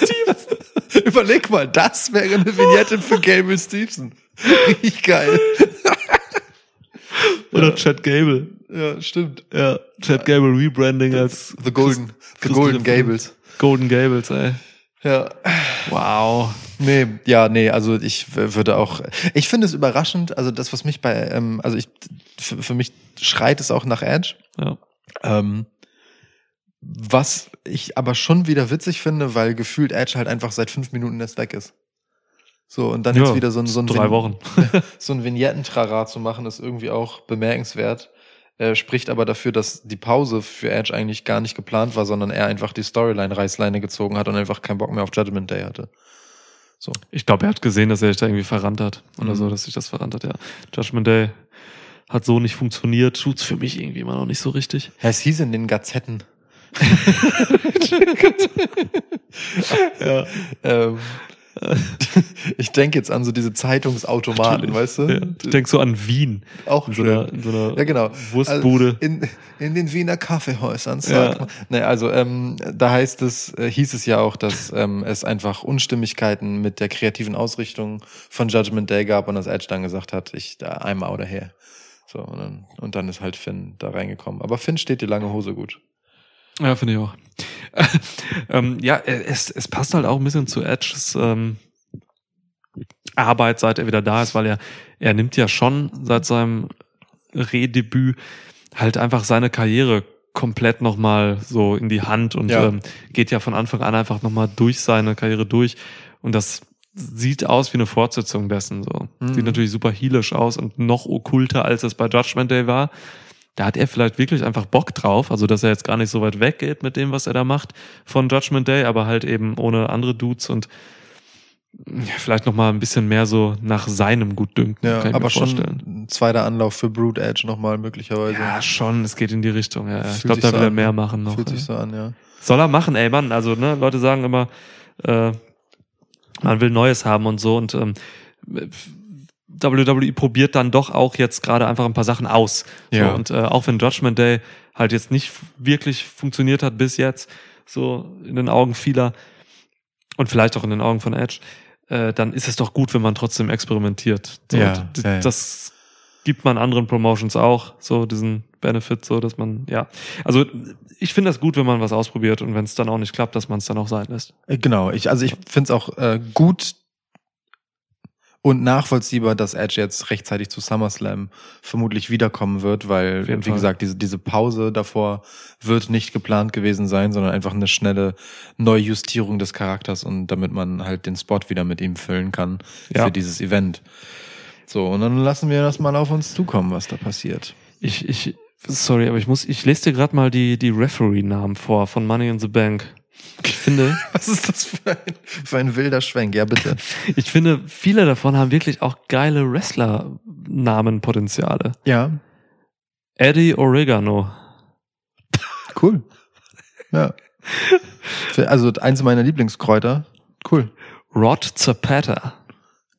[SPEAKER 2] Überleg mal, das wäre eine Vignette für Gabe Stevenson. Richtig geil.
[SPEAKER 1] Oder Chad Gable.
[SPEAKER 2] Ja, stimmt.
[SPEAKER 1] Ja, Chad Gable Rebranding als
[SPEAKER 2] The Golden, The
[SPEAKER 1] Christ-
[SPEAKER 2] Golden Gables.
[SPEAKER 1] Golden Gables, ey.
[SPEAKER 2] Ja. Wow. Nee, ja, nee, also ich w- würde auch, ich finde es überraschend, also das, was mich bei, ähm, also ich, für, für mich schreit es auch nach Edge.
[SPEAKER 1] Ja.
[SPEAKER 2] Ähm, was ich aber schon wieder witzig finde, weil gefühlt Edge halt einfach seit fünf Minuten erst weg ist. So, und dann
[SPEAKER 1] ja,
[SPEAKER 2] jetzt wieder so ein, so ein,
[SPEAKER 1] drei
[SPEAKER 2] Vin-
[SPEAKER 1] Wochen.
[SPEAKER 2] so ein Vignetten-Trara zu machen, ist irgendwie auch bemerkenswert. Äh, spricht aber dafür, dass die Pause für Edge eigentlich gar nicht geplant war, sondern er einfach die Storyline-Reißleine gezogen hat und einfach keinen Bock mehr auf Judgment Day hatte.
[SPEAKER 1] Ich glaube, er hat gesehen, dass er sich da irgendwie verrannt hat oder
[SPEAKER 2] Mhm.
[SPEAKER 1] so, dass sich das verrannt hat, ja. Judgment Day hat so nicht funktioniert, tut's für mich irgendwie immer noch nicht so richtig.
[SPEAKER 2] Herr es hieß in den Gazetten.
[SPEAKER 1] Ja,
[SPEAKER 2] Ähm, ich denke jetzt an so diese Zeitungsautomaten, weißt du?
[SPEAKER 1] ja. Ich denk so an Wien.
[SPEAKER 2] Auch
[SPEAKER 1] In so
[SPEAKER 2] schön.
[SPEAKER 1] einer, in so einer
[SPEAKER 2] Ja, genau.
[SPEAKER 1] Wurstbude.
[SPEAKER 2] Also in, in den Wiener Kaffeehäusern, sagt
[SPEAKER 1] Ja.
[SPEAKER 2] man. Nee, also ähm, da heißt es, äh, hieß es ja auch, dass ähm, es einfach Unstimmigkeiten mit der kreativen Ausrichtung von Judgment Day gab und dass Edge dann gesagt hat, ich da I'm out of here. So, und dann, und dann ist halt Finn da reingekommen. Aber Finn steht die lange Hose gut.
[SPEAKER 1] Ja, finde ich auch. ähm, ja, äh, es, es passt halt auch ein bisschen zu Edges ähm, Arbeit, seit er wieder da ist, weil er, er nimmt ja schon seit seinem Redebüt halt einfach seine Karriere komplett nochmal so in die Hand und
[SPEAKER 2] Ja.
[SPEAKER 1] ähm, geht ja von Anfang an einfach nochmal durch seine Karriere durch. Und das sieht aus wie eine Fortsetzung dessen. So.
[SPEAKER 2] Mhm.
[SPEAKER 1] Sieht natürlich super heelisch aus und noch okkulter, als es bei Judgment Day war da hat er vielleicht wirklich einfach Bock drauf, also dass er jetzt gar nicht so weit weggeht mit dem, was er da macht von Judgment Day, aber halt eben ohne andere Dudes und ja, vielleicht noch mal ein bisschen mehr so nach seinem Gutdünken,
[SPEAKER 2] Ja,
[SPEAKER 1] kann ich
[SPEAKER 2] aber
[SPEAKER 1] mir vorstellen.
[SPEAKER 2] schon ein zweiter Anlauf für Brood Edge nochmal möglicherweise.
[SPEAKER 1] ja, schon, es geht in die Richtung. Ja, ja. Ich
[SPEAKER 2] Fühlt
[SPEAKER 1] glaube,
[SPEAKER 2] sich
[SPEAKER 1] da
[SPEAKER 2] so
[SPEAKER 1] will er
[SPEAKER 2] an,
[SPEAKER 1] mehr
[SPEAKER 2] ne?
[SPEAKER 1] machen noch.
[SPEAKER 2] Fühlt sich
[SPEAKER 1] ja.
[SPEAKER 2] so an, ja.
[SPEAKER 1] Soll er machen, ey Mann. Also, ne, Leute sagen immer, äh, man will Neues haben und so und ähm, WWE probiert dann doch auch jetzt gerade einfach ein paar Sachen aus.
[SPEAKER 2] Ja.
[SPEAKER 1] So, und äh, auch wenn Judgment Day halt jetzt nicht wirklich funktioniert hat bis jetzt, so in den Augen vieler und vielleicht auch in den Augen von Edge, äh, dann ist es doch gut, wenn man trotzdem experimentiert. So,
[SPEAKER 2] Ja,
[SPEAKER 1] d-
[SPEAKER 2] ja, ja.
[SPEAKER 1] Das gibt man anderen Promotions auch, so diesen Benefit, so dass man, ja. Also ich finde das gut, wenn man was ausprobiert und wenn es dann auch nicht klappt, dass man es dann auch sein lässt.
[SPEAKER 2] Äh, Genau, ich, also ich find's auch äh, gut und nachvollziehbar, dass Edge jetzt rechtzeitig zu SummerSlam vermutlich wiederkommen wird, weil,
[SPEAKER 1] Auf
[SPEAKER 2] wie
[SPEAKER 1] jeden Fall.
[SPEAKER 2] gesagt, diese, diese Pause davor wird nicht geplant gewesen sein, sondern einfach eine schnelle Neujustierung des Charakters und damit man halt den Spot wieder mit ihm füllen kann
[SPEAKER 1] Ja.
[SPEAKER 2] für dieses Event. So, und dann lassen wir das mal auf uns zukommen, was da passiert.
[SPEAKER 1] Ich, ich, sorry, aber ich muss, ich lese dir gerade mal die, die Referee-Namen vor von Money in the Bank. Ich finde,
[SPEAKER 2] Was ist das für ein, für ein wilder Schwenk? Ja, bitte.
[SPEAKER 1] ich finde, viele davon haben wirklich auch geile Wrestler-Namenpotenziale.
[SPEAKER 2] ja,
[SPEAKER 1] Eddie Oregano.
[SPEAKER 2] Cool. Ja. Für- Also eins meiner Lieblingskräuter. Cool.
[SPEAKER 1] Rod Zapata.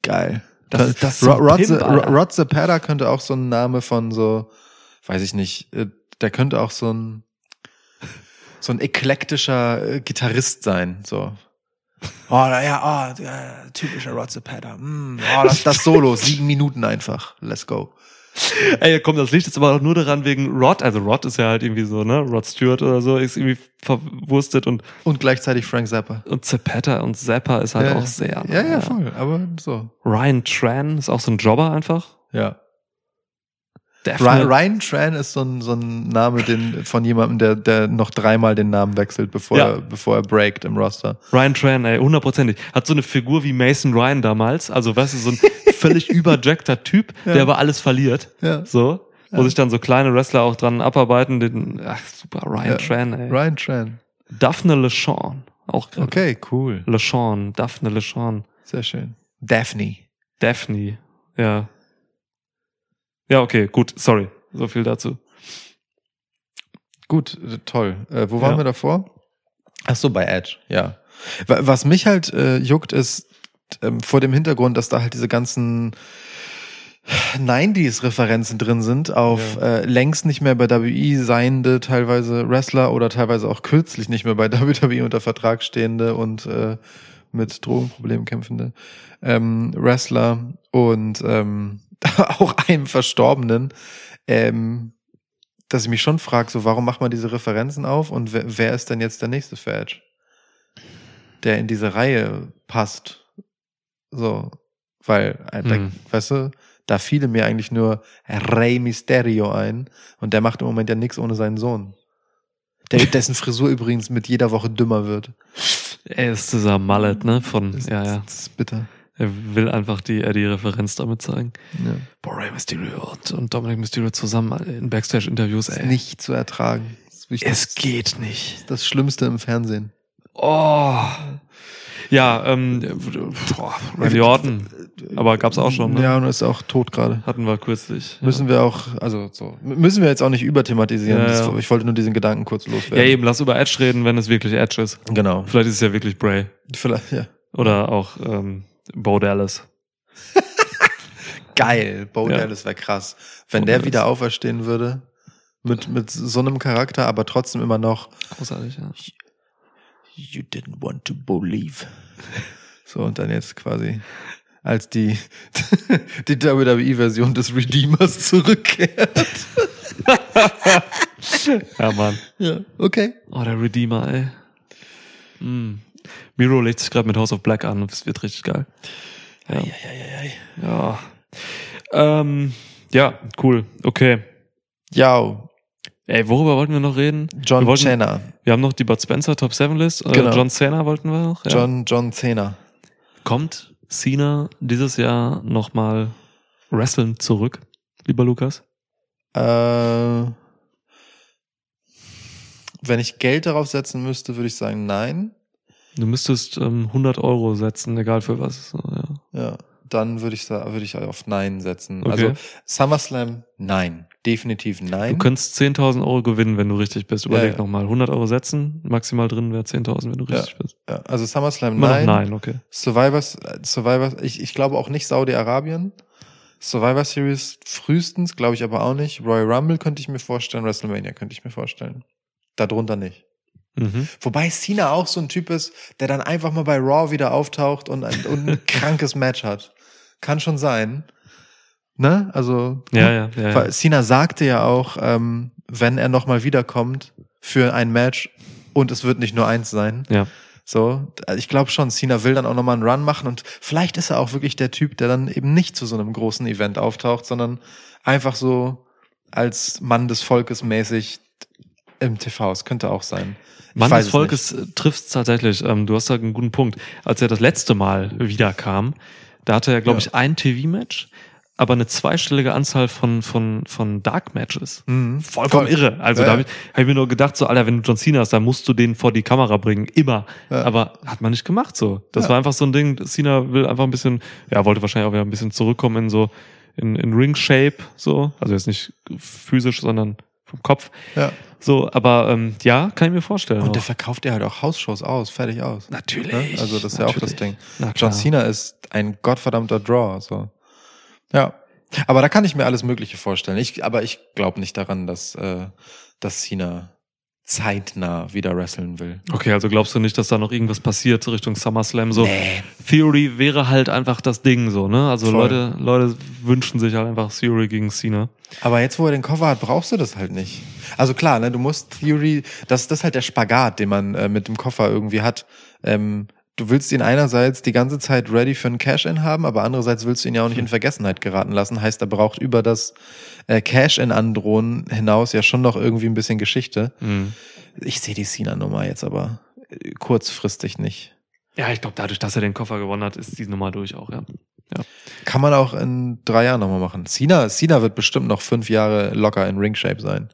[SPEAKER 2] Geil.
[SPEAKER 1] Das ist- das ist so
[SPEAKER 2] Rod,
[SPEAKER 1] ein
[SPEAKER 2] Rod,
[SPEAKER 1] Pimp,
[SPEAKER 2] Ze-
[SPEAKER 1] Alter.
[SPEAKER 2] Rod Zapata könnte auch so ein Name von so, weiß ich nicht, äh, der könnte auch so ein so ein eklektischer äh, Gitarrist sein. So. Oh, naja, oh, äh, typischer Rod Zapata. Mm, oh, das, das Solo, sieben Minuten einfach. Let's go.
[SPEAKER 1] Ey, komm, das liegt jetzt aber auch nur daran wegen Rod. Also Rod ist ja halt irgendwie so, ne? Rod Stewart oder so, ist irgendwie verwurstet und,
[SPEAKER 2] Und gleichzeitig Frank Zappa.
[SPEAKER 1] und Zapata und Zappa ist halt
[SPEAKER 2] ja,
[SPEAKER 1] auch sehr.
[SPEAKER 2] Ja, ja, voll. Aber so.
[SPEAKER 1] Ryan Tran ist auch so ein Jobber einfach.
[SPEAKER 2] Ja.
[SPEAKER 1] Daphne-
[SPEAKER 2] Ryan, Ryan Tran ist so ein, so ein Name den, von jemandem, der, der noch dreimal den Namen wechselt, bevor,
[SPEAKER 1] Ja.
[SPEAKER 2] er, bevor er breakt im Roster.
[SPEAKER 1] Ryan Tran, ey, hundertprozentig. Hat so eine Figur wie Mason Ryan damals. Also, weißt du, so ein völlig überjackter Typ,
[SPEAKER 2] Ja.
[SPEAKER 1] der aber alles verliert.
[SPEAKER 2] Ja.
[SPEAKER 1] So. Wo
[SPEAKER 2] Ja.
[SPEAKER 1] sich dann so kleine Wrestler auch dran abarbeiten. Den, ach, super, Ryan
[SPEAKER 2] Ja.
[SPEAKER 1] Tran, ey.
[SPEAKER 2] Ryan Tran.
[SPEAKER 1] Daphne LeSean. Auch gerade.
[SPEAKER 2] Okay, cool.
[SPEAKER 1] LeSean, Daphne LeSean.
[SPEAKER 2] Sehr schön. Daphne.
[SPEAKER 1] Daphne. Ja. Ja, okay, gut. Sorry. So viel dazu.
[SPEAKER 2] Gut, äh, toll. Äh, wo
[SPEAKER 1] Ja.
[SPEAKER 2] waren wir davor? Ach so, bei Edge, ja. Wa- Was mich halt äh, juckt, ist ähm, vor dem Hintergrund, dass da halt diese ganzen 90s-Referenzen drin sind auf äh, längst nicht mehr bei WWE seiende teilweise Wrestler oder teilweise auch kürzlich nicht mehr bei WWE unter Vertrag stehende und äh, mit Drogenproblemen kämpfende ähm, Wrestler und ähm, auch einem Verstorbenen. Ähm, dass ich mich schon frage, so warum macht man diese Referenzen auf und wer, wer ist denn jetzt der nächste für Edge, der in diese Reihe passt? So, weil, äh,
[SPEAKER 1] Hm.
[SPEAKER 2] da, weißt du, da fiele mir eigentlich nur Rey Mysterio ein und der macht im Moment ja nichts ohne seinen Sohn. Der, dessen Frisur übrigens mit jeder Woche dümmer wird.
[SPEAKER 1] Ey, ist dieser Mallet, ne? Von,
[SPEAKER 2] Das,
[SPEAKER 1] ja, ja.
[SPEAKER 2] Das ist bitter.
[SPEAKER 1] Er will einfach die, er die Referenz damit zeigen.
[SPEAKER 2] Ja.
[SPEAKER 1] Boah, Ray Mysterio und, und Dominic Mysterio zusammen in Backstage-Interviews,
[SPEAKER 2] Ist
[SPEAKER 1] ey.
[SPEAKER 2] nicht zu ertragen. Das ist wirklich
[SPEAKER 1] es geht nicht.
[SPEAKER 2] das Schlimmste im Fernsehen.
[SPEAKER 1] Oh. Ja, ähm, boah, Randy Orton. Aber gab's auch schon, ne?
[SPEAKER 2] Ja, und ist auch tot gerade.
[SPEAKER 1] Hatten wir kürzlich. Ja.
[SPEAKER 2] Müssen wir auch, also so, m- müssen wir jetzt auch nicht überthematisieren.
[SPEAKER 1] Ja,
[SPEAKER 2] Das,
[SPEAKER 1] ja.
[SPEAKER 2] ich wollte nur diesen Gedanken kurz
[SPEAKER 1] ja,
[SPEAKER 2] loswerden.
[SPEAKER 1] eben, lass über Edge reden, wenn es wirklich Edge ist.
[SPEAKER 2] Genau.
[SPEAKER 1] Vielleicht ist es ja wirklich Bray.
[SPEAKER 2] Vielleicht, ja.
[SPEAKER 1] Oder auch ähm, Bo Dallas.
[SPEAKER 2] Geil. Bo
[SPEAKER 1] Ja.
[SPEAKER 2] Dallas wäre krass. Wenn
[SPEAKER 1] Bo
[SPEAKER 2] der
[SPEAKER 1] Dallas.
[SPEAKER 2] wieder auferstehen würde, mit, mit so einem Charakter, aber trotzdem immer noch
[SPEAKER 1] Großartig, ja.
[SPEAKER 2] You didn't want to believe. So, und dann jetzt quasi als die, die WWE-Version des Redeemers zurückkehrt.
[SPEAKER 1] Ja, Mann.
[SPEAKER 2] Ja, okay.
[SPEAKER 1] Oh, der Redeemer, ey.
[SPEAKER 2] Hm.
[SPEAKER 1] Mm. Miro legt sich gerade mit House of Black an und es wird richtig geil. Ja. Ja. Ähm, ja, cool. Okay.
[SPEAKER 2] Ja,
[SPEAKER 1] Ey, worüber wollten wir noch reden?
[SPEAKER 2] John
[SPEAKER 1] Wir wollten-
[SPEAKER 2] Cena.
[SPEAKER 1] Wir haben noch die Bud Spencer Top 7 List. Äh,
[SPEAKER 2] Genau.
[SPEAKER 1] John Cena wollten wir noch. Ja.
[SPEAKER 2] John, John Cena.
[SPEAKER 1] Kommt Cena dieses Jahr nochmal wresteln zurück, lieber Lukas?
[SPEAKER 2] Äh, wenn ich Geld darauf setzen müsste, würde ich sagen nein.
[SPEAKER 1] Du müsstest ähm, 100 Euro setzen, egal für was. So, ja.
[SPEAKER 2] Ja, dann würde ich, sa- würde ich auf nein setzen.
[SPEAKER 1] Okay.
[SPEAKER 2] Also SummerSlam, nein. Definitiv nein.
[SPEAKER 1] Du könntest 10.000 Euro gewinnen, wenn du richtig bist. Überleg
[SPEAKER 2] Ja, ja.
[SPEAKER 1] nochmal. 100 Euro setzen, maximal drin wäre 10.000, wenn du richtig bist.
[SPEAKER 2] ja, also SummerSlam,
[SPEAKER 1] Immer
[SPEAKER 2] nein.
[SPEAKER 1] noch nein, okay.
[SPEAKER 2] Survivors, äh, Survivors, ich, ich glaube auch nicht Saudi-Arabien. Survivor Series frühestens, glaube ich aber auch nicht. Royal Rumble könnte ich mir vorstellen, WrestleMania könnte ich mir vorstellen. Darunter nicht.
[SPEAKER 1] Mhm.
[SPEAKER 2] Wobei Cena auch so ein Typ ist, der dann einfach mal bei Raw wieder auftaucht und ein, und ein krankes Match hat. Kann schon sein. Ne? Also,
[SPEAKER 1] Ja, ja, ja. ja.
[SPEAKER 2] weil Cena sagte ja auch, ähm, wenn er nochmal wiederkommt für ein Match und es wird nicht nur eins sein.
[SPEAKER 1] Ja.
[SPEAKER 2] So, also ich glaube schon, Cena will dann auch nochmal einen Run machen und vielleicht ist er auch wirklich der Typ, der dann eben nicht zu so einem großen Event auftaucht, sondern einfach so als Mann des Volkes mäßig im TV. Es könnte auch sein. Ich
[SPEAKER 1] Mann
[SPEAKER 2] weiß
[SPEAKER 1] des
[SPEAKER 2] es
[SPEAKER 1] Volkes äh, trifft's tatsächlich. Ähm, du hast da einen guten Punkt. Als er das letzte Mal wiederkam, da hatte er, glaube
[SPEAKER 2] Ja.
[SPEAKER 1] ich, ein TV-Match, aber eine zweistellige Anzahl von, von, von Dark-Matches.
[SPEAKER 2] nicht. Mhm.
[SPEAKER 1] Vollkommen irre. Also
[SPEAKER 2] Ja,
[SPEAKER 1] da
[SPEAKER 2] ja.
[SPEAKER 1] habe ich, hab ich mir nur gedacht, so, Alter, wenn du John Cena hast, dann musst du den vor die Kamera bringen. Immer.
[SPEAKER 2] Ja.
[SPEAKER 1] Aber hat man nicht gemacht so. Das
[SPEAKER 2] Ja.
[SPEAKER 1] war einfach so ein Ding. Cena will einfach ein bisschen, ja, wollte wahrscheinlich auch wieder ein bisschen zurückkommen in so, in, in Ring-Shape, so. Also jetzt nicht physisch, sondern vom Kopf.
[SPEAKER 2] Ja.
[SPEAKER 1] So, aber ähm, ja, kann ich mir vorstellen.
[SPEAKER 2] Und der
[SPEAKER 1] auch.
[SPEAKER 2] verkauft ja halt auch Hausshows aus, fertig aus.
[SPEAKER 1] Natürlich.
[SPEAKER 2] Ne? Also das ist ja auch das Ding.
[SPEAKER 1] Na
[SPEAKER 2] John
[SPEAKER 1] klar.
[SPEAKER 2] Cena ist ein gottverdammter Draw. So. Ja. Aber da kann ich mir alles Mögliche vorstellen. Ich, aber ich glaube nicht daran, dass, äh, dass Cena zeitnah wieder wresteln will.
[SPEAKER 1] Okay, also glaubst du nicht, dass da noch irgendwas passiert Richtung SummerSlam? So,
[SPEAKER 2] Nee.
[SPEAKER 1] Theory wäre halt einfach das Ding, so, ne? Also
[SPEAKER 2] Voll.
[SPEAKER 1] Leute, Leute wünschen sich halt einfach Theory gegen Cena.
[SPEAKER 2] Aber jetzt, wo er den Cover hat, brauchst du das halt nicht. Also klar, ne, du musst Theory, das, das ist halt der Spagat, den man äh, mit dem Koffer irgendwie hat. Ähm, du willst ihn einerseits die ganze Zeit ready für ein Cash-In haben, aber andererseits willst du ihn ja auch nicht in Vergessenheit geraten lassen. Heißt, er braucht über das äh, Cash-In androhen hinaus ja schon noch irgendwie ein bisschen Geschichte.
[SPEAKER 1] Mhm.
[SPEAKER 2] Ich sehe die Cena-Nummer jetzt aber äh, kurzfristig nicht.
[SPEAKER 1] Ja, ich glaube, dadurch, dass er den Koffer gewonnen hat, ist die Nummer durch auch, ja.
[SPEAKER 2] Kann man auch in drei Jahren nochmal machen. Cena, Cena wird bestimmt noch fünf Jahre locker in Ringshape sein.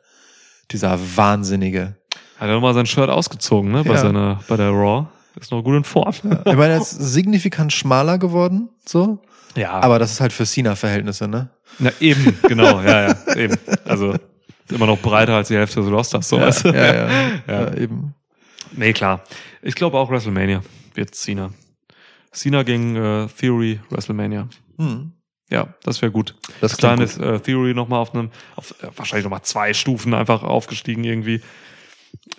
[SPEAKER 2] Dieser wahnsinnige.
[SPEAKER 1] Hat er nochmal sein Shirt ausgezogen, ne? Bei
[SPEAKER 2] Ja.
[SPEAKER 1] seiner, bei der Raw. Ist noch gut in Form.
[SPEAKER 2] Ich meine, er ist signifikant schmaler geworden, so.
[SPEAKER 1] Ja,
[SPEAKER 2] Aber das ist halt für Cena-Verhältnisse, ne?
[SPEAKER 1] na, eben, genau, ja, ja, eben. Also, ist immer noch breiter als die Hälfte des Rosters, so, weißt du?
[SPEAKER 2] ja, ja, Also, ja.
[SPEAKER 1] Ja.
[SPEAKER 2] eben.
[SPEAKER 1] Nee, klar. Ich glaube auch WrestleMania wird Cena. Cena gegen äh, Theory WrestleMania.
[SPEAKER 2] Hm.
[SPEAKER 1] Ja, das wäre gut.
[SPEAKER 2] Das
[SPEAKER 1] Bis dahin
[SPEAKER 2] klingt
[SPEAKER 1] ist äh, Theory nochmal auf einem, auf, äh, wahrscheinlich nochmal zwei Stufen einfach aufgestiegen irgendwie.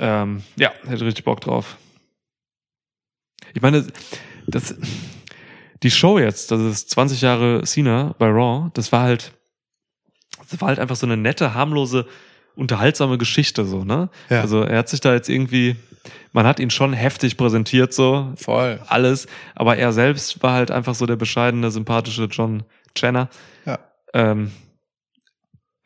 [SPEAKER 1] Ähm, ja, hätte richtig Bock drauf. Ich meine, das, die Show jetzt, das ist 20 Jahre Cena bei Raw, das war halt, das war halt einfach so eine nette, harmlose, unterhaltsame Geschichte, so, ne?
[SPEAKER 2] Ja.
[SPEAKER 1] Also er hat sich da jetzt irgendwie, man hat ihn schon heftig präsentiert, so,
[SPEAKER 2] Voll.
[SPEAKER 1] alles. Aber er selbst war halt einfach so der bescheidene, sympathische John Chenner.
[SPEAKER 2] Ja.
[SPEAKER 1] Ähm,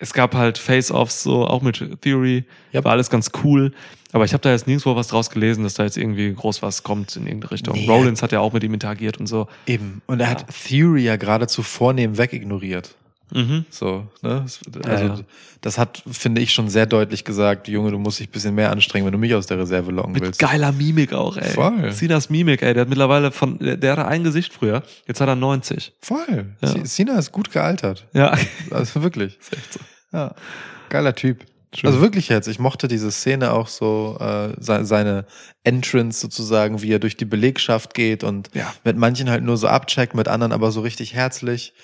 [SPEAKER 1] es gab halt Face-Offs, so auch mit Theory.
[SPEAKER 2] Yep.
[SPEAKER 1] War alles ganz cool. Aber ich habe da jetzt nirgendwo was draus gelesen, dass da jetzt irgendwie groß was kommt in irgendeine Richtung.
[SPEAKER 2] Nee.
[SPEAKER 1] Rollins hat ja auch mit ihm interagiert und so.
[SPEAKER 2] Eben. Und er
[SPEAKER 1] Ja.
[SPEAKER 2] hat Theory ja geradezu vornehm wegignoriert.
[SPEAKER 1] Mhm.
[SPEAKER 2] So, ne? Es-
[SPEAKER 1] Ja,
[SPEAKER 2] Also,
[SPEAKER 1] ja.
[SPEAKER 2] das hat, finde ich, schon sehr deutlich gesagt, Junge, du musst dich ein bisschen mehr anstrengen, wenn du mich aus der Reserve locken
[SPEAKER 1] Mit
[SPEAKER 2] willst.
[SPEAKER 1] geiler Mimik auch, ey.
[SPEAKER 2] Voll.
[SPEAKER 1] Sinas Mimik, ey. Der hat mittlerweile von, der, der hatte ein Gesicht früher. Jetzt hat er 90.
[SPEAKER 2] Voll.
[SPEAKER 1] Ja.
[SPEAKER 2] Si- Sina ist gut gealtert.
[SPEAKER 1] Ja.
[SPEAKER 2] Also wirklich.
[SPEAKER 1] Ist echt so.
[SPEAKER 2] Ja. Geiler Typ.
[SPEAKER 1] Schön.
[SPEAKER 2] Also wirklich jetzt, ich mochte diese Szene auch so, äh, se- seine Entrance sozusagen, wie er durch die Belegschaft geht und
[SPEAKER 1] Ja.
[SPEAKER 2] mit manchen halt nur so abcheckt, mit anderen aber so richtig herzlich,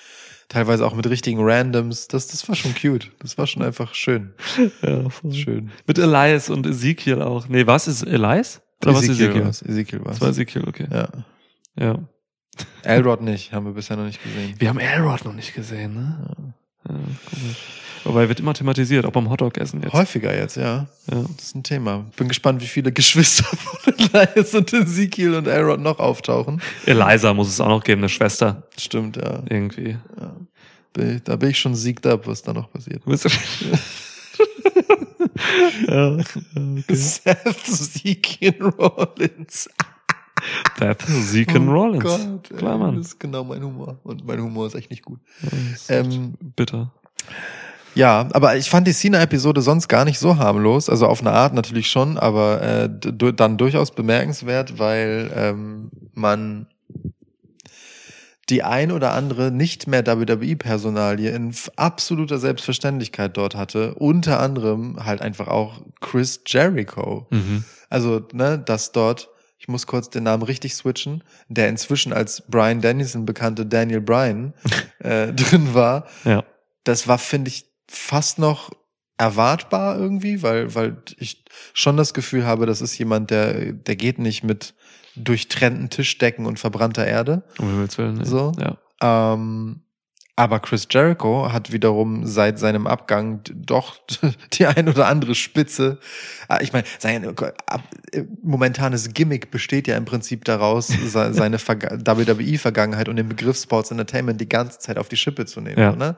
[SPEAKER 2] teilweise auch mit richtigen Randoms. Das, das war schon cute. Das war schon einfach schön.
[SPEAKER 1] ja
[SPEAKER 2] Schön.
[SPEAKER 1] Mit Elias und Ezekiel auch. Nee, was ist Elias? Oder was ist Ezekiel?
[SPEAKER 2] war's. Ezekiel war's.
[SPEAKER 1] Das war Ezekiel, okay.
[SPEAKER 2] Ja.
[SPEAKER 1] Ja.
[SPEAKER 2] Elrod nicht, haben wir bisher noch nicht gesehen.
[SPEAKER 1] Wir haben Elrod noch nicht gesehen, ne? Ja, komisch. Wobei wird immer thematisiert, auch beim Hotdog-Essen jetzt.
[SPEAKER 2] Häufiger jetzt, ja.
[SPEAKER 1] ja.
[SPEAKER 2] Das ist ein Thema. Bin gespannt, wie viele Geschwister von Elias und Ezekiel und Elrod noch auftauchen.
[SPEAKER 1] Eliza muss es auch noch geben, eine Schwester.
[SPEAKER 2] Stimmt, ja.
[SPEAKER 1] Irgendwie.
[SPEAKER 2] ja. Bin, da bin ich schon siegt ab, was da noch passiert.
[SPEAKER 1] Du bist- ja, okay.
[SPEAKER 2] Seth Ezekiel Rollins.
[SPEAKER 1] Pep, Seacon Rollins.
[SPEAKER 2] ey,
[SPEAKER 1] Klar, Mann.
[SPEAKER 2] Das ist genau mein Humor. Und mein Humor ist echt nicht gut.
[SPEAKER 1] Ja, ist
[SPEAKER 2] Ähm,
[SPEAKER 1] Bitter.
[SPEAKER 2] Ja, aber ich fand die Cena-Episode sonst gar nicht so harmlos. Also auf eine Art natürlich schon, aber äh, du, dann durchaus bemerkenswert, weil ähm, man die ein oder andere nicht mehr WWE-Personalie in f- absoluter Selbstverständlichkeit dort hatte. Unter anderem halt einfach auch Chris Jericho.
[SPEAKER 1] Mhm.
[SPEAKER 2] Also, ne, dass dort, ich muss kurz den Namen richtig switchen, der inzwischen als Brian Danielson bekannte Daniel Bryan äh, drin war
[SPEAKER 1] Ja.
[SPEAKER 2] das war, finde ich, fast noch erwartbar irgendwie, weil, weil ich schon das Gefühl habe, das ist jemand, der, der geht nicht mit durchtrennten Tischdecken und verbrannter Erde.
[SPEAKER 1] Um Himmels Willen. ne?
[SPEAKER 2] So.
[SPEAKER 1] Ja.
[SPEAKER 2] Ähm, aber Chris Jericho hat wiederum seit seinem Abgang d- doch die ein oder andere Spitze. Ah, Ich meine, sein ab- äh, momentanes Gimmick besteht ja im Prinzip daraus, se- seine WWE-Vergangenheit und den Begriff Sports Entertainment die ganze Zeit auf die Schippe zu nehmen,
[SPEAKER 1] Ja.
[SPEAKER 2] oder?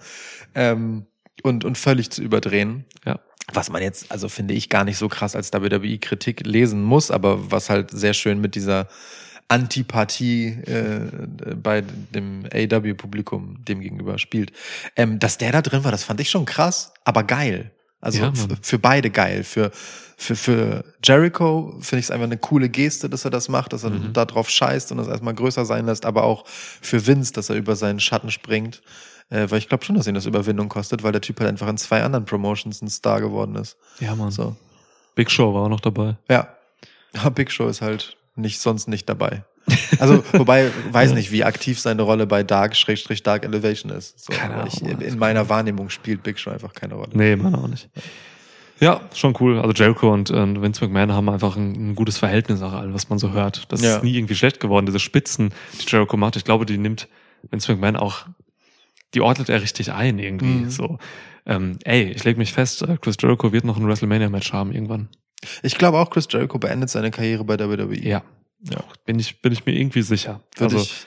[SPEAKER 2] Ähm, und, und völlig zu überdrehen.
[SPEAKER 1] Ja.
[SPEAKER 2] Was man jetzt, also finde ich, gar nicht so krass als WWE-Kritik lesen muss, aber was halt sehr schön mit dieser Antipathie äh, bei dem AW-Publikum dem gegenüber spielt. Ähm, dass der da drin war, das fand ich schon krass, aber geil. Also
[SPEAKER 1] Ja, Mann.
[SPEAKER 2] f- für beide geil. Für, für, für Jericho finde ich es einfach eine coole Geste, dass er das macht, dass er
[SPEAKER 1] Mhm.
[SPEAKER 2] da drauf scheißt und das erstmal größer sein lässt, aber auch für Vince, dass er über seinen Schatten springt. Äh, weil ich glaube schon, dass ihn das Überwindung kostet, weil der Typ halt einfach in zwei anderen Promotions ein Star geworden ist.
[SPEAKER 1] ja, Mann.
[SPEAKER 2] So.
[SPEAKER 1] Big Show war auch noch dabei.
[SPEAKER 2] Ja. ja Big Show ist halt nicht, sonst nicht dabei. Also, wobei, weiß nicht, wie aktiv seine Rolle bei Dark, Schrägstrich Dark Elevation ist. So,
[SPEAKER 1] Keine
[SPEAKER 2] aber ich,
[SPEAKER 1] Ahnung, Mann.
[SPEAKER 2] in meiner Wahrnehmung spielt Big Show einfach keine Rolle.
[SPEAKER 1] Nee, meine auch nicht. Ja, schon cool. Also Jericho und äh, Vince McMahon haben einfach ein, ein gutes Verhältnis auch allem, was man so hört. Das
[SPEAKER 2] Ja.
[SPEAKER 1] ist nie irgendwie schlecht geworden. Diese Spitzen, die Jericho macht, ich glaube, die nimmt Vince McMahon auch, die ordnet er richtig ein irgendwie.
[SPEAKER 2] Mhm.
[SPEAKER 1] So, ähm, ey, ich leg mich fest, äh, Chris Jericho wird noch ein WrestleMania-Match haben irgendwann.
[SPEAKER 2] Ich glaube auch, Chris Jericho beendet seine Karriere bei WWE.
[SPEAKER 1] Ja, ja. bin ich bin ich mir irgendwie sicher. Also,
[SPEAKER 2] Würde ich,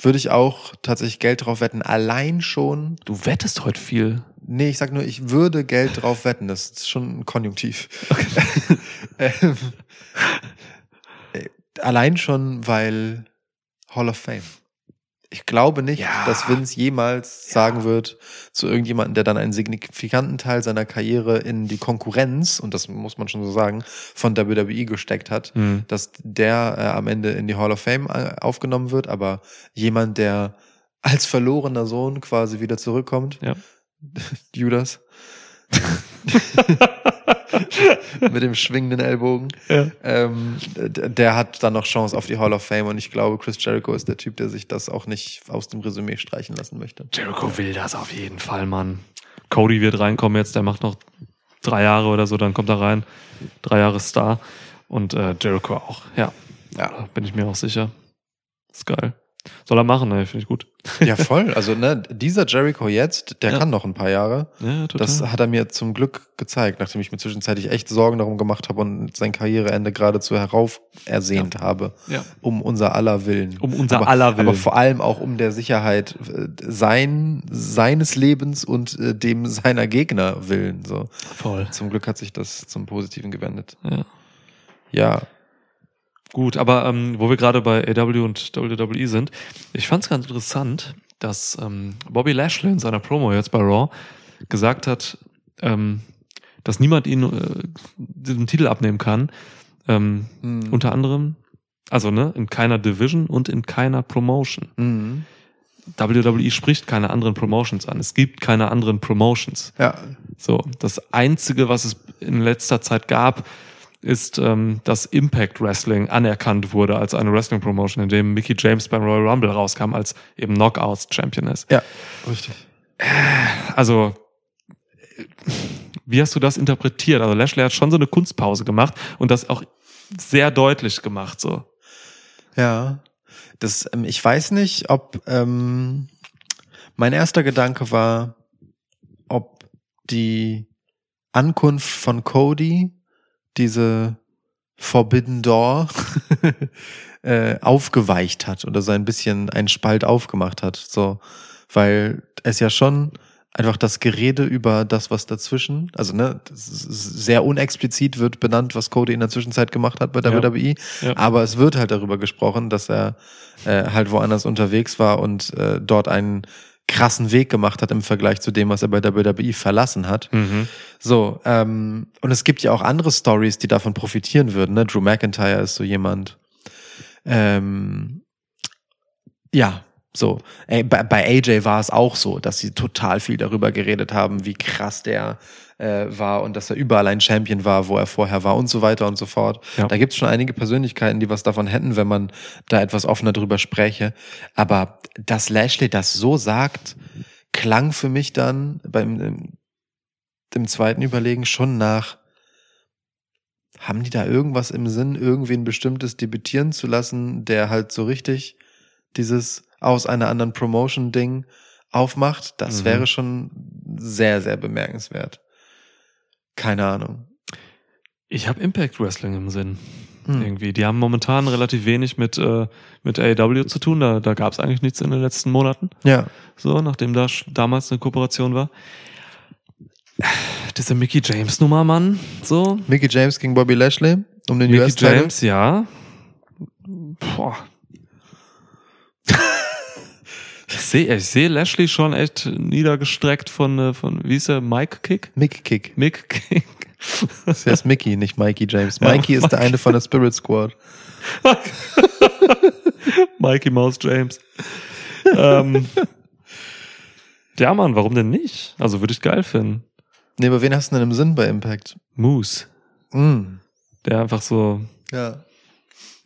[SPEAKER 2] würde ich auch tatsächlich Geld drauf wetten. Allein schon.
[SPEAKER 1] du wettest heute viel.
[SPEAKER 2] Nee, ich sag nur, ich würde Geld drauf wetten. Das ist schon ein Konjunktiv. ähm, äh, allein schon, weil Hall of Fame. Ich glaube nicht,
[SPEAKER 1] Ja.
[SPEAKER 2] dass Vince jemals sagen wird zu irgendjemandem, der dann einen signifikanten Teil seiner Karriere in die Konkurrenz, und das muss man schon so sagen, von WWE gesteckt hat,
[SPEAKER 1] Hm.
[SPEAKER 2] dass der äh, am Ende in die Hall of Fame äh, aufgenommen wird, aber jemand, der als verlorener Sohn quasi wieder zurückkommt,
[SPEAKER 1] Ja.
[SPEAKER 2] Judas, mit dem schwingenden Ellbogen,
[SPEAKER 1] ja.
[SPEAKER 2] ähm, d- der hat dann noch Chance auf die Hall of Fame und ich glaube, Chris Jericho ist der Typ, der sich das auch nicht aus dem Resümee streichen lassen möchte.
[SPEAKER 1] Jericho will das auf jeden Fall, Mann. Cody wird reinkommen jetzt, der macht noch drei Jahre oder so, dann kommt er rein. Drei Jahre Star. Und äh, Jericho auch, ja.
[SPEAKER 2] Ja.
[SPEAKER 1] Bin ich mir auch sicher. Ist geil. Soll er machen, ey, finde ich gut.
[SPEAKER 2] Ja, voll. Also, ne, dieser Jericho jetzt, der
[SPEAKER 1] Ja.
[SPEAKER 2] kann noch ein paar Jahre.
[SPEAKER 1] Ja, total.
[SPEAKER 2] Das hat er mir zum Glück gezeigt, nachdem ich mir zwischenzeitlich echt Sorgen darum gemacht habe und sein Karriereende geradezu heraufersehnt habe.
[SPEAKER 1] ja.
[SPEAKER 2] Um unser aller Willen.
[SPEAKER 1] Um unser
[SPEAKER 2] aber,
[SPEAKER 1] aller Willen.
[SPEAKER 2] Aber vor allem auch um der Sicherheit äh, sein, seines Lebens und äh, dem seiner Gegner willen. So.
[SPEAKER 1] Voll.
[SPEAKER 2] Zum Glück hat sich das zum Positiven gewendet.
[SPEAKER 1] Ja.
[SPEAKER 2] Ja.
[SPEAKER 1] E Gut, aber ähm, wo wir gerade bei AW und WWE sind, ich fand es ganz interessant, dass ähm, Bobby Lashley in seiner Promo jetzt bei Raw gesagt hat, ähm, dass niemand ihn äh, den Titel abnehmen kann. Ähm,
[SPEAKER 2] Mhm.
[SPEAKER 1] Unter anderem, also ne, in keiner Division und in keiner Promotion.
[SPEAKER 2] Mhm.
[SPEAKER 1] WWE spricht keine anderen Promotions an. Es gibt keine anderen Promotions.
[SPEAKER 2] Ja,
[SPEAKER 1] So, das Einzige, was es in letzter Zeit gab, ist, ähm, dass Impact Wrestling anerkannt wurde als eine Wrestling-Promotion, in dem Mickey James beim Royal Rumble rauskam, als eben Knockouts-Champion ist.
[SPEAKER 2] ja, richtig.
[SPEAKER 1] Also, äh, wie hast du das interpretiert? Also, Lashley hat schon so eine Kunstpause gemacht und das auch sehr deutlich gemacht, so.
[SPEAKER 2] Ja. Das, ähm, ich weiß nicht, ob ähm, mein erster Gedanke war, ob die Ankunft von Cody, diese Forbidden Door, äh, aufgeweicht hat oder so ein bisschen einen Spalt aufgemacht hat. So, weil es ja schon einfach das Gerede über das, was dazwischen, also ne, das ist sehr unexplizit wird benannt, was Cody in der Zwischenzeit gemacht hat bei
[SPEAKER 1] Ja.
[SPEAKER 2] WWE.
[SPEAKER 1] Ja.
[SPEAKER 2] Aber es wird halt darüber gesprochen, dass er äh, halt woanders unterwegs war und äh, dort einen krassen Weg gemacht hat im Vergleich zu dem, was er bei WWE verlassen hat.
[SPEAKER 1] Mhm.
[SPEAKER 2] So, ähm, und es gibt ja auch andere Stories, die davon profitieren würden. Ne? Drew McIntyre ist so jemand. Ähm, ja, so. Ey, bei, bei AJ war es auch so, dass sie total viel darüber geredet haben, wie krass der äh, war und dass er überall ein Champion war, wo er vorher war und so weiter und so fort.
[SPEAKER 1] Ja.
[SPEAKER 2] Da gibt es schon einige Persönlichkeiten, die was davon hätten, wenn man da etwas offener drüber spräche. Aber dass Lashley das so sagt, klang für mich dann beim im zweiten Überlegen schon nach, haben die da irgendwas im Sinn, irgendwen bestimmtes debütieren zu lassen, der halt so richtig dieses aus einer anderen Promotion-Ding aufmacht? Das
[SPEAKER 1] Mhm.
[SPEAKER 2] wäre schon sehr, sehr bemerkenswert. Keine Ahnung.
[SPEAKER 1] Ich habe Impact Wrestling im Sinn.
[SPEAKER 2] Hm.
[SPEAKER 1] Irgendwie. Die haben momentan relativ wenig mit, äh, mit AEW zu tun. Da, da gab es eigentlich nichts in den letzten Monaten.
[SPEAKER 2] Ja.
[SPEAKER 1] So, nachdem da sch- damals eine Kooperation war. Diese Mickey James Nummer, Mann. So.
[SPEAKER 2] Mickey James gegen Bobby Lashley um den
[SPEAKER 1] Mickey
[SPEAKER 2] US Title.
[SPEAKER 1] James, ja. Boah. ich sehe ich seh Lashley schon echt niedergestreckt von, äh, von wie ist er, Mike Kick?
[SPEAKER 2] Mick Kick.
[SPEAKER 1] Mick Kick.
[SPEAKER 2] Das heißt Mickey, nicht Mikey James.
[SPEAKER 1] Ja,
[SPEAKER 2] Mikey ist der
[SPEAKER 1] Mike.
[SPEAKER 2] eine von der Spirit Squad.
[SPEAKER 1] Mikey Mouse James. ähm, ja, Mann, warum denn nicht? Also würde ich geil finden.
[SPEAKER 2] Nee, aber wen hast du denn im Sinn bei Impact?
[SPEAKER 1] Moose,
[SPEAKER 2] Mm.
[SPEAKER 1] der einfach so,
[SPEAKER 2] Ja.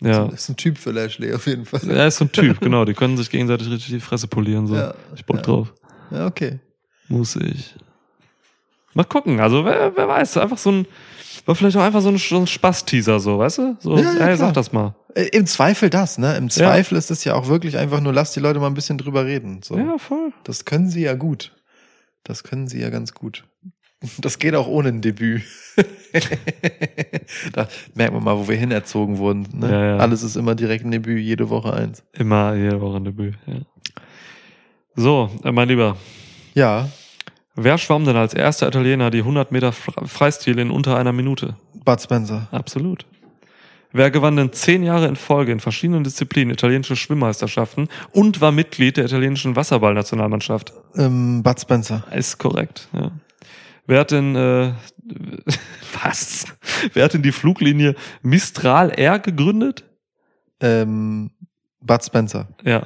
[SPEAKER 1] ja,
[SPEAKER 2] Das ist ein Typ für Lashley auf jeden Fall.
[SPEAKER 1] er ist so ein Typ, genau. Die können sich gegenseitig richtig die Fresse polieren so.
[SPEAKER 2] Ja,
[SPEAKER 1] also, ich bock
[SPEAKER 2] ja.
[SPEAKER 1] drauf,
[SPEAKER 2] Ja, okay.
[SPEAKER 1] muss ich. Mal gucken, also wer, wer weiß, einfach so ein, war vielleicht auch einfach so ein, so ein Spaß-Teaser so, weißt du? So,
[SPEAKER 2] Ja, ja,
[SPEAKER 1] ey,
[SPEAKER 2] klar.
[SPEAKER 1] sag das mal.
[SPEAKER 2] Äh, Im Zweifel das, ne? Im Zweifel ist es ja auch wirklich einfach nur, lass die Leute mal ein bisschen drüber reden. So.
[SPEAKER 1] Ja, voll.
[SPEAKER 2] Das können sie ja gut. Das können sie ja ganz gut. Das geht auch ohne ein Debüt. da merkt man mal, wo wir hinerzogen wurden. Ne?
[SPEAKER 1] Ja, ja.
[SPEAKER 2] Alles ist immer direkt ein Debüt, jede Woche eins.
[SPEAKER 1] Immer jede Woche ein Debüt, ja. So, äh, mein Lieber,
[SPEAKER 2] Ja,
[SPEAKER 1] Wer schwamm denn als erster Italiener die 100 Meter Fre- Freistil in unter einer Minute?
[SPEAKER 2] Bud Spencer.
[SPEAKER 1] Absolut. Wer gewann denn zehn Jahre in Folge in verschiedenen Disziplinen italienische Schwimmmeisterschaften und war Mitglied der italienischen Wasserballnationalmannschaft?
[SPEAKER 2] Ähm, Bud Spencer.
[SPEAKER 1] Ist korrekt, ja. Wer hat denn, äh, was? Wer hat denn die Fluglinie Mistral Air gegründet?
[SPEAKER 2] Ähm, Bud Spencer.
[SPEAKER 1] Ja.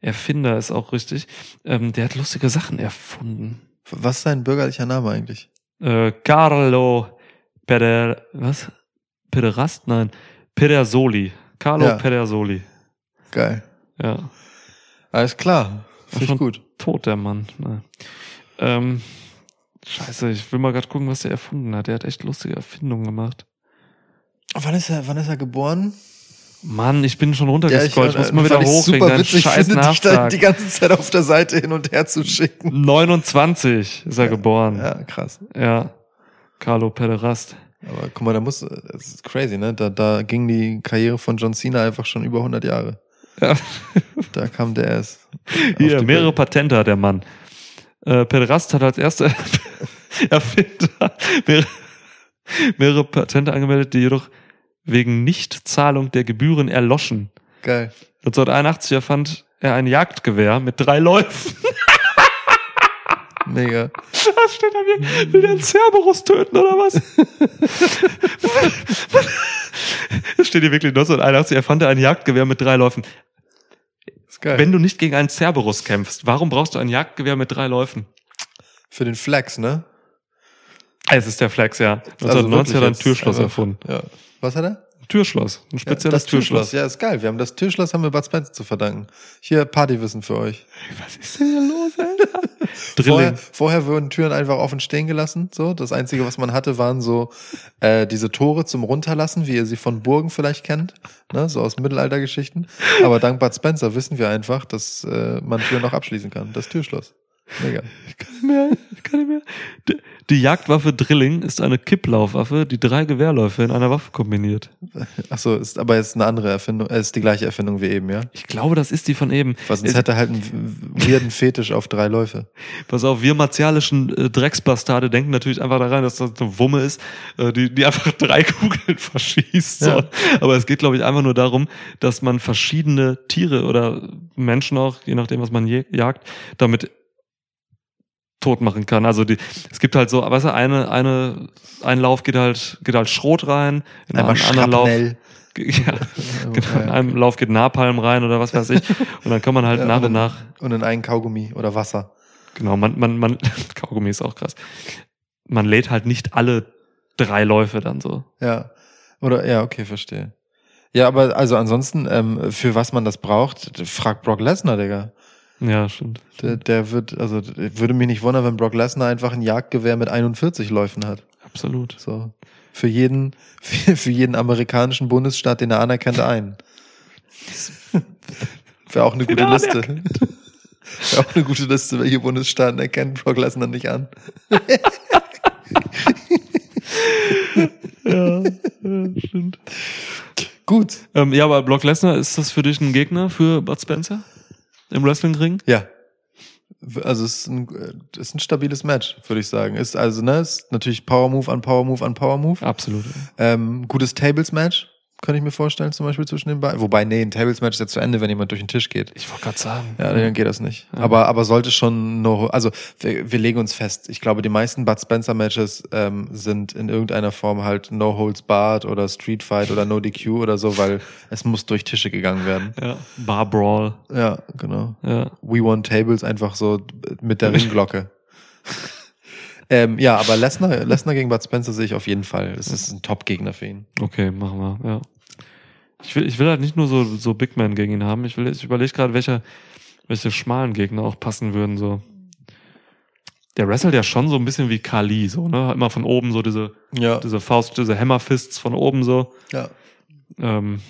[SPEAKER 1] Erfinder ist auch richtig. Ähm, der hat lustige Sachen erfunden.
[SPEAKER 2] Was ist sein bürgerlicher Name eigentlich?
[SPEAKER 1] äh, Carlo Peder, was? Pederast? Nein, Pedersoli. Carlo
[SPEAKER 2] Ja.
[SPEAKER 1] Pedersoli.
[SPEAKER 2] Geil.
[SPEAKER 1] Ja,
[SPEAKER 2] Alles klar. Finde ich
[SPEAKER 1] Schon-
[SPEAKER 2] gut.
[SPEAKER 1] tot der Mann. Nein. Ähm, scheiße, ich will mal gerade gucken, was der erfunden hat. Der hat echt lustige Erfindungen gemacht.
[SPEAKER 2] Wann ist er, wann ist er geboren?
[SPEAKER 1] Mann, ich bin schon runtergescrollt. ich
[SPEAKER 2] Ja,
[SPEAKER 1] muss mal wieder
[SPEAKER 2] fand ich
[SPEAKER 1] hoch wegen
[SPEAKER 2] Super
[SPEAKER 1] deinem
[SPEAKER 2] witzig
[SPEAKER 1] scheiß
[SPEAKER 2] finde, dich da
[SPEAKER 1] Nachtrag.
[SPEAKER 2] die ganze Zeit auf der Seite hin und her zu schicken.
[SPEAKER 1] 29 ist er geboren. Ja.
[SPEAKER 2] Ja, krass.
[SPEAKER 1] Carlo Pederast.
[SPEAKER 2] Aber guck mal, da muss, das ist crazy, ne? Da, da ging die Karriere von John Cena einfach schon über 100 Jahre.
[SPEAKER 1] Ja.
[SPEAKER 2] Da kam der erst.
[SPEAKER 1] Hier,
[SPEAKER 2] auf die
[SPEAKER 1] mehrere
[SPEAKER 2] Bild.
[SPEAKER 1] Patente hat der Mann. Äh, Pederast hat als erster Erfinder mehrere, mehrere Patente angemeldet, die jedoch wegen Nichtzahlung der Gebühren erloschen.
[SPEAKER 2] Geil.
[SPEAKER 1] 1981 erfand er ein Jagdgewehr mit drei Läufen.
[SPEAKER 2] Mega.
[SPEAKER 1] Was steht da mir? Will der einen Cerberus töten oder was? Es steht hier wirklich 1981, er fand ein Jagdgewehr mit drei Läufen.
[SPEAKER 2] Ist geil.
[SPEAKER 1] Wenn du nicht gegen einen Cerberus kämpfst, warum brauchst du ein Jagdgewehr mit drei Läufen?
[SPEAKER 2] Für den Flex, ne?
[SPEAKER 1] Es ist der Flex, ja.
[SPEAKER 2] Also
[SPEAKER 1] 1990 hat er ein
[SPEAKER 2] wirklich jetzt
[SPEAKER 1] Türschloss
[SPEAKER 2] einfach-
[SPEAKER 1] erfunden.
[SPEAKER 2] Ja. Was hat er?
[SPEAKER 1] Ein Türschloss, ein
[SPEAKER 2] Ja,
[SPEAKER 1] spezielles Türschloss.
[SPEAKER 2] Ja, ist geil. Wir haben das Türschloss, haben wir Bud Spencer zu verdanken. Hier Partywissen für euch.
[SPEAKER 1] Was ist denn hier los, Alter?
[SPEAKER 2] Vorher,
[SPEAKER 1] Drilling.
[SPEAKER 2] vorher wurden Türen einfach offen stehen gelassen. So, das einzige, was man hatte, waren so äh, diese Tore zum Runterlassen, wie ihr sie von Burgen vielleicht kennt, ne? so aus Mittelaltergeschichten. Aber dank Bud Spencer wissen wir einfach, dass äh, man Türen noch abschließen kann. Das Türschloss. Mega.
[SPEAKER 1] Mehr, kann nicht mehr. D- Die Jagdwaffe Drilling ist eine Kipplaufwaffe, die drei Gewehrläufe in einer Waffe kombiniert.
[SPEAKER 2] Ach so, ist aber ist eine andere Erfindung, äh, ist die gleiche Erfindung wie eben, ja.
[SPEAKER 1] Ich glaube, das ist die von eben.
[SPEAKER 2] Was sonst
[SPEAKER 1] Ist-
[SPEAKER 2] hätte er halt einen w- weirden Fetisch auf drei Läufe.
[SPEAKER 1] Pass auf, wir martialischen äh, Drecksbastarde denken natürlich einfach daran, dass das eine Wumme ist, äh, die, die einfach drei Kugeln verschießt. So.
[SPEAKER 2] Ja.
[SPEAKER 1] Aber es geht, glaube ich, einfach nur darum, dass man verschiedene Tiere oder Menschen auch, je nachdem, was man je, jagt, damit tot machen kann. Also die, es gibt halt so, weißt du, eine, eine, ein Lauf geht halt, geht halt Schrot rein, in
[SPEAKER 2] Einmal
[SPEAKER 1] Genau, einen anderen Lauf,
[SPEAKER 2] schrapnell.
[SPEAKER 1] ja, genau, in
[SPEAKER 2] Ja,
[SPEAKER 1] einem Lauf geht Napalm rein oder was weiß ich. Und dann kann man halt
[SPEAKER 2] Ja,
[SPEAKER 1] nach
[SPEAKER 2] und
[SPEAKER 1] und
[SPEAKER 2] dann-
[SPEAKER 1] nach
[SPEAKER 2] Und in einen Kaugummi oder Wasser.
[SPEAKER 1] Genau, man, man, man, Kaugummi ist auch krass. Man lädt halt nicht alle drei Läufe dann so.
[SPEAKER 2] Ja. Oder, ja, okay, verstehe. Ja, aber also ansonsten, ähm, für was man das braucht, fragt Brock Lesnar, Digga.
[SPEAKER 1] Ja, stimmt.
[SPEAKER 2] Der, der wird, also d- würde mich nicht wundern, wenn Brock Lesnar einfach ein Jagdgewehr mit 41 Läufen hat.
[SPEAKER 1] Absolut.
[SPEAKER 2] So. Für jeden, für jeden amerikanischen Bundesstaat, den er anerkennt, einen. Wäre auch eine gute
[SPEAKER 1] er
[SPEAKER 2] Liste. Wäre auch eine gute Liste, welche Bundesstaaten erkennen Brock Lesnar nicht an.
[SPEAKER 1] Ja, stimmt.
[SPEAKER 2] Gut.
[SPEAKER 1] Ähm, ja, aber Brock Lesnar, ist das für dich ein Gegner für Bud Spencer? Im Wrestling-Ring?
[SPEAKER 2] Ja. Also es ist ein, äh, ist ein stabiles Match, würde ich sagen. Ist also ne, ist natürlich Power Move an Power Move an Power Move.
[SPEAKER 1] Absolut.
[SPEAKER 2] Ähm, gutes Tables Match könnte ich mir vorstellen, zum Beispiel zwischen den beiden. Wobei nee, ein Tables Match ist ja zu Ende, wenn jemand durch den Tisch geht.
[SPEAKER 1] Ich wollte gerade sagen.
[SPEAKER 2] Ja, dann geht das nicht.
[SPEAKER 1] Ja.
[SPEAKER 2] Aber aber sollte schon no, also wir, wir legen uns fest. Ich glaube, die meisten Bud Spencer Matches ähm, sind in irgendeiner Form halt No Holds Barred oder Street Fight oder No DQ oder so, weil es muss durch Tische gegangen werden.
[SPEAKER 1] Ja. Bar Brawl.
[SPEAKER 2] Ja, genau.
[SPEAKER 1] Ja.
[SPEAKER 2] We Want Tables einfach so mit der Ringglocke. ähm, ja, aber Lesnar, Lesnar gegen Bud Spencer sehe ich auf jeden Fall. Es ist ein Top-Gegner für ihn.
[SPEAKER 1] Okay, machen wir, ja. Ich will, ich will halt nicht nur so, so Big Man gegen ihn haben. Ich will, ich überlege gerade, welche, welche schmalen Gegner auch passen würden, so. Der wrestelt ja schon so ein bisschen wie Kali, so, ne? Hat Immer von oben so diese,
[SPEAKER 2] Ja.
[SPEAKER 1] diese Faust, diese Hammerfists von oben so.
[SPEAKER 2] ja.
[SPEAKER 1] Ähm,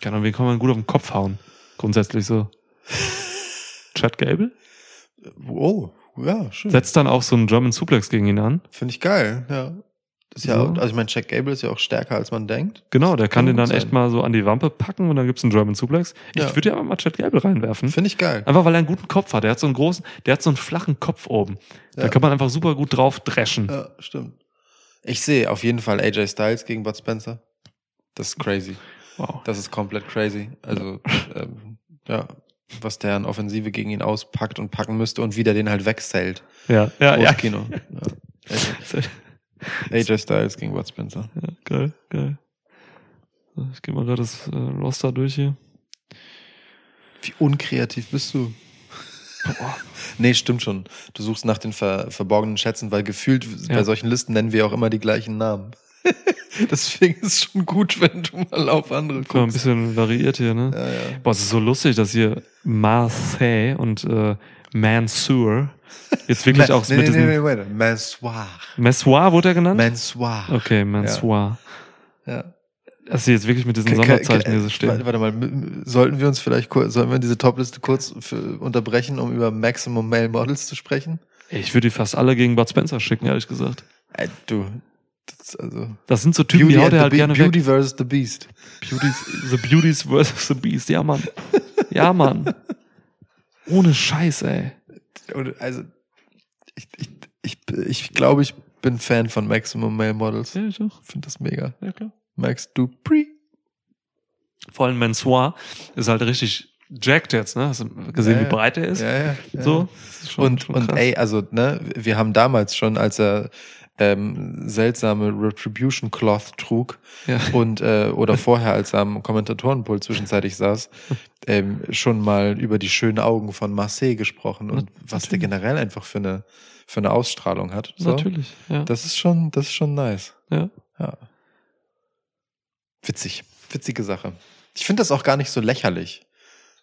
[SPEAKER 1] keine Ahnung, wen kann man gut auf den Kopf hauen? Grundsätzlich so. Chad Gable?
[SPEAKER 2] Oh, ja, schön.
[SPEAKER 1] Setzt dann auch so einen German Suplex gegen ihn an.
[SPEAKER 2] Finde ich geil, ja. Ist ja,
[SPEAKER 1] So.
[SPEAKER 2] also ich meine, Jack Gable ist ja auch stärker, als man denkt.
[SPEAKER 1] Genau, der
[SPEAKER 2] Kann
[SPEAKER 1] kann den
[SPEAKER 2] gut
[SPEAKER 1] dann
[SPEAKER 2] sein.
[SPEAKER 1] echt mal so an die Wampe packen und dann gibt's einen German Suplex.
[SPEAKER 2] Ja.
[SPEAKER 1] Ich würde ja aber mal Chad Gable reinwerfen.
[SPEAKER 2] Finde ich geil.
[SPEAKER 1] Einfach weil er einen guten Kopf hat. Der hat so einen großen, der hat so einen flachen Kopf oben. Da
[SPEAKER 2] Ja.
[SPEAKER 1] kann man einfach super gut drauf dreschen.
[SPEAKER 2] Ja, stimmt. Ich sehe auf jeden Fall AJ Styles gegen Bud Spencer. Das ist crazy.
[SPEAKER 1] Wow.
[SPEAKER 2] Das ist komplett crazy. Also, ähm, ja, was der an Offensive gegen ihn auspackt und packen müsste und wie der den halt wegzählt.
[SPEAKER 1] Ja, ja, ja.
[SPEAKER 2] Großes Kino. Ja. AJ Styles gegen Bud Spencer.
[SPEAKER 1] ja. Geil, geil. So, Ich gehe mal gerade das äh, Roster durch hier.
[SPEAKER 2] Wie unkreativ bist du? nee, stimmt schon. Du suchst nach den ver verborgenen Schätzen, weil gefühlt
[SPEAKER 1] Ja.
[SPEAKER 2] bei solchen Listen nennen wir auch immer die gleichen Namen. Deswegen ist es schon gut, wenn du mal auf andere
[SPEAKER 1] Guck mal, ein
[SPEAKER 2] guckst.
[SPEAKER 1] bisschen variiert hier, ne?
[SPEAKER 2] Ja, ja.
[SPEAKER 1] Boah, es ist so lustig, dass hier Marseille und äh, Mansour jetzt wirklich auch
[SPEAKER 2] nee,
[SPEAKER 1] mit
[SPEAKER 2] nee, nee, nee,
[SPEAKER 1] diesem
[SPEAKER 2] wait. Mansoir.
[SPEAKER 1] Messoir wurde er genannt?
[SPEAKER 2] Mansoir.
[SPEAKER 1] okay, Mansoir.
[SPEAKER 2] Ja.
[SPEAKER 1] Dass sie jetzt wirklich mit diesen
[SPEAKER 2] Ke- ke-
[SPEAKER 1] Sonderzeichen hier so
[SPEAKER 2] ke-
[SPEAKER 1] stehen.
[SPEAKER 2] Warte, warte mal, m- m- sollten wir uns vielleicht kurz, sollten wir diese Topliste kurz für, unterbrechen, um über Maximum Male Models zu sprechen?
[SPEAKER 1] Ey, Ich würde die fast alle gegen Bud Spencer schicken, ehrlich gesagt.
[SPEAKER 2] Ey, Äh, du, das, also
[SPEAKER 1] Das sind so Typen, die haut
[SPEAKER 2] and
[SPEAKER 1] er
[SPEAKER 2] the
[SPEAKER 1] halt
[SPEAKER 2] Be-
[SPEAKER 1] gerne weg.
[SPEAKER 2] Beauty versus the Beast.
[SPEAKER 1] Beauties, the Beauties versus the Beast. Ja, Mann. Ja, Mann. Ohne Scheiß, ey.
[SPEAKER 2] Und also ich, ich, ich, ich glaube, ich bin Fan von Maximum Male Models.
[SPEAKER 1] Ja, ich auch.
[SPEAKER 2] Finde das mega.
[SPEAKER 1] Ja, klar.
[SPEAKER 2] Max Dupree.
[SPEAKER 1] Vor allem Mansoir ist halt richtig jacked jetzt, ne? Hast du gesehen,
[SPEAKER 2] Ja,
[SPEAKER 1] wie
[SPEAKER 2] ja.
[SPEAKER 1] breit er ist?
[SPEAKER 2] Ja, ja, ja.
[SPEAKER 1] So. Das ist schon-
[SPEAKER 2] und,
[SPEAKER 1] schon
[SPEAKER 2] und
[SPEAKER 1] krass.
[SPEAKER 2] ey, also, ne, wir haben damals schon, als er ähm, seltsame Retribution Cloth trug
[SPEAKER 1] Ja.
[SPEAKER 2] und äh, oder vorher, als er am Kommentatorenpult zwischenzeitlich saß, ähm, schon mal über die schönen Augen von Marseille gesprochen und was der generell einfach für eine für eine Ausstrahlung hat. So.
[SPEAKER 1] Natürlich, ja.
[SPEAKER 2] Das ist schon, das ist schon nice.
[SPEAKER 1] Hm? ja.
[SPEAKER 2] Ja. Witzig. Witzige Sache. Ich finde das auch gar nicht so lächerlich.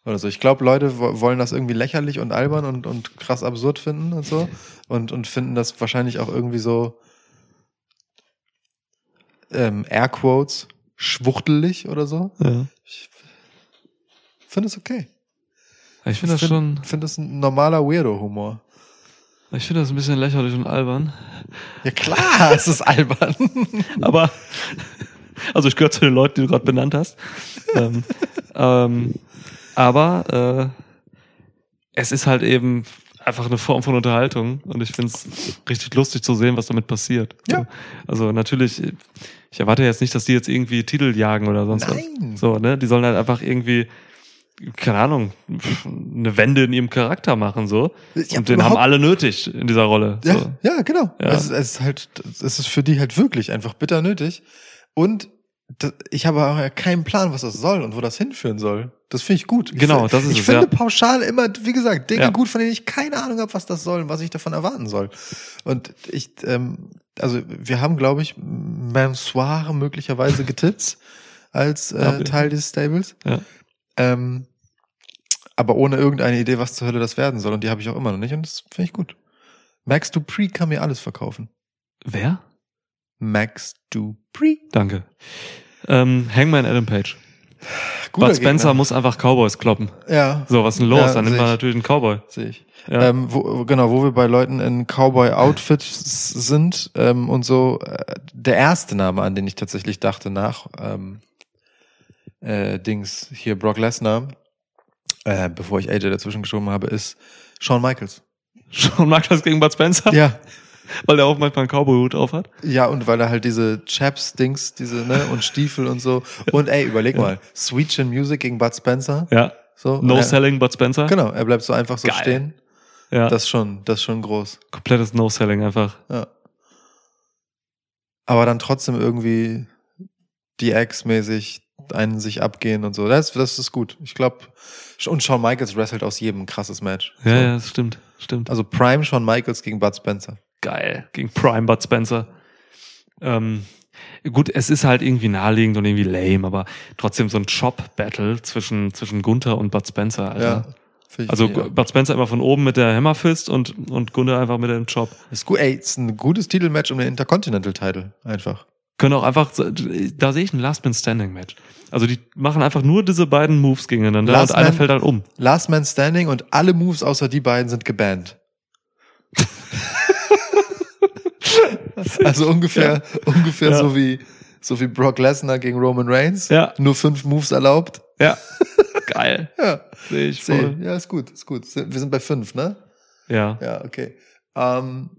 [SPEAKER 2] Oder so. Ich glaube, Leute wo- wollen das irgendwie lächerlich und albern und, und krass absurd finden und so. Und, und finden das wahrscheinlich auch irgendwie so ähm, Airquotes schwuchtelig oder so.
[SPEAKER 1] ja.
[SPEAKER 2] Ich finde es okay.
[SPEAKER 1] Ich finde das schon,
[SPEAKER 2] Ich finde es ein normaler Weirdo-Humor.
[SPEAKER 1] ich finde das ein bisschen lächerlich und albern.
[SPEAKER 2] Ja klar, es ist albern.
[SPEAKER 1] aber also ich gehöre zu den Leuten, die du gerade benannt hast. ähm, ähm, aber äh, es ist halt eben einfach eine Form von Unterhaltung und ich finde es richtig lustig zu sehen, was damit passiert.
[SPEAKER 2] Ja.
[SPEAKER 1] Also natürlich, ich erwarte jetzt nicht, dass die jetzt irgendwie Titel jagen oder sonst
[SPEAKER 2] Nein.
[SPEAKER 1] was. So, ne? Die sollen halt einfach irgendwie, keine Ahnung, pf, eine Wende in ihrem Charakter machen. so.
[SPEAKER 2] Ja,
[SPEAKER 1] und den haben
[SPEAKER 2] überhaupt-
[SPEAKER 1] alle nötig in dieser Rolle.
[SPEAKER 2] Ja,
[SPEAKER 1] So.
[SPEAKER 2] ja genau.
[SPEAKER 1] Ja.
[SPEAKER 2] Es, ist, es ist halt, es ist für die halt wirklich einfach bitter nötig. Und da- ich habe auch ja keinen Plan, was das soll und wo das hinführen soll. Das finde ich gut.
[SPEAKER 1] Genau,
[SPEAKER 2] ich,
[SPEAKER 1] das ist
[SPEAKER 2] Ich
[SPEAKER 1] es,
[SPEAKER 2] finde
[SPEAKER 1] ja.
[SPEAKER 2] pauschal immer, wie gesagt, Dinge
[SPEAKER 1] Ja.
[SPEAKER 2] gut, von denen ich keine Ahnung habe, was das soll und was ich davon erwarten soll. Und ich, ähm, also wir haben, glaube ich, Mansoir möglicherweise getippt als
[SPEAKER 1] Ja,
[SPEAKER 2] äh,
[SPEAKER 1] wir-
[SPEAKER 2] Teil des Stables.
[SPEAKER 1] Ja.
[SPEAKER 2] Ähm, aber ohne irgendeine Idee, was zur Hölle das werden soll. Und die habe ich auch immer noch nicht und das finde ich gut. Max Dupree kann mir alles verkaufen.
[SPEAKER 1] Wer?
[SPEAKER 2] Max Dupree.
[SPEAKER 1] Danke. Ähm, Hangman Adam Page. Bud Spencer muss einfach Cowboys kloppen.
[SPEAKER 2] Ja,
[SPEAKER 1] So, was ist denn los?
[SPEAKER 2] Ja,
[SPEAKER 1] Dann
[SPEAKER 2] sehe
[SPEAKER 1] nimmt man
[SPEAKER 2] ich.
[SPEAKER 1] natürlich einen Cowboy.
[SPEAKER 2] sehe ich.
[SPEAKER 1] Ja.
[SPEAKER 2] Ähm, wo, genau, wo wir bei Leuten in Cowboy-Outfits sind ähm, und so, äh, der erste Name, an den ich tatsächlich dachte, nach ähm, äh, Dings hier Brock Lesnar, äh, bevor ich AJ dazwischen geschoben habe, ist Shawn Michaels.
[SPEAKER 1] Schon mag das gegen Bud Spencer,
[SPEAKER 2] Ja,
[SPEAKER 1] weil der auch manchmal einen Cowboy-Hut auf hat.
[SPEAKER 2] Ja, und weil er halt diese Chaps-Dings, diese, ne, und Stiefel und so. Und ey, überleg mal, Sweet Chin Music gegen Bud Spencer.
[SPEAKER 1] Ja.
[SPEAKER 2] So, und
[SPEAKER 1] No
[SPEAKER 2] er,
[SPEAKER 1] Selling Bud Spencer.
[SPEAKER 2] Genau, er bleibt so einfach so
[SPEAKER 1] Geil.
[SPEAKER 2] stehen.
[SPEAKER 1] Ja.
[SPEAKER 2] Das schon, das schon groß.
[SPEAKER 1] Komplettes No Selling einfach.
[SPEAKER 2] Ja. Aber dann trotzdem irgendwie die Ex-mäßig einen sich abgehen und so. Das, das ist gut. Ich glaube, und Shawn Michaels wrestelt aus jedem ein krasses Match. so.
[SPEAKER 1] Ja, ja, das stimmt. Stimmt.
[SPEAKER 2] Also Prime Shawn Michaels gegen Bud Spencer.
[SPEAKER 1] Geil. Gegen Prime Bud Spencer. Ähm, gut, es ist halt irgendwie naheliegend und irgendwie lame, aber trotzdem so ein Chop-Battle zwischen, zwischen Gunther und Bud Spencer, Alter.
[SPEAKER 2] Ja. Find ich-
[SPEAKER 1] Also
[SPEAKER 2] ja.
[SPEAKER 1] Bud Spencer immer von oben mit der Hammerfist und, und Gunther einfach mit dem Chop.
[SPEAKER 2] Ist gut, ey, ist ein gutes Titelmatch um den Intercontinental-Title. Einfach.
[SPEAKER 1] Können auch einfach, da sehe ich ein Last-Man-Standing-Match. Also die machen einfach nur diese beiden Moves gegeneinander
[SPEAKER 2] Last
[SPEAKER 1] und einer
[SPEAKER 2] Man-
[SPEAKER 1] fällt dann um.
[SPEAKER 2] Last Man Standing und alle Moves außer die beiden sind gebannt. also ungefähr, ungefähr
[SPEAKER 1] Ja.
[SPEAKER 2] so wie, so wie Brock Lesnar gegen Roman Reigns.
[SPEAKER 1] Ja.
[SPEAKER 2] Nur fünf Moves erlaubt.
[SPEAKER 1] Ja. Geil.
[SPEAKER 2] Ja,
[SPEAKER 1] Sehe ich
[SPEAKER 2] zehn.
[SPEAKER 1] voll.
[SPEAKER 2] Ja, ist gut, ist gut. Wir sind bei fünf, ne?
[SPEAKER 1] Ja.
[SPEAKER 2] Ja, okay. Ähm,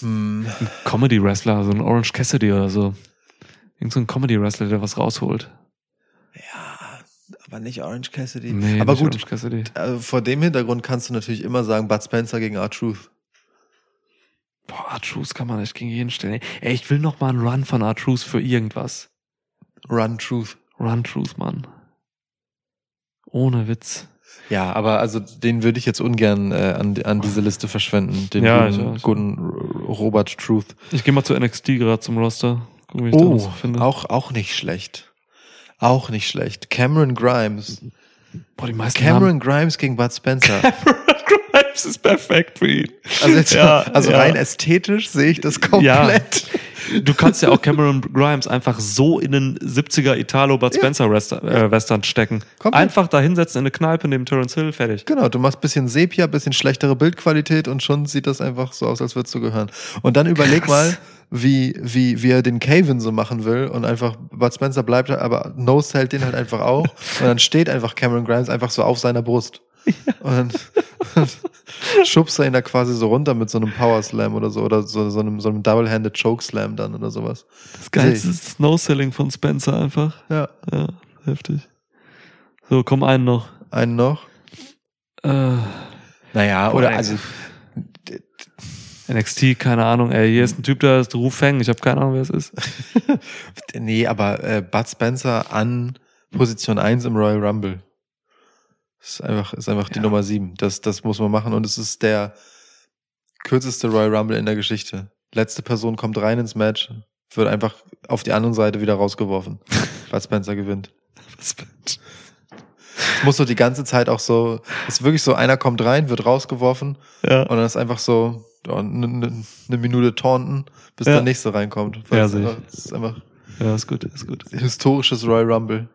[SPEAKER 2] hm,
[SPEAKER 1] Ein Comedy-Wrestler, so ein Orange Cassidy oder so. Irgend so ein Comedy-Wrestler, der was rausholt.
[SPEAKER 2] ja, aber nicht Orange Cassidy.
[SPEAKER 1] Nee,
[SPEAKER 2] aber
[SPEAKER 1] nicht
[SPEAKER 2] gut,
[SPEAKER 1] Orange Cassidy.
[SPEAKER 2] äh, vor dem Hintergrund kannst du natürlich immer sagen, Bud Spencer gegen R-Truth.
[SPEAKER 1] Boah, R-Truth kann man echt gegen jeden stellen. Ey, ich will noch mal einen Run von R-Truth für irgendwas.
[SPEAKER 2] Run Truth.
[SPEAKER 1] Run-Truth, Mann. Ohne Witz.
[SPEAKER 2] Ja, aber also den würde ich jetzt ungern äh, an, an diese Liste verschwenden. Den
[SPEAKER 1] Ja, ich
[SPEAKER 2] guten,
[SPEAKER 1] weiß.
[SPEAKER 2] guten R- Robert Truth.
[SPEAKER 1] Ich gehe mal zu NXT gerade zum Roster. Gucken, wie ich da
[SPEAKER 2] Oh,
[SPEAKER 1] was finde.
[SPEAKER 2] auch, auch nicht schlecht. Auch nicht schlecht. Cameron Grimes.
[SPEAKER 1] Boah, die meisten
[SPEAKER 2] Cameron Grimes gegen Bud Spencer.
[SPEAKER 1] Cameron Grimes ist perfekt für ihn.
[SPEAKER 2] Also, jetzt,
[SPEAKER 1] Ja,
[SPEAKER 2] also
[SPEAKER 1] ja.
[SPEAKER 2] rein ästhetisch sehe ich das komplett.
[SPEAKER 1] Du kannst ja auch Cameron Grimes einfach so in den 70er Italo Bud Spencer Wester- äh, Western stecken.
[SPEAKER 2] Komplett.
[SPEAKER 1] Einfach da hinsetzen in eine Kneipe neben Terence Hill, fertig.
[SPEAKER 2] Genau, du machst bisschen Sepia, bisschen schlechtere Bildqualität und schon sieht das einfach so aus, als würdest du gehören. Und dann überleg mal, wie, wie, wie er den Caven so machen will und einfach Bud Spencer bleibt, halt, aber no sellt den halt einfach auch und dann steht einfach Cameron Grimes einfach so auf seiner Brust. Und dann schubst er ihn da quasi so runter mit so einem Power Slam oder so oder so, so einem, so einem Double-Handed Choke Slam dann oder sowas.
[SPEAKER 1] Das geilste ist das No-Selling von Spencer einfach.
[SPEAKER 2] Ja.
[SPEAKER 1] Ja, heftig. So, komm, einen noch.
[SPEAKER 2] Einen noch?
[SPEAKER 1] Äh,
[SPEAKER 2] Naja,
[SPEAKER 1] Boah,
[SPEAKER 2] oder
[SPEAKER 1] ey.
[SPEAKER 2] also.
[SPEAKER 1] NXT, keine Ahnung, ey. Hier ist ein Typ, der ist Ruf Feng. Ich habe keine Ahnung, wer es ist.
[SPEAKER 2] Nee, aber äh, Bud Spencer an Position 1 im Royal Rumble. Ist einfach, ist einfach die
[SPEAKER 1] Ja.
[SPEAKER 2] Nummer 7. Das, das muss man machen. Und es ist der kürzeste Royal Rumble in der Geschichte. Letzte Person kommt rein ins Match, wird einfach auf die andere Seite wieder rausgeworfen. Bud Spencer gewinnt. Es muss so die ganze Zeit auch so, es ist wirklich so, einer kommt rein, wird rausgeworfen
[SPEAKER 1] ja.
[SPEAKER 2] und dann ist einfach so eine ne, ne eine Minute taunten, bis
[SPEAKER 1] Ja.
[SPEAKER 2] der nächste reinkommt.
[SPEAKER 1] Ja,
[SPEAKER 2] es ist
[SPEAKER 1] sicher.
[SPEAKER 2] einfach, es ist einfach
[SPEAKER 1] ja, ist gut, ist gut.
[SPEAKER 2] historisches Royal Rumble.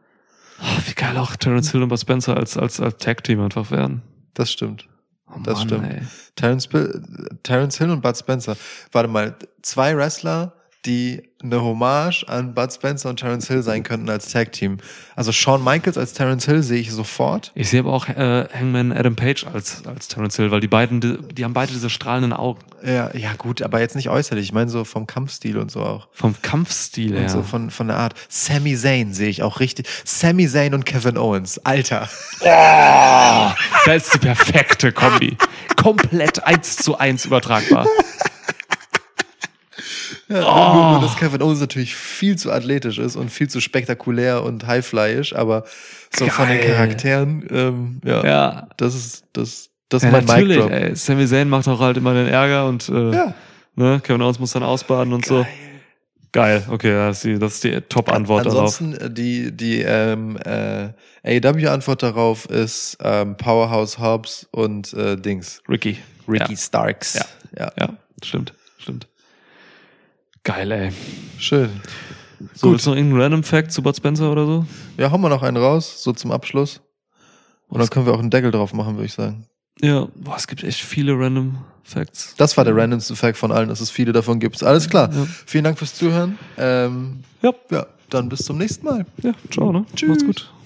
[SPEAKER 1] Oh, wie geil auch Terence Hill und Bud Spencer als, als, als Tag-Team einfach werden.
[SPEAKER 2] Das stimmt.
[SPEAKER 1] Oh,
[SPEAKER 2] Das stimmt.
[SPEAKER 1] Ey.
[SPEAKER 2] Terence, Bill- Terence Hill und Bud Spencer. Warte mal, zwei Wrestler, die eine Hommage an Bud Spencer und Terence Hill sein könnten als Tag Team. Also Shawn Michaels als Terence Hill sehe ich sofort.
[SPEAKER 1] Ich sehe aber auch äh, Hangman Adam Page als, als Terence Hill, weil die beiden, die, die haben beide diese strahlenden Augen.
[SPEAKER 2] Ja, ja gut, aber jetzt nicht äußerlich. Ich meine so vom Kampfstil und so auch.
[SPEAKER 1] Vom Kampfstil her.
[SPEAKER 2] Und so von, von der Art. Sami Zayn sehe ich auch richtig. Sami Zayn und Kevin Owens. Alter.
[SPEAKER 1] Da ist die perfekte Kombi. Komplett eins zu eins übertragbar.
[SPEAKER 2] Ja, nur, nur, dass Kevin Owens natürlich viel zu athletisch ist und viel zu spektakulär und highflyisch, aber so von den
[SPEAKER 1] Geil.
[SPEAKER 2] Charakteren, ähm, ja,
[SPEAKER 1] Ja.
[SPEAKER 2] das ist das, das
[SPEAKER 1] ja
[SPEAKER 2] ist mein Mic
[SPEAKER 1] natürlich,
[SPEAKER 2] Drop.
[SPEAKER 1] ey. Sami Zayn macht auch halt immer den Ärger und äh,
[SPEAKER 2] Ja.
[SPEAKER 1] ne, Kevin Owens muss dann ausbaden und so. Geil, okay, das ist die, das ist die Top-Antwort darauf.
[SPEAKER 2] Ansonsten äh, die die ähm, äh, AEW Antwort darauf ist ähm, Powerhouse Hobbs und äh, Dings
[SPEAKER 1] Ricky.
[SPEAKER 2] Ricky
[SPEAKER 1] Ja.
[SPEAKER 2] Starks.
[SPEAKER 1] Ja.
[SPEAKER 2] ja,
[SPEAKER 1] Ja, stimmt, stimmt. Geil, ey.
[SPEAKER 2] schön.
[SPEAKER 1] So,
[SPEAKER 2] Gut.
[SPEAKER 1] Gut. willst du noch irgendeinen Random Fact zu Bud Spencer oder so?
[SPEAKER 2] Ja, hauen wir noch einen raus, so zum Abschluss. Und dann können wir auch einen Deckel drauf machen, würde ich sagen.
[SPEAKER 1] Ja, boah, es gibt echt viele Random Facts.
[SPEAKER 2] Das war der randomste Fact von allen, dass es viele davon gibt. Alles klar.
[SPEAKER 1] Mhm. Ja.
[SPEAKER 2] Vielen Dank fürs Zuhören. Ähm,
[SPEAKER 1] Ja.
[SPEAKER 2] ja, dann bis zum nächsten Mal.
[SPEAKER 1] Ja, ciao, ne?
[SPEAKER 2] Tschüss.
[SPEAKER 1] Macht's gut.